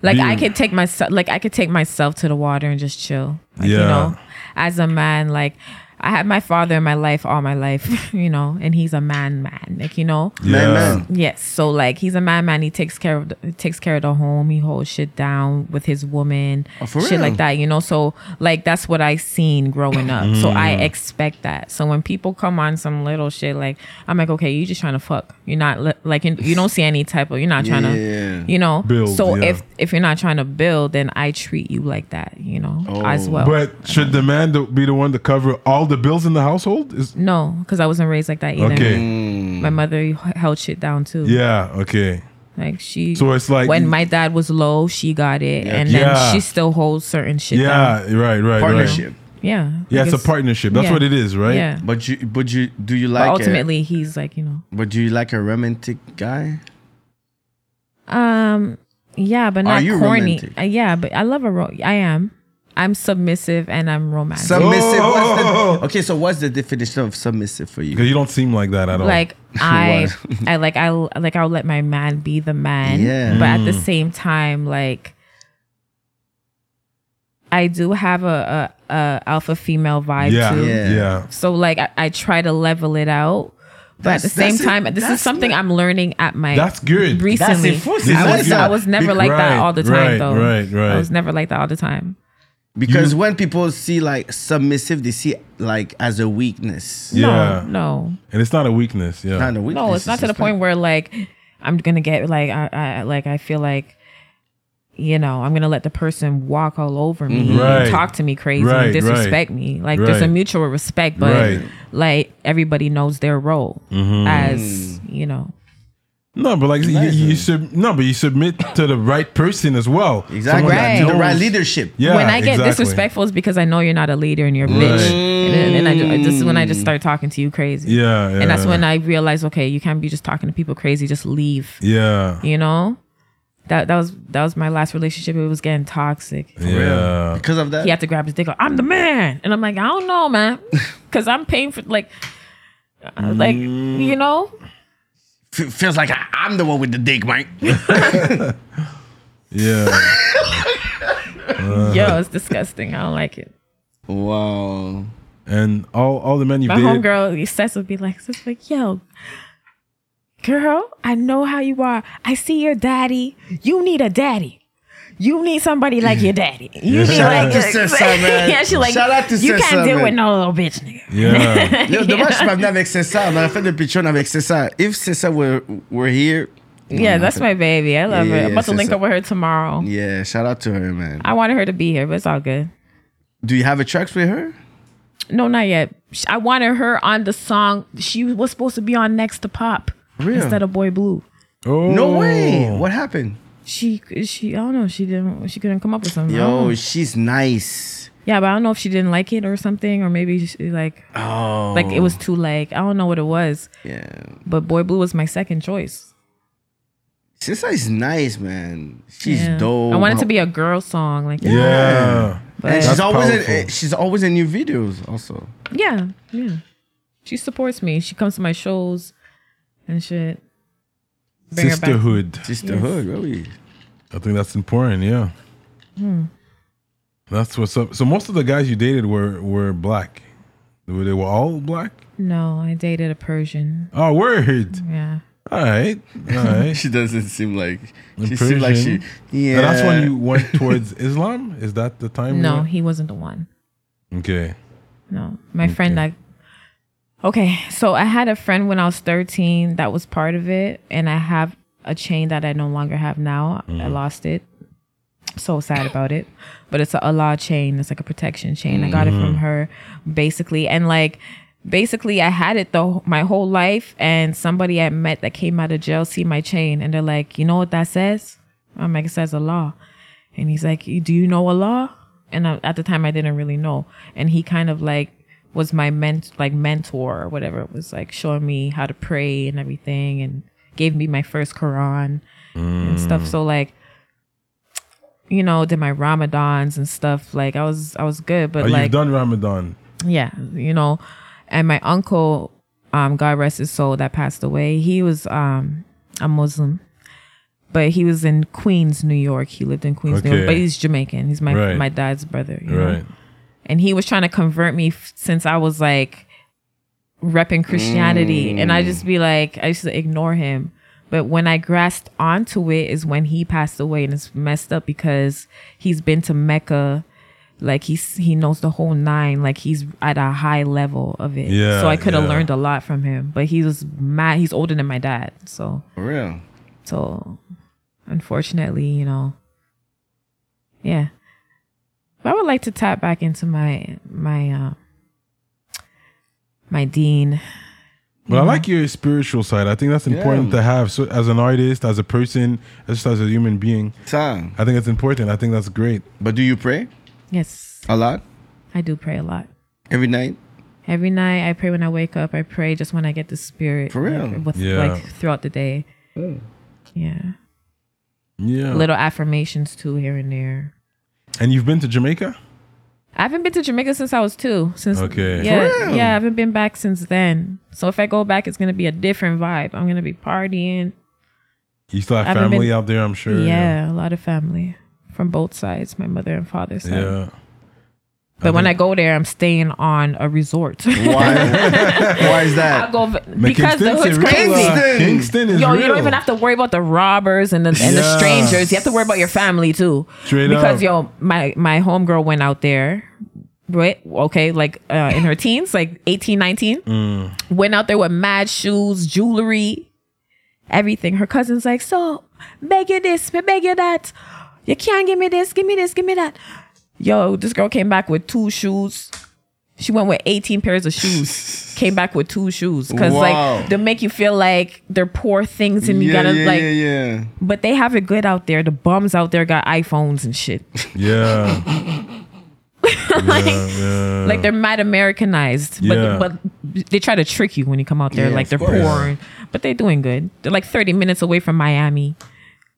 Speaker 3: Like I
Speaker 1: Being-
Speaker 3: could take myself, like I could take myself to the water and just chill. Like,
Speaker 1: Yeah.
Speaker 3: You know, as a man, like I had my father in my life all my life, you know, and he's a man, man, like you know.
Speaker 2: Man,
Speaker 1: Yeah.
Speaker 2: man.
Speaker 3: Yes, so like he's a man, man. He takes care of the, takes care of the home. He holds shit down with his woman,
Speaker 2: Oh, for
Speaker 3: shit
Speaker 2: real?
Speaker 3: like that. You know, so like that's what I seen growing up. So I
Speaker 2: Mm.
Speaker 3: expect that. So when people come on some little shit, like I'm like, okay, you just trying to fuck. You're not li- like you, you don't see any type of. You're not trying
Speaker 2: Yeah.
Speaker 3: to, you know.
Speaker 1: Build,
Speaker 3: so
Speaker 1: yeah.
Speaker 3: if if you're not trying to build, then I treat you like that. You know, as well.
Speaker 1: Oh. But should the man th- be the one to cover all the bills in the household? Is
Speaker 3: no, because I wasn't raised like that either.
Speaker 1: okay.
Speaker 2: Mm.
Speaker 3: My mother held shit down too.
Speaker 1: Yeah. Okay.
Speaker 3: Like she.
Speaker 1: So it's like-
Speaker 3: when my dad was low, she got it, and then
Speaker 1: Yeah.
Speaker 3: she still holds certain shit. down.
Speaker 1: Yeah. Right. Right.
Speaker 2: Partnership.
Speaker 1: Right.
Speaker 3: Yeah.
Speaker 1: Yeah,
Speaker 3: Like,
Speaker 1: it's a partnership. That's
Speaker 3: yeah.
Speaker 1: what it is, right?
Speaker 3: Yeah.
Speaker 2: But you, but you, do you
Speaker 3: But
Speaker 2: like
Speaker 3: ultimately, he's like you know.
Speaker 2: A, but do you like a romantic guy?
Speaker 3: Um. Yeah, but not
Speaker 2: Are you
Speaker 3: corny.
Speaker 2: romantic?
Speaker 3: Uh, yeah, but I love a ro- I am. I'm submissive and I'm romantic.
Speaker 2: Submissive. what's the-
Speaker 1: Oh!
Speaker 2: okay, so what's the definition of submissive for you?
Speaker 1: Because you don't seem like that at all.
Speaker 3: like I, I like I like I'll let my man be the man.
Speaker 2: Yeah.
Speaker 3: But at the
Speaker 1: Mm.
Speaker 3: same time, like I do have a a, a alpha female vibe
Speaker 1: yeah,
Speaker 3: too.
Speaker 1: yeah.
Speaker 2: Yeah.
Speaker 3: So like I, I try to level it out. But
Speaker 2: That's-
Speaker 3: at the same
Speaker 2: that's it.
Speaker 3: time, this is
Speaker 2: That's
Speaker 3: something
Speaker 2: lit.
Speaker 3: I'm learning at my
Speaker 1: That's good.
Speaker 3: recently.
Speaker 2: That's enforcing.
Speaker 3: I
Speaker 2: That's
Speaker 3: was
Speaker 2: good.
Speaker 3: I was never like
Speaker 1: Right,
Speaker 3: that all the time
Speaker 1: right,
Speaker 3: though.
Speaker 1: right, right.
Speaker 3: I was never like that all the time.
Speaker 2: Because
Speaker 1: You-
Speaker 2: when people see like submissive, they see it like as a weakness.
Speaker 1: Yeah.
Speaker 3: No, no.
Speaker 1: And it's not a weakness. Yeah.
Speaker 2: Not a weakness.
Speaker 3: No, it's not to the
Speaker 2: just
Speaker 3: point
Speaker 2: like-
Speaker 3: where like I'm gonna get like I, I like I feel like you know I'm gonna let the person walk all over me, and
Speaker 1: Right.
Speaker 3: talk to me crazy,
Speaker 1: Right,
Speaker 3: and
Speaker 1: right.
Speaker 3: disrespect me. Like there's a
Speaker 1: Right.
Speaker 3: mutual respect, but
Speaker 1: Right. Mm-hmm.
Speaker 3: like everybody knows their role as you know.
Speaker 1: No, but like you, you sub, no, but you submit to the right person as well.
Speaker 2: Exactly.
Speaker 1: Someone that
Speaker 3: Right.
Speaker 2: The right
Speaker 1: knows-
Speaker 2: leadership.
Speaker 1: Yeah.
Speaker 3: when I get
Speaker 1: exactly.
Speaker 3: disrespectful, it's because I know you're not a leader and you're a
Speaker 1: Right.
Speaker 3: bitch, and then, and then I ju- this is when I just start talking to you crazy.
Speaker 1: Yeah, yeah.
Speaker 3: and that's when I realize, okay, you can't be just talking to people crazy. Just leave.
Speaker 1: Yeah.
Speaker 3: you know that that was that was my last relationship it was getting toxic
Speaker 1: Yeah.
Speaker 2: Because of that.
Speaker 3: he had to grab his dick like, i'm the man and i'm like i don't know man because i'm paying for like uh, like you
Speaker 2: Mm.
Speaker 3: know
Speaker 2: F- feels like I, I'm the one with the dick, Mike.
Speaker 1: Yeah.
Speaker 2: Uh-huh.
Speaker 3: yo it's disgusting i don't like it
Speaker 2: wow.
Speaker 1: and all all the men you've
Speaker 3: my
Speaker 1: dated.
Speaker 3: homegirl Seth would be like Seth's like yo girl i know how you are i see your daddy you need a daddy you need somebody like your daddy. You need
Speaker 2: Shout out
Speaker 3: like
Speaker 2: to Sessa, man.
Speaker 3: yeah. She like
Speaker 2: Shout out to
Speaker 3: you
Speaker 2: Sessa,
Speaker 3: can't deal
Speaker 2: man.
Speaker 3: with no little bitch nigga.
Speaker 1: Yeah.
Speaker 2: Yo, dommage, je suis pas venu avec Cessa. On aurait fait des pitchons avec Cessa. If Cessa were, were here,
Speaker 3: Yeah, that's my baby. I love
Speaker 2: Yeah,
Speaker 3: her. I'm about
Speaker 2: it's
Speaker 3: to link
Speaker 2: just-
Speaker 3: up with her tomorrow.
Speaker 2: yeah, shout out to her, man.
Speaker 3: I wanted her to be here, but it's all good.
Speaker 2: Do you have a tracks with her?
Speaker 3: No, not yet. Sh- I wanted her on the song. She was supposed to be on Next to Pop
Speaker 2: Real?
Speaker 3: instead of Boy Blue.
Speaker 1: Oh.
Speaker 2: No way. What happened?
Speaker 3: She she I don't know. She didn't. She couldn't come up with something. I don't
Speaker 2: Yo,
Speaker 3: know.
Speaker 2: she's nice.
Speaker 3: yeah, but I don't know if she didn't like it or something, or maybe she, like
Speaker 2: Oh.
Speaker 3: like it was too like I don't know what it was.
Speaker 2: Yeah.
Speaker 3: But Boy Blue was my second choice.
Speaker 2: Cessa is nice, man. She's
Speaker 3: Yeah.
Speaker 2: dope.
Speaker 3: I wanted to be a girl song. Like
Speaker 1: Yeah.
Speaker 3: but-
Speaker 2: And she's
Speaker 1: That's
Speaker 2: always in, eh,
Speaker 1: powerful.
Speaker 2: she's always in new videos also.
Speaker 3: Yeah, yeah. She supports me. She comes to my shows and shit. Bring her back.
Speaker 1: Sisterhood.
Speaker 2: Sisterhood, really.
Speaker 1: I think that's important. Yeah. Hmm. That's what's up. So most of the guys you dated were were black. Were they were all black?
Speaker 3: No, I dated a Persian.
Speaker 1: Oh, word.
Speaker 3: Yeah.
Speaker 1: All right. All right.
Speaker 2: She doesn't seem like she
Speaker 1: In
Speaker 2: seemed like she
Speaker 1: prison.
Speaker 2: Yeah.
Speaker 1: And that's when you went towards Islam. Is that the time? you
Speaker 3: No,
Speaker 1: went?
Speaker 3: he wasn't the one.
Speaker 1: Okay.
Speaker 3: No. My friend like Okay, so I had a friend when I was 13 that was part of it and I have a chain that I no longer have now. I lost it. So sad about it. But it's a Allah chain. It's like a protection chain. I got it from her basically and like basically I had it though my whole life and somebody I met that came out of jail see my chain and they're like, "You know what that says?" I'm like, "It says Allah." And he's like, "You- "Do you know Allah?" And I, at the time, I didn't really know. And he kind of like was my ment like mentor or whatever. It was like showing me how to pray and everything, and gave me my first Quran and stuff. So like, you know, did my Ramadans and stuff. Like I was I was good, but
Speaker 1: Oh,
Speaker 3: like
Speaker 1: you've done Ramadan.
Speaker 3: yeah you know and my uncle um god rest his soul that passed away he was um a muslim but he was in queens new york he lived in queens new york
Speaker 1: Okay.
Speaker 3: but he's jamaican he's my
Speaker 1: Right.
Speaker 3: my dad's brother you know?
Speaker 1: Right.
Speaker 3: and he was trying to convert me f- since I was like repping Christianity, and I just
Speaker 1: Mm.
Speaker 3: be like, I used to ignore him. But when I grasped onto it is when he passed away, and it's messed up because he's been to Mecca, like he's he knows the whole nine, like he's at a high level of it.
Speaker 1: Yeah,
Speaker 3: so I could have
Speaker 1: yeah.
Speaker 3: learned a lot from him, but he was mad. He's older than my dad, so
Speaker 2: For real.
Speaker 3: so unfortunately, you know. Yeah. But I would like to tap back into my my uh my dean.
Speaker 1: But
Speaker 3: Mm-hmm.
Speaker 1: I like your spiritual side. I think that's important to have. So as an artist, as a person, as just as a human being,
Speaker 2: Time.
Speaker 1: I think it's important. I think that's great.
Speaker 2: But do you pray
Speaker 3: Yes.
Speaker 2: a lot?
Speaker 3: I do pray a lot.
Speaker 2: Every night?
Speaker 3: Every night I pray when I wake up. I pray just when I get the spirit.
Speaker 2: For real?
Speaker 3: Like, with,
Speaker 1: Yeah.
Speaker 3: like throughout the day. Yeah.
Speaker 1: Yeah.
Speaker 3: Little affirmations too here and there.
Speaker 1: And you've been to Jamaica?
Speaker 3: I haven't been to Jamaica since I was two. Since
Speaker 1: Okay.
Speaker 2: For
Speaker 3: yeah,
Speaker 2: real?
Speaker 3: yeah, I haven't been back since then. So if I go back, it's gonna be a different vibe. I'm gonna be partying.
Speaker 1: You still have
Speaker 3: I haven't
Speaker 1: family
Speaker 3: been-
Speaker 1: out there, I'm sure.
Speaker 3: yeah, a lot of family from both sides, my mother and father's side.
Speaker 1: Yeah.
Speaker 3: But when I go there, I'm staying on a resort.
Speaker 2: Why? Why is
Speaker 3: I'll
Speaker 2: that?
Speaker 3: go v-
Speaker 1: But
Speaker 3: because the hood's
Speaker 1: Kingston's real, uh,
Speaker 3: crazy.
Speaker 2: Kingston.
Speaker 1: Kingston is
Speaker 3: Yo,
Speaker 1: real.
Speaker 3: you don't even have to worry about the robbers and the, and
Speaker 1: Yeah.
Speaker 3: the strangers. You have to worry about your family too.
Speaker 1: Straight
Speaker 3: because
Speaker 1: up.
Speaker 3: yo, my my homegirl went out there, right? Okay, like uh, in her teens, like 18, 19.
Speaker 1: Mm.
Speaker 3: Went out there with mad shoes, jewelry, everything. Her cousin's like, so beg you this, me beg you that. You can't give me this, give me this, give me that. Yo, this girl came back with two shoes. She went with 18 pairs of shoes. came back with two shoes. Cause
Speaker 2: Wow.
Speaker 3: like they make you feel like they're poor things and you
Speaker 2: yeah,
Speaker 3: gotta
Speaker 2: yeah,
Speaker 3: like
Speaker 2: yeah, yeah.
Speaker 3: but they have it good out there. The bums out there got iPhones and shit.
Speaker 1: Yeah.
Speaker 3: like,
Speaker 1: yeah.
Speaker 2: Uh-huh.
Speaker 3: like they're mad Americanized.
Speaker 1: Yeah.
Speaker 3: But but they try to trick you when you come out there.
Speaker 2: Yeah,
Speaker 3: like
Speaker 2: of
Speaker 3: they're
Speaker 2: course.
Speaker 3: poor, and- but they're doing good. They're like thirty minutes away from Miami,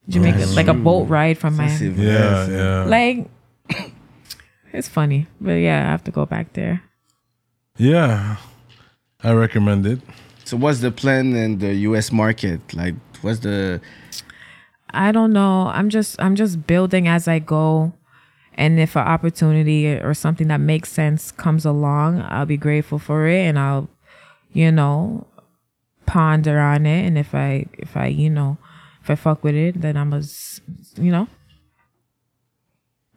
Speaker 3: Jamaica. like a boat ride from Miami.
Speaker 1: Yeah. Yeah.
Speaker 3: Like it's funny, but yeah, I have to go back there.
Speaker 1: yeah. I recommend it.
Speaker 2: So what's the plan in the U.S. market? Like, what's the
Speaker 3: I don't know. I'm just I'm just building as I go. And if an opportunity or something that makes sense comes along, I'll be grateful for it and I'll, you know, ponder on it. And if I if I, you know, if I fuck with it, then I'm a, s- you know.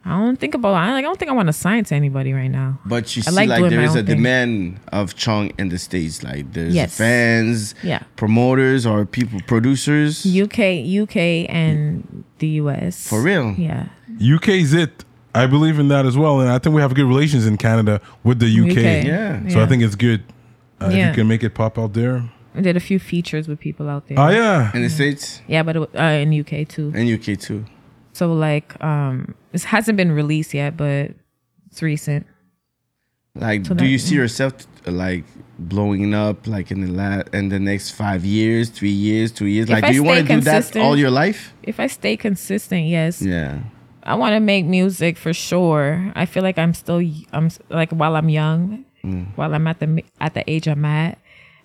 Speaker 3: I don't think about I like I don't think I want to sign to anybody right now.
Speaker 2: But you
Speaker 3: I
Speaker 2: see,
Speaker 3: like
Speaker 2: like,
Speaker 3: doing
Speaker 2: there
Speaker 3: my
Speaker 2: is
Speaker 3: own
Speaker 2: a
Speaker 3: thing.
Speaker 2: demand of Chong in the states. Like there's
Speaker 3: Yes.
Speaker 2: fans,
Speaker 3: Yeah.
Speaker 2: promoters, or people producers.
Speaker 3: UK UK and the US.
Speaker 2: For real?
Speaker 3: Yeah.
Speaker 1: UK's it. I believe in that as well. And I think we have good relations in Canada with the UK.
Speaker 3: UK.
Speaker 2: Yeah.
Speaker 1: So I
Speaker 3: Yeah.
Speaker 1: think it's good. Uh, If
Speaker 3: Yeah.
Speaker 1: you can make it pop out there.
Speaker 3: I did a few features with people out there.
Speaker 1: Oh, yeah.
Speaker 2: in the states
Speaker 3: Yeah, but it, wa- uh, in UK too.
Speaker 2: and UK too.
Speaker 3: So like um this hasn't been released yet, but it's recent.
Speaker 2: Like,
Speaker 3: So
Speaker 2: do
Speaker 3: that-
Speaker 2: you see yourself uh, like blowing up like in the la- in the next five years, three years, two years? Like,
Speaker 3: I
Speaker 2: do you want to
Speaker 3: stay
Speaker 2: do that
Speaker 3: consistent-
Speaker 2: all your life?
Speaker 3: If I stay consistent, yes.
Speaker 2: Yeah.
Speaker 3: I want to make music for sure. I feel like I'm still y- I'm s- like while I'm young, while I'm at the mi- at the age I'm at,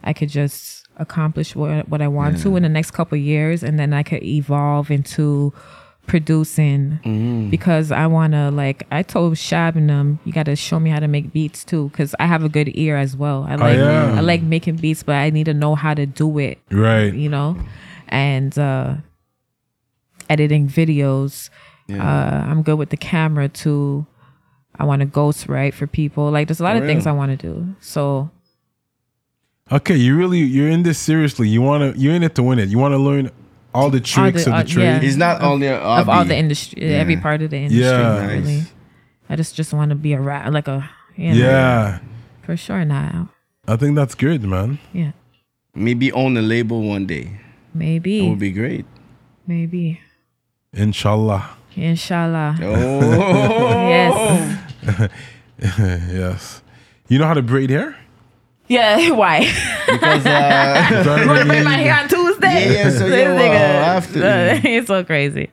Speaker 3: I could just accomplish what what I want to in the next couple of years and then I could evolve into producing because I want to like I told Shab and them you got to show me how to make beats too cuz I have a good ear as well. I like
Speaker 1: yeah.
Speaker 3: I like making beats but I need to know how to do it
Speaker 1: Right.
Speaker 3: you know, and uh, editing videos. Uh, I'm good with the camera too. I want to ghostwrite for people. Like, there's a lot of
Speaker 2: For
Speaker 3: things I
Speaker 2: real.
Speaker 3: want to do. So,
Speaker 1: Okay, you really you're in this seriously. You wanna you're in it to win it. You wanna learn all the tricks
Speaker 3: uh,
Speaker 1: of the trade.
Speaker 3: yeah.
Speaker 2: It's not only a
Speaker 3: of all
Speaker 2: hobby.
Speaker 3: the industry, every
Speaker 2: Yeah.
Speaker 3: part of the industry,
Speaker 1: Yeah.
Speaker 2: Nice.
Speaker 3: really. I just just want to be a rap, like a you
Speaker 1: Yeah.
Speaker 3: know, for sure now.
Speaker 1: I think that's good, man.
Speaker 3: Yeah,
Speaker 2: Maybe own a label one day. It
Speaker 3: maybe,
Speaker 2: would be great.
Speaker 3: maybe,
Speaker 1: Inshallah.
Speaker 3: inshallah.
Speaker 2: Oh.
Speaker 3: Yes.
Speaker 1: yes. You know how to braid hair?
Speaker 3: Yeah. Why?
Speaker 2: Because, uh,
Speaker 1: Is that
Speaker 3: Wanna
Speaker 1: really-
Speaker 3: braid my hair on Tuesday.
Speaker 2: yeah, so
Speaker 3: This
Speaker 2: yeah, well, after.
Speaker 3: nigga, he's so crazy.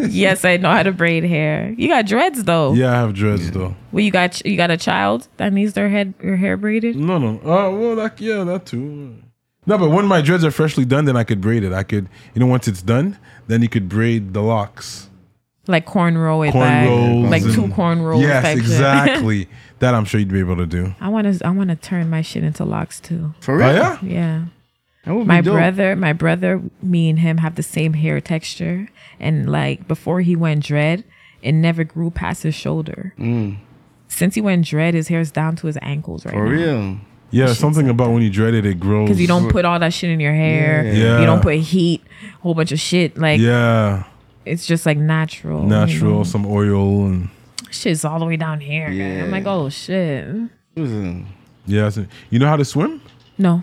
Speaker 3: yes, I know how to braid hair. You got dreads though.
Speaker 1: yeah, I have dreads though.
Speaker 3: Well, you got you got a child that needs their head your hair braided.
Speaker 1: No, no. Oh, well, like yeah, that too. No, but when my dreads are freshly done, then I could braid it. I could, you know, once it's done, then you could braid the locks.
Speaker 3: like cornrow it back,
Speaker 1: cornrows,
Speaker 3: like
Speaker 1: and-
Speaker 3: two cornrows.
Speaker 1: Yes,
Speaker 3: type shit.
Speaker 1: exactly. that I'm sure you'd be able to do.
Speaker 3: I want to I want to turn my shit into locks too.
Speaker 2: For
Speaker 1: Oh
Speaker 2: real?
Speaker 1: yeah,
Speaker 3: Yeah.
Speaker 2: That would be
Speaker 3: My
Speaker 2: dope.
Speaker 3: brother, my brother, me and him have the same hair texture, and like before he went dread, it never grew past his shoulder. Since he went dread, his hair's down to his ankles right
Speaker 2: For real.
Speaker 1: yeah. Something about when you dread it, it grows.
Speaker 3: Because you don't put all that shit in your hair.
Speaker 1: Yeah.
Speaker 3: You don't put heat, whole bunch of shit. Like
Speaker 1: Yeah,
Speaker 3: it's just like natural. you
Speaker 1: natural,
Speaker 3: know?
Speaker 1: some oil and
Speaker 3: Shit's all the way down here.
Speaker 2: Yeah.
Speaker 3: I'm like, oh shit.
Speaker 2: It was a-
Speaker 1: yeah. so- You know how to swim?
Speaker 3: No.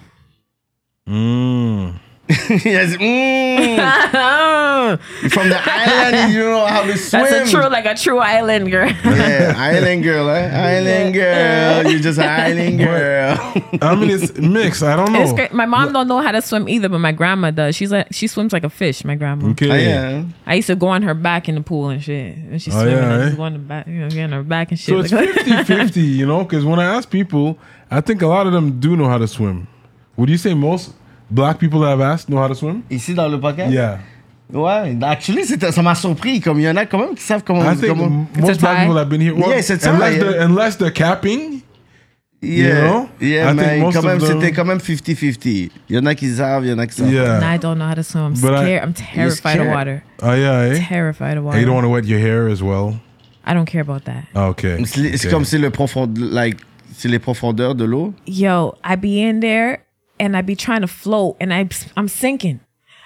Speaker 1: Mm.
Speaker 2: yes. mm.
Speaker 1: Ah,
Speaker 3: That's
Speaker 2: You from the island, you don't know how to swim.
Speaker 3: a true, like a true island girl.
Speaker 2: Yeah, island girl, eh? Island girl. You just an island girl.
Speaker 1: I mean, it's mixed. I don't know.
Speaker 3: It's great. My mom don't know how to swim either, but my grandma does. She's like she swims like a fish. My grandma.
Speaker 1: Okay.
Speaker 2: Oh, yeah.
Speaker 3: I used to go on her back in the pool and shit, and she's
Speaker 1: Oh,
Speaker 3: swimming.
Speaker 1: yeah,
Speaker 3: I just
Speaker 1: eh?
Speaker 3: go on the back, you know, get on her back and shit.
Speaker 1: So it's
Speaker 3: Like-
Speaker 1: 50 50, you know, because when I ask people, I think a lot of them do know how to swim. Would you say most black people that I've asked know how to swim?
Speaker 2: Ici dans le paquet?
Speaker 1: Yeah.
Speaker 2: Ouais, actually, c'était- ça m'a surpris. Comme il y en a quand même qui savent comment.
Speaker 1: I think
Speaker 2: comment-
Speaker 1: m- most
Speaker 3: a
Speaker 1: black
Speaker 3: tie.
Speaker 1: people have been here. Well,
Speaker 2: Yes, it's a tie,
Speaker 1: unless, they're,
Speaker 2: yeah.
Speaker 1: unless they're capping.
Speaker 2: yeah,
Speaker 1: know?
Speaker 2: yeah,
Speaker 1: I think
Speaker 2: mais
Speaker 1: most
Speaker 2: quand
Speaker 1: of
Speaker 2: même,
Speaker 1: them-
Speaker 2: c'était quand même 50-50. Il y en a qui savent, il y en a qui savent.
Speaker 1: Yeah.
Speaker 3: And I don't know how to swim. I'm
Speaker 1: But I-
Speaker 3: scared. I, am terrified of
Speaker 2: scared.
Speaker 3: water.
Speaker 1: Oh, yeah. eh?
Speaker 3: Terrified of water.
Speaker 1: And you don't want to wet your hair as well.
Speaker 3: I don't care about that.
Speaker 1: Okay.
Speaker 2: C'est c'est
Speaker 1: okay.
Speaker 2: comme c'est le profond, like, c'est les profondeurs de l'eau.
Speaker 3: Yo, I be in there and I be trying to float and I I'm sinking.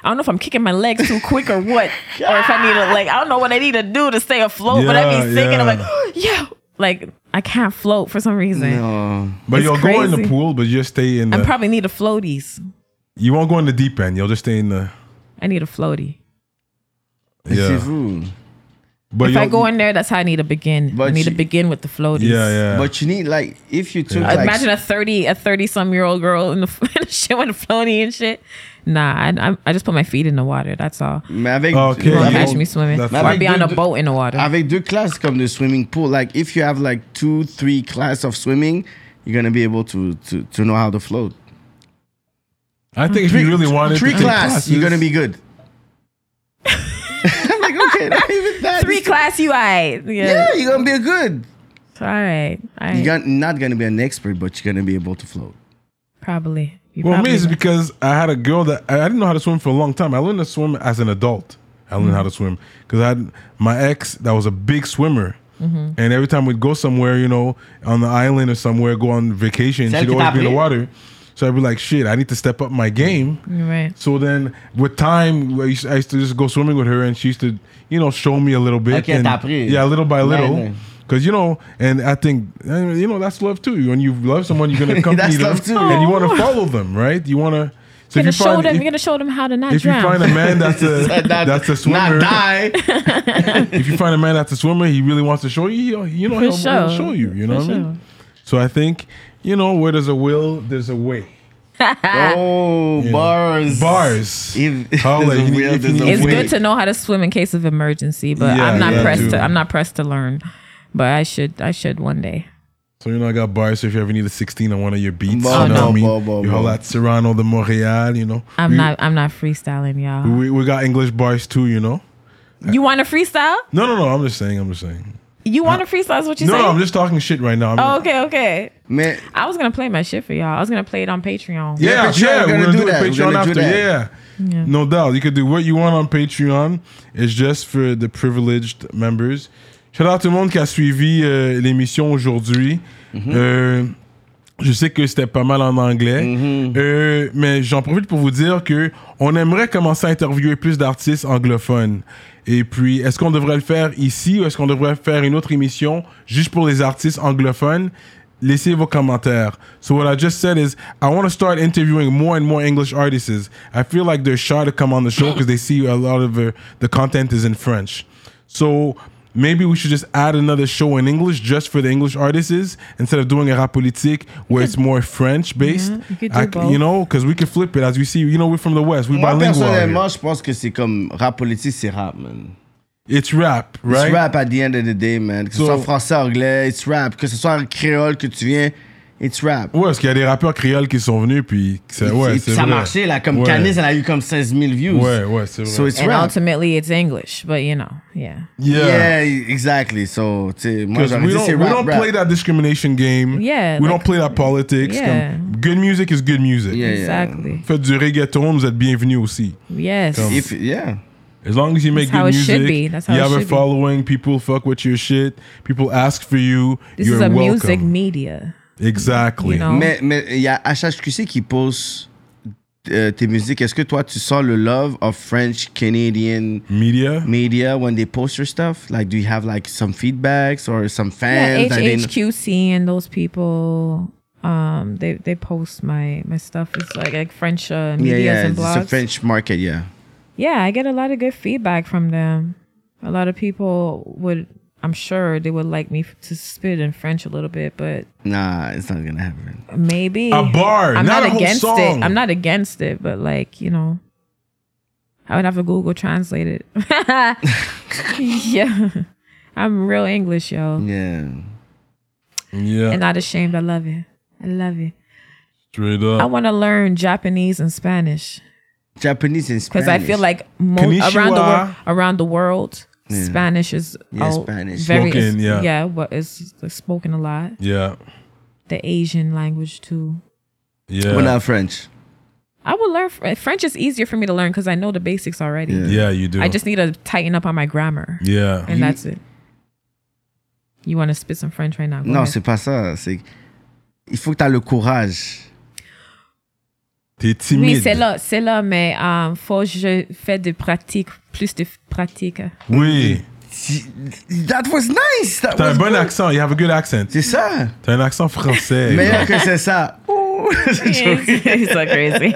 Speaker 3: I don't know if I'm kicking my legs too quick or what, or if I need to like I don't know what I need to do to stay afloat. but I
Speaker 1: Yeah,
Speaker 3: be sinking. I'm
Speaker 1: yeah.
Speaker 3: like, yo, like I can't float for some reason.
Speaker 2: Non.
Speaker 1: But
Speaker 3: it's
Speaker 1: you'll go in the
Speaker 3: crazy.
Speaker 1: pool, but you just stay in the.
Speaker 3: I probably need a floaties.
Speaker 1: you won't go in the deep end. You'll just stay in the.
Speaker 3: I need a floaty.
Speaker 2: C'est
Speaker 1: Yeah.
Speaker 2: vous.
Speaker 1: But
Speaker 3: if I
Speaker 1: you'll-
Speaker 3: go in there, that's how I need to begin. I
Speaker 2: But
Speaker 3: need
Speaker 2: you-
Speaker 3: to begin with the floaties.
Speaker 1: Yeah, yeah.
Speaker 2: But you need, like, if you took, like,
Speaker 3: Imagine a thirty a thirty some year old girl in the, in the shit with a floaty and shit. Nah, I, I'm- I just put my feet in the water. That's all.
Speaker 2: mais avec,
Speaker 1: Ok.
Speaker 3: You don't
Speaker 1: Yeah.
Speaker 3: imagine me swimming.
Speaker 1: That's
Speaker 3: I'd
Speaker 1: fine.
Speaker 3: be on a
Speaker 2: Dude,
Speaker 3: boat in the water.
Speaker 2: avec deux classes comme the swimming pool, like, if you have, like, two, three class of swimming, you're gonna be able to, to, to know how to float.
Speaker 1: I think if you really wanted
Speaker 2: Three
Speaker 1: to. take
Speaker 2: class, you're
Speaker 1: classes-
Speaker 2: gonna be good. I'm like, okay, not even that.
Speaker 3: Three class, you alright? Yeah.
Speaker 2: Yeah, you're gonna be good.
Speaker 3: All right. All
Speaker 2: You're
Speaker 3: right.
Speaker 2: gonna, not gonna be an expert, but you're gonna be able to float.
Speaker 3: probably. You
Speaker 1: Well, me
Speaker 3: probably
Speaker 1: is
Speaker 3: right.
Speaker 1: because I had a girl that I I didn't know how to swim for a long time. I learned to swim as an adult. I learned how to swim because I had my ex that was a big swimmer,
Speaker 3: Mm-hmm.
Speaker 1: and every time we'd go somewhere, you know, on the island or somewhere, go on vacation,
Speaker 2: Celle
Speaker 1: she'd
Speaker 2: qui
Speaker 1: always be in the
Speaker 2: t'appelait.
Speaker 1: water. So I'd be like, "Shit, I need to step up my game."
Speaker 3: You're right.
Speaker 1: So then, with time, I used I used to just go swimming with her, and she used to, you know, show me a little bit.
Speaker 2: Okay,
Speaker 1: and-
Speaker 2: t'as appris.
Speaker 1: Yeah, little by little.
Speaker 2: ouais.
Speaker 1: Because, you know, and I think, eh, you know, that's love too. When you love someone, you're going to
Speaker 2: That's
Speaker 1: accompany them.
Speaker 2: love too. Oh.
Speaker 1: And you want to follow them, right? You want to. So
Speaker 3: You're
Speaker 1: if you,
Speaker 3: gonna show
Speaker 1: find,
Speaker 3: them. You're
Speaker 1: if,
Speaker 3: gonna show them how to not
Speaker 1: if you
Speaker 3: drown.
Speaker 1: find a man that's a,
Speaker 2: Not-
Speaker 1: that's a swimmer,
Speaker 2: Not die.
Speaker 1: if you find a man that's a swimmer, he really wants to show you, he'll- you know,
Speaker 3: For
Speaker 1: he'll,
Speaker 3: sure.
Speaker 1: he'll show you. You know
Speaker 3: For
Speaker 1: what I
Speaker 3: sure.
Speaker 1: mean? So I think, you know, where there's a will, there's a way.
Speaker 2: Oh, bars.
Speaker 1: Bars.
Speaker 2: If-
Speaker 1: How, like,
Speaker 2: there's a
Speaker 1: you need-
Speaker 2: will,
Speaker 1: if you
Speaker 2: there's a
Speaker 1: need-
Speaker 3: it's
Speaker 2: way.
Speaker 3: good to know how to swim in case of emergency, but
Speaker 1: Yeah,
Speaker 3: I'm not
Speaker 1: yeah,
Speaker 3: pressed.
Speaker 1: too.
Speaker 3: To, I'm not pressed to learn, but I should. I should one day.
Speaker 1: So you know I got bars. So if you ever need a 16 on one of your beats,
Speaker 2: Bah,
Speaker 1: you know
Speaker 3: bah,
Speaker 1: what I mean.
Speaker 2: bah, bah,
Speaker 1: you holla
Speaker 2: bah.
Speaker 1: at Serrano the Montreal, you know.
Speaker 3: I'm
Speaker 1: we,
Speaker 3: not. I'm not freestyling, y'all.
Speaker 1: We, we got English bars too, you know.
Speaker 3: You want to freestyle?
Speaker 1: No, no, no. I'm just saying. I'm just saying.
Speaker 3: You want to freestyle? Is what you
Speaker 1: No,
Speaker 3: say?
Speaker 1: no, I'm just talking shit right now. I'm
Speaker 3: oh, okay, okay.
Speaker 2: Mais
Speaker 3: I was gonna play my shit for y'all. I was gonna play it on Patreon.
Speaker 1: Yeah, yeah,
Speaker 2: Yeah, Patreon, we're
Speaker 1: we're
Speaker 2: gonna
Speaker 1: gonna
Speaker 2: do
Speaker 1: do,
Speaker 2: that,
Speaker 1: a
Speaker 2: we're
Speaker 1: Patreon
Speaker 2: gonna do
Speaker 1: after. Yeah.
Speaker 2: that.
Speaker 3: Yeah.
Speaker 1: no doubt. You could do what you want on Patreon. It's just for the privileged members. Shout out tout le monde qui a suivi euh, l'émission aujourd'hui.
Speaker 2: Mm-hmm.
Speaker 1: Euh, je sais que c'était pas mal en anglais, Euh, mais j'en profite pour vous dire que on aimerait commencer à interviewer plus d'artistes anglophones. Et puis, est-ce qu'on devrait le faire ici ou est-ce qu'on devrait faire une autre émission juste pour les artistes anglophones? Laissez vos commentaires. So what I just said is, I want to start interviewing more and more English artists. I feel like they're shy to come on the show because they see a lot of uh, the content is in French. So maybe we should just add another show in English just for the English artists instead of doing a rap politique where it's more French based.
Speaker 3: Yeah, Mm-hmm. you could do
Speaker 1: I c-
Speaker 3: both.
Speaker 1: you know, because we can flip it as we see. You know, we're from the West. We're
Speaker 2: moi,
Speaker 1: bilingual. out
Speaker 2: personnellement,
Speaker 1: here.
Speaker 2: je pense que c'est comme rap politique, c'est rap, man.
Speaker 1: It's rap,
Speaker 2: It's
Speaker 1: right?
Speaker 2: rap at the end of the day, man. Que ce
Speaker 1: So-
Speaker 2: soit français, anglais, it's rap. Que ce soit créole que tu viens, it's rap.
Speaker 1: Ouais, parce qu'il y a des rappeurs créoles qui sont venus, puis c'est, ouais,
Speaker 2: Et
Speaker 1: c'est
Speaker 2: puis ça
Speaker 1: vrai.
Speaker 2: marchait là, comme
Speaker 1: Ouais.
Speaker 2: Canis, elle a eu comme 16 000 views.
Speaker 1: Ouais, ouais, c'est vrai.
Speaker 2: So it's
Speaker 3: And
Speaker 2: rap.
Speaker 3: ultimately, it's English, but you know, yeah.
Speaker 2: Yeah,
Speaker 1: yeah.
Speaker 2: exactly. So, tu sais, moi,
Speaker 1: 'Cause
Speaker 2: j'aurais
Speaker 1: we
Speaker 2: dit
Speaker 1: don't,
Speaker 2: c'est
Speaker 1: we
Speaker 2: rap,
Speaker 1: don't
Speaker 2: rap.
Speaker 1: play that discrimination game.
Speaker 3: Yeah,
Speaker 1: We
Speaker 3: like-
Speaker 1: don't play that politics.
Speaker 3: Yeah.
Speaker 1: Comme, good music is good music.
Speaker 2: Yeah, yeah.
Speaker 3: Exactly.
Speaker 1: Faites du reggaeton, vous êtes bienvenus aussi.
Speaker 3: Yes.
Speaker 1: Come.
Speaker 2: If, yeah.
Speaker 1: As long as you make
Speaker 3: how
Speaker 1: good
Speaker 3: it should
Speaker 1: music,
Speaker 3: be. That's how
Speaker 1: you
Speaker 3: it
Speaker 1: have a
Speaker 3: should be.
Speaker 1: following, people fuck with your shit, people ask for you,
Speaker 3: This
Speaker 1: you're
Speaker 3: is a
Speaker 1: welcome.
Speaker 3: music media.
Speaker 1: exactly.
Speaker 3: You know?
Speaker 2: Mais mais il y a HHQC qui pose euh, tes musiques. Est-ce que toi, tu sens le love of French, Canadian
Speaker 1: Media?
Speaker 2: media when they post your stuff? Like, do you have like some feedbacks or some
Speaker 3: Yeah,
Speaker 2: fans? that they-
Speaker 3: HHQC and those people. Um, they they post my my stuff. It's like like French
Speaker 2: yeah,
Speaker 3: uh, medias
Speaker 2: yeah,
Speaker 3: and
Speaker 2: it's a
Speaker 3: blogs.
Speaker 2: French market, yeah.
Speaker 3: yeah, I get a lot of good feedback from them. A lot of people would, I'm sure, they would like me f- to spit in French a little bit, but
Speaker 2: Nah, it's not gonna happen.
Speaker 3: maybe
Speaker 1: A bar,
Speaker 3: I'm
Speaker 1: not
Speaker 3: not,
Speaker 1: a whole
Speaker 3: against
Speaker 1: song.
Speaker 3: it. I'm not against it, but like you know, I would have to Google translate it. yeah, I'm real English, yo,
Speaker 2: Yeah.
Speaker 1: Yeah,
Speaker 3: and not ashamed. I love it. I love it.
Speaker 1: straight
Speaker 3: I
Speaker 1: up.
Speaker 3: want to learn Japanese and Spanish
Speaker 2: Japanese and Spanish.
Speaker 3: because I feel like mo-
Speaker 1: Konnichiwa.
Speaker 3: around the world, around the world, Spanish is
Speaker 2: Yeah,
Speaker 3: a-
Speaker 2: Spanish.
Speaker 3: very
Speaker 1: Spoken, yeah.
Speaker 3: yeah, what is spoken a lot.
Speaker 1: yeah,
Speaker 3: The Asian language too.
Speaker 1: yeah.
Speaker 2: We're not French.
Speaker 3: I would learn Fr- French. is easier for me to learn because I know the basics already.
Speaker 2: Yeah.
Speaker 1: yeah, you do.
Speaker 3: I just need to tighten up on my grammar.
Speaker 1: yeah.
Speaker 3: And that's it. You want to spit some French right now? Go
Speaker 2: Non,
Speaker 3: ahead.
Speaker 2: c'est pas ça. C'est il faut que t'as le courage.
Speaker 1: T'es timide.
Speaker 3: Oui, c'est là, c'est là, mais euh, faut que je fais des pratiques, plus de pratiques.
Speaker 1: Oui.
Speaker 2: Si- That was nice. That
Speaker 1: T'as un
Speaker 2: was
Speaker 1: bon
Speaker 2: good.
Speaker 1: accent. You have a good accent.
Speaker 2: C'est ça.
Speaker 1: T'as un accent français.
Speaker 2: Meilleur que c'est ça. Ouh.
Speaker 3: It's so crazy.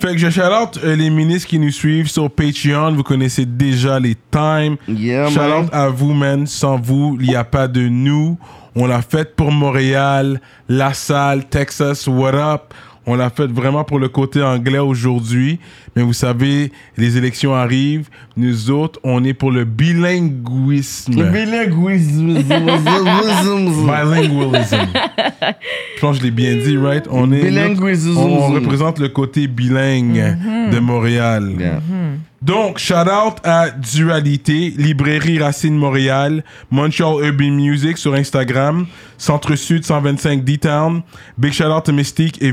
Speaker 1: Fait que je shout out euh, les ministres qui nous suivent sur Patreon. Vous connaissez déjà les times.
Speaker 2: Yeah,
Speaker 1: shout
Speaker 2: man.
Speaker 1: out à vous, man. Sans vous, il n'y a pas de nous. On l'a fait pour Montréal, La Salle, Texas, what up. On l'a fait vraiment pour le côté anglais aujourd'hui. Mais vous savez, les élections arrivent. Nous autres, on est pour le bilinguisme.
Speaker 2: Bilinguisme.
Speaker 1: Bilingualism. je pense que je l'ai bien dit, right? On est
Speaker 2: Bilinguism.
Speaker 1: on, on représente le côté bilingue de Montréal.
Speaker 2: Mm-hmm. Yeah.
Speaker 3: Mhm.
Speaker 1: Donc, shout out à Dualité, Librairie Racine Montréal, Montreal Urban Music sur Instagram, Centre Sud 125 D-Town, Big shout out to Mystique et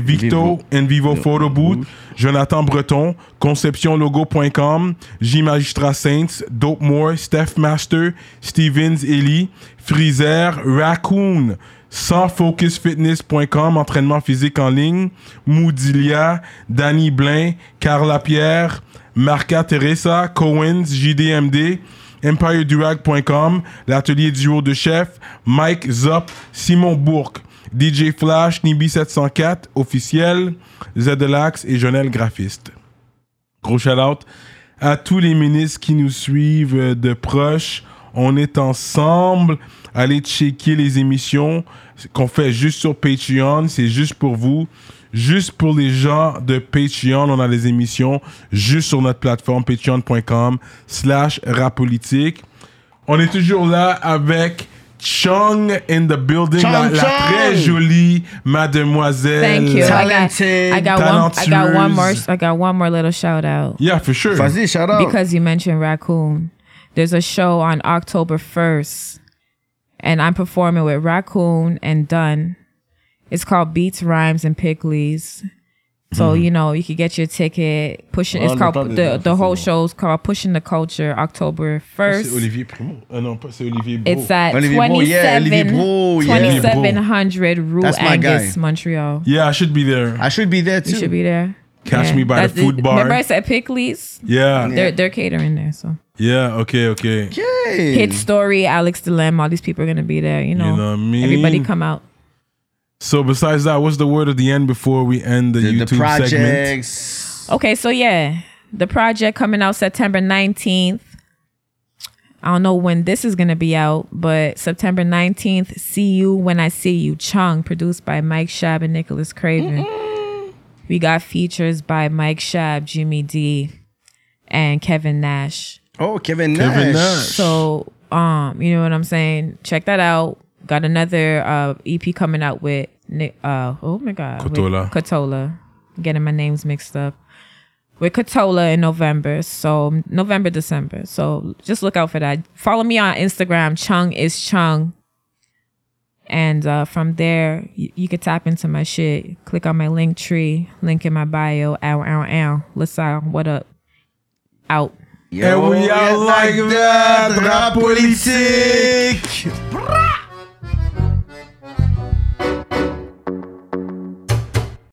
Speaker 2: Vivo.
Speaker 1: Victo, and Vivo Photo Boot, Jonathan Breton, ConceptionLogo.com, J Magistrat Saints, Dope Moore, Steph Master, Stevens Ellie, Freezer, Raccoon, sansfocusfitness.com, entraînement physique en ligne, Moudilia, Danny Blain, Carla Pierre, Marca Teresa, Cohen's, JDMD, EmpireDurag.com, l'atelier duo de chef, Mike Zop, Simon Bourque, DJ Flash, Nibi704, officiel, Zedelax et Jonel Graphiste. Gros shout out à tous les ministres qui nous suivent euh, de proche. On est ensemble. Allez checker les émissions qu'on fait juste sur Patreon. C'est juste pour vous. Juste pour les gens de Patreon, on a les émissions juste sur notre plateforme patreon.com slash rapolitique. On est toujours là avec Chung in the building,
Speaker 2: Chung
Speaker 1: la, la
Speaker 2: Chung.
Speaker 1: très jolie mademoiselle.
Speaker 3: Thank you. I got,
Speaker 2: Talented.
Speaker 3: I got one. I got one more.
Speaker 1: Talentueuse.
Speaker 3: I got one more little shout out
Speaker 1: Yeah, for sure.
Speaker 2: Vas-y, shout out.
Speaker 3: because you mentioned raccoon. There's a show on October first, and I'm performing with Raccoon and Dunn. It's called Beats, Rhymes, and Pickleys. So you know you could get your ticket. Pushing. It's
Speaker 2: Oh,
Speaker 3: called
Speaker 2: Nathan Mm-hmm. is
Speaker 3: the
Speaker 2: not
Speaker 3: the whole
Speaker 2: performing.
Speaker 3: show's called Pushing the Culture October
Speaker 1: C'est
Speaker 3: first.
Speaker 1: Olivier Primo. Ah non, pas c'est Olivier Bro.
Speaker 3: It's at
Speaker 2: Olivier Bro, yeah, Olivier
Speaker 3: 27
Speaker 2: Bro, yeah.
Speaker 1: Olivier Bro.
Speaker 3: 2700 Rue
Speaker 2: That's my
Speaker 3: Angus,
Speaker 2: guy.
Speaker 3: Montreal.
Speaker 1: Yeah, I should be there.
Speaker 2: I should be there
Speaker 3: You
Speaker 2: too.
Speaker 3: should be there.
Speaker 1: Catch me by the
Speaker 3: That's-
Speaker 1: food bar.
Speaker 3: Remember I said Pickley's?
Speaker 1: Yeah,
Speaker 3: They're they're catering there. So
Speaker 1: yeah, okay, okay. You
Speaker 2: Hey.
Speaker 3: Hit Story, Alex Dilem, all these people are gonna be there. You know,
Speaker 1: know what I mean?
Speaker 3: everybody come out.
Speaker 1: So besides that, what's the word of the end before we end the,
Speaker 2: the, the
Speaker 1: YouTube segment?
Speaker 2: projects.
Speaker 3: Okay, so yeah, the project coming out September nineteenth. I don't know when this is gonna be out, but September nineteenth. See you when I see you. Chung, produced by Mike Shab and Nicholas Craven. We got features by Mike Shab, Jimmy D, and Kevin Nash.
Speaker 2: Oh, Kevin Nash.
Speaker 1: Kevin Nash.
Speaker 3: So, um, you know what I'm saying? Check that out. Got another uh, EP coming out with Ni- uh, oh my god, with
Speaker 1: Kotola.
Speaker 3: Kotola. Getting my names mixed up. With Kotola in November, so November December. So just look out for that. Follow me on Instagram. Chung is Chung. And uh, from there, you, you could tap into my shit. Click on my link tree, link in my bio. Ow, ow, ow. Let's out. What up? Out.
Speaker 2: Yo,
Speaker 1: And we are
Speaker 2: it's
Speaker 1: like that, rap politique.
Speaker 2: politique.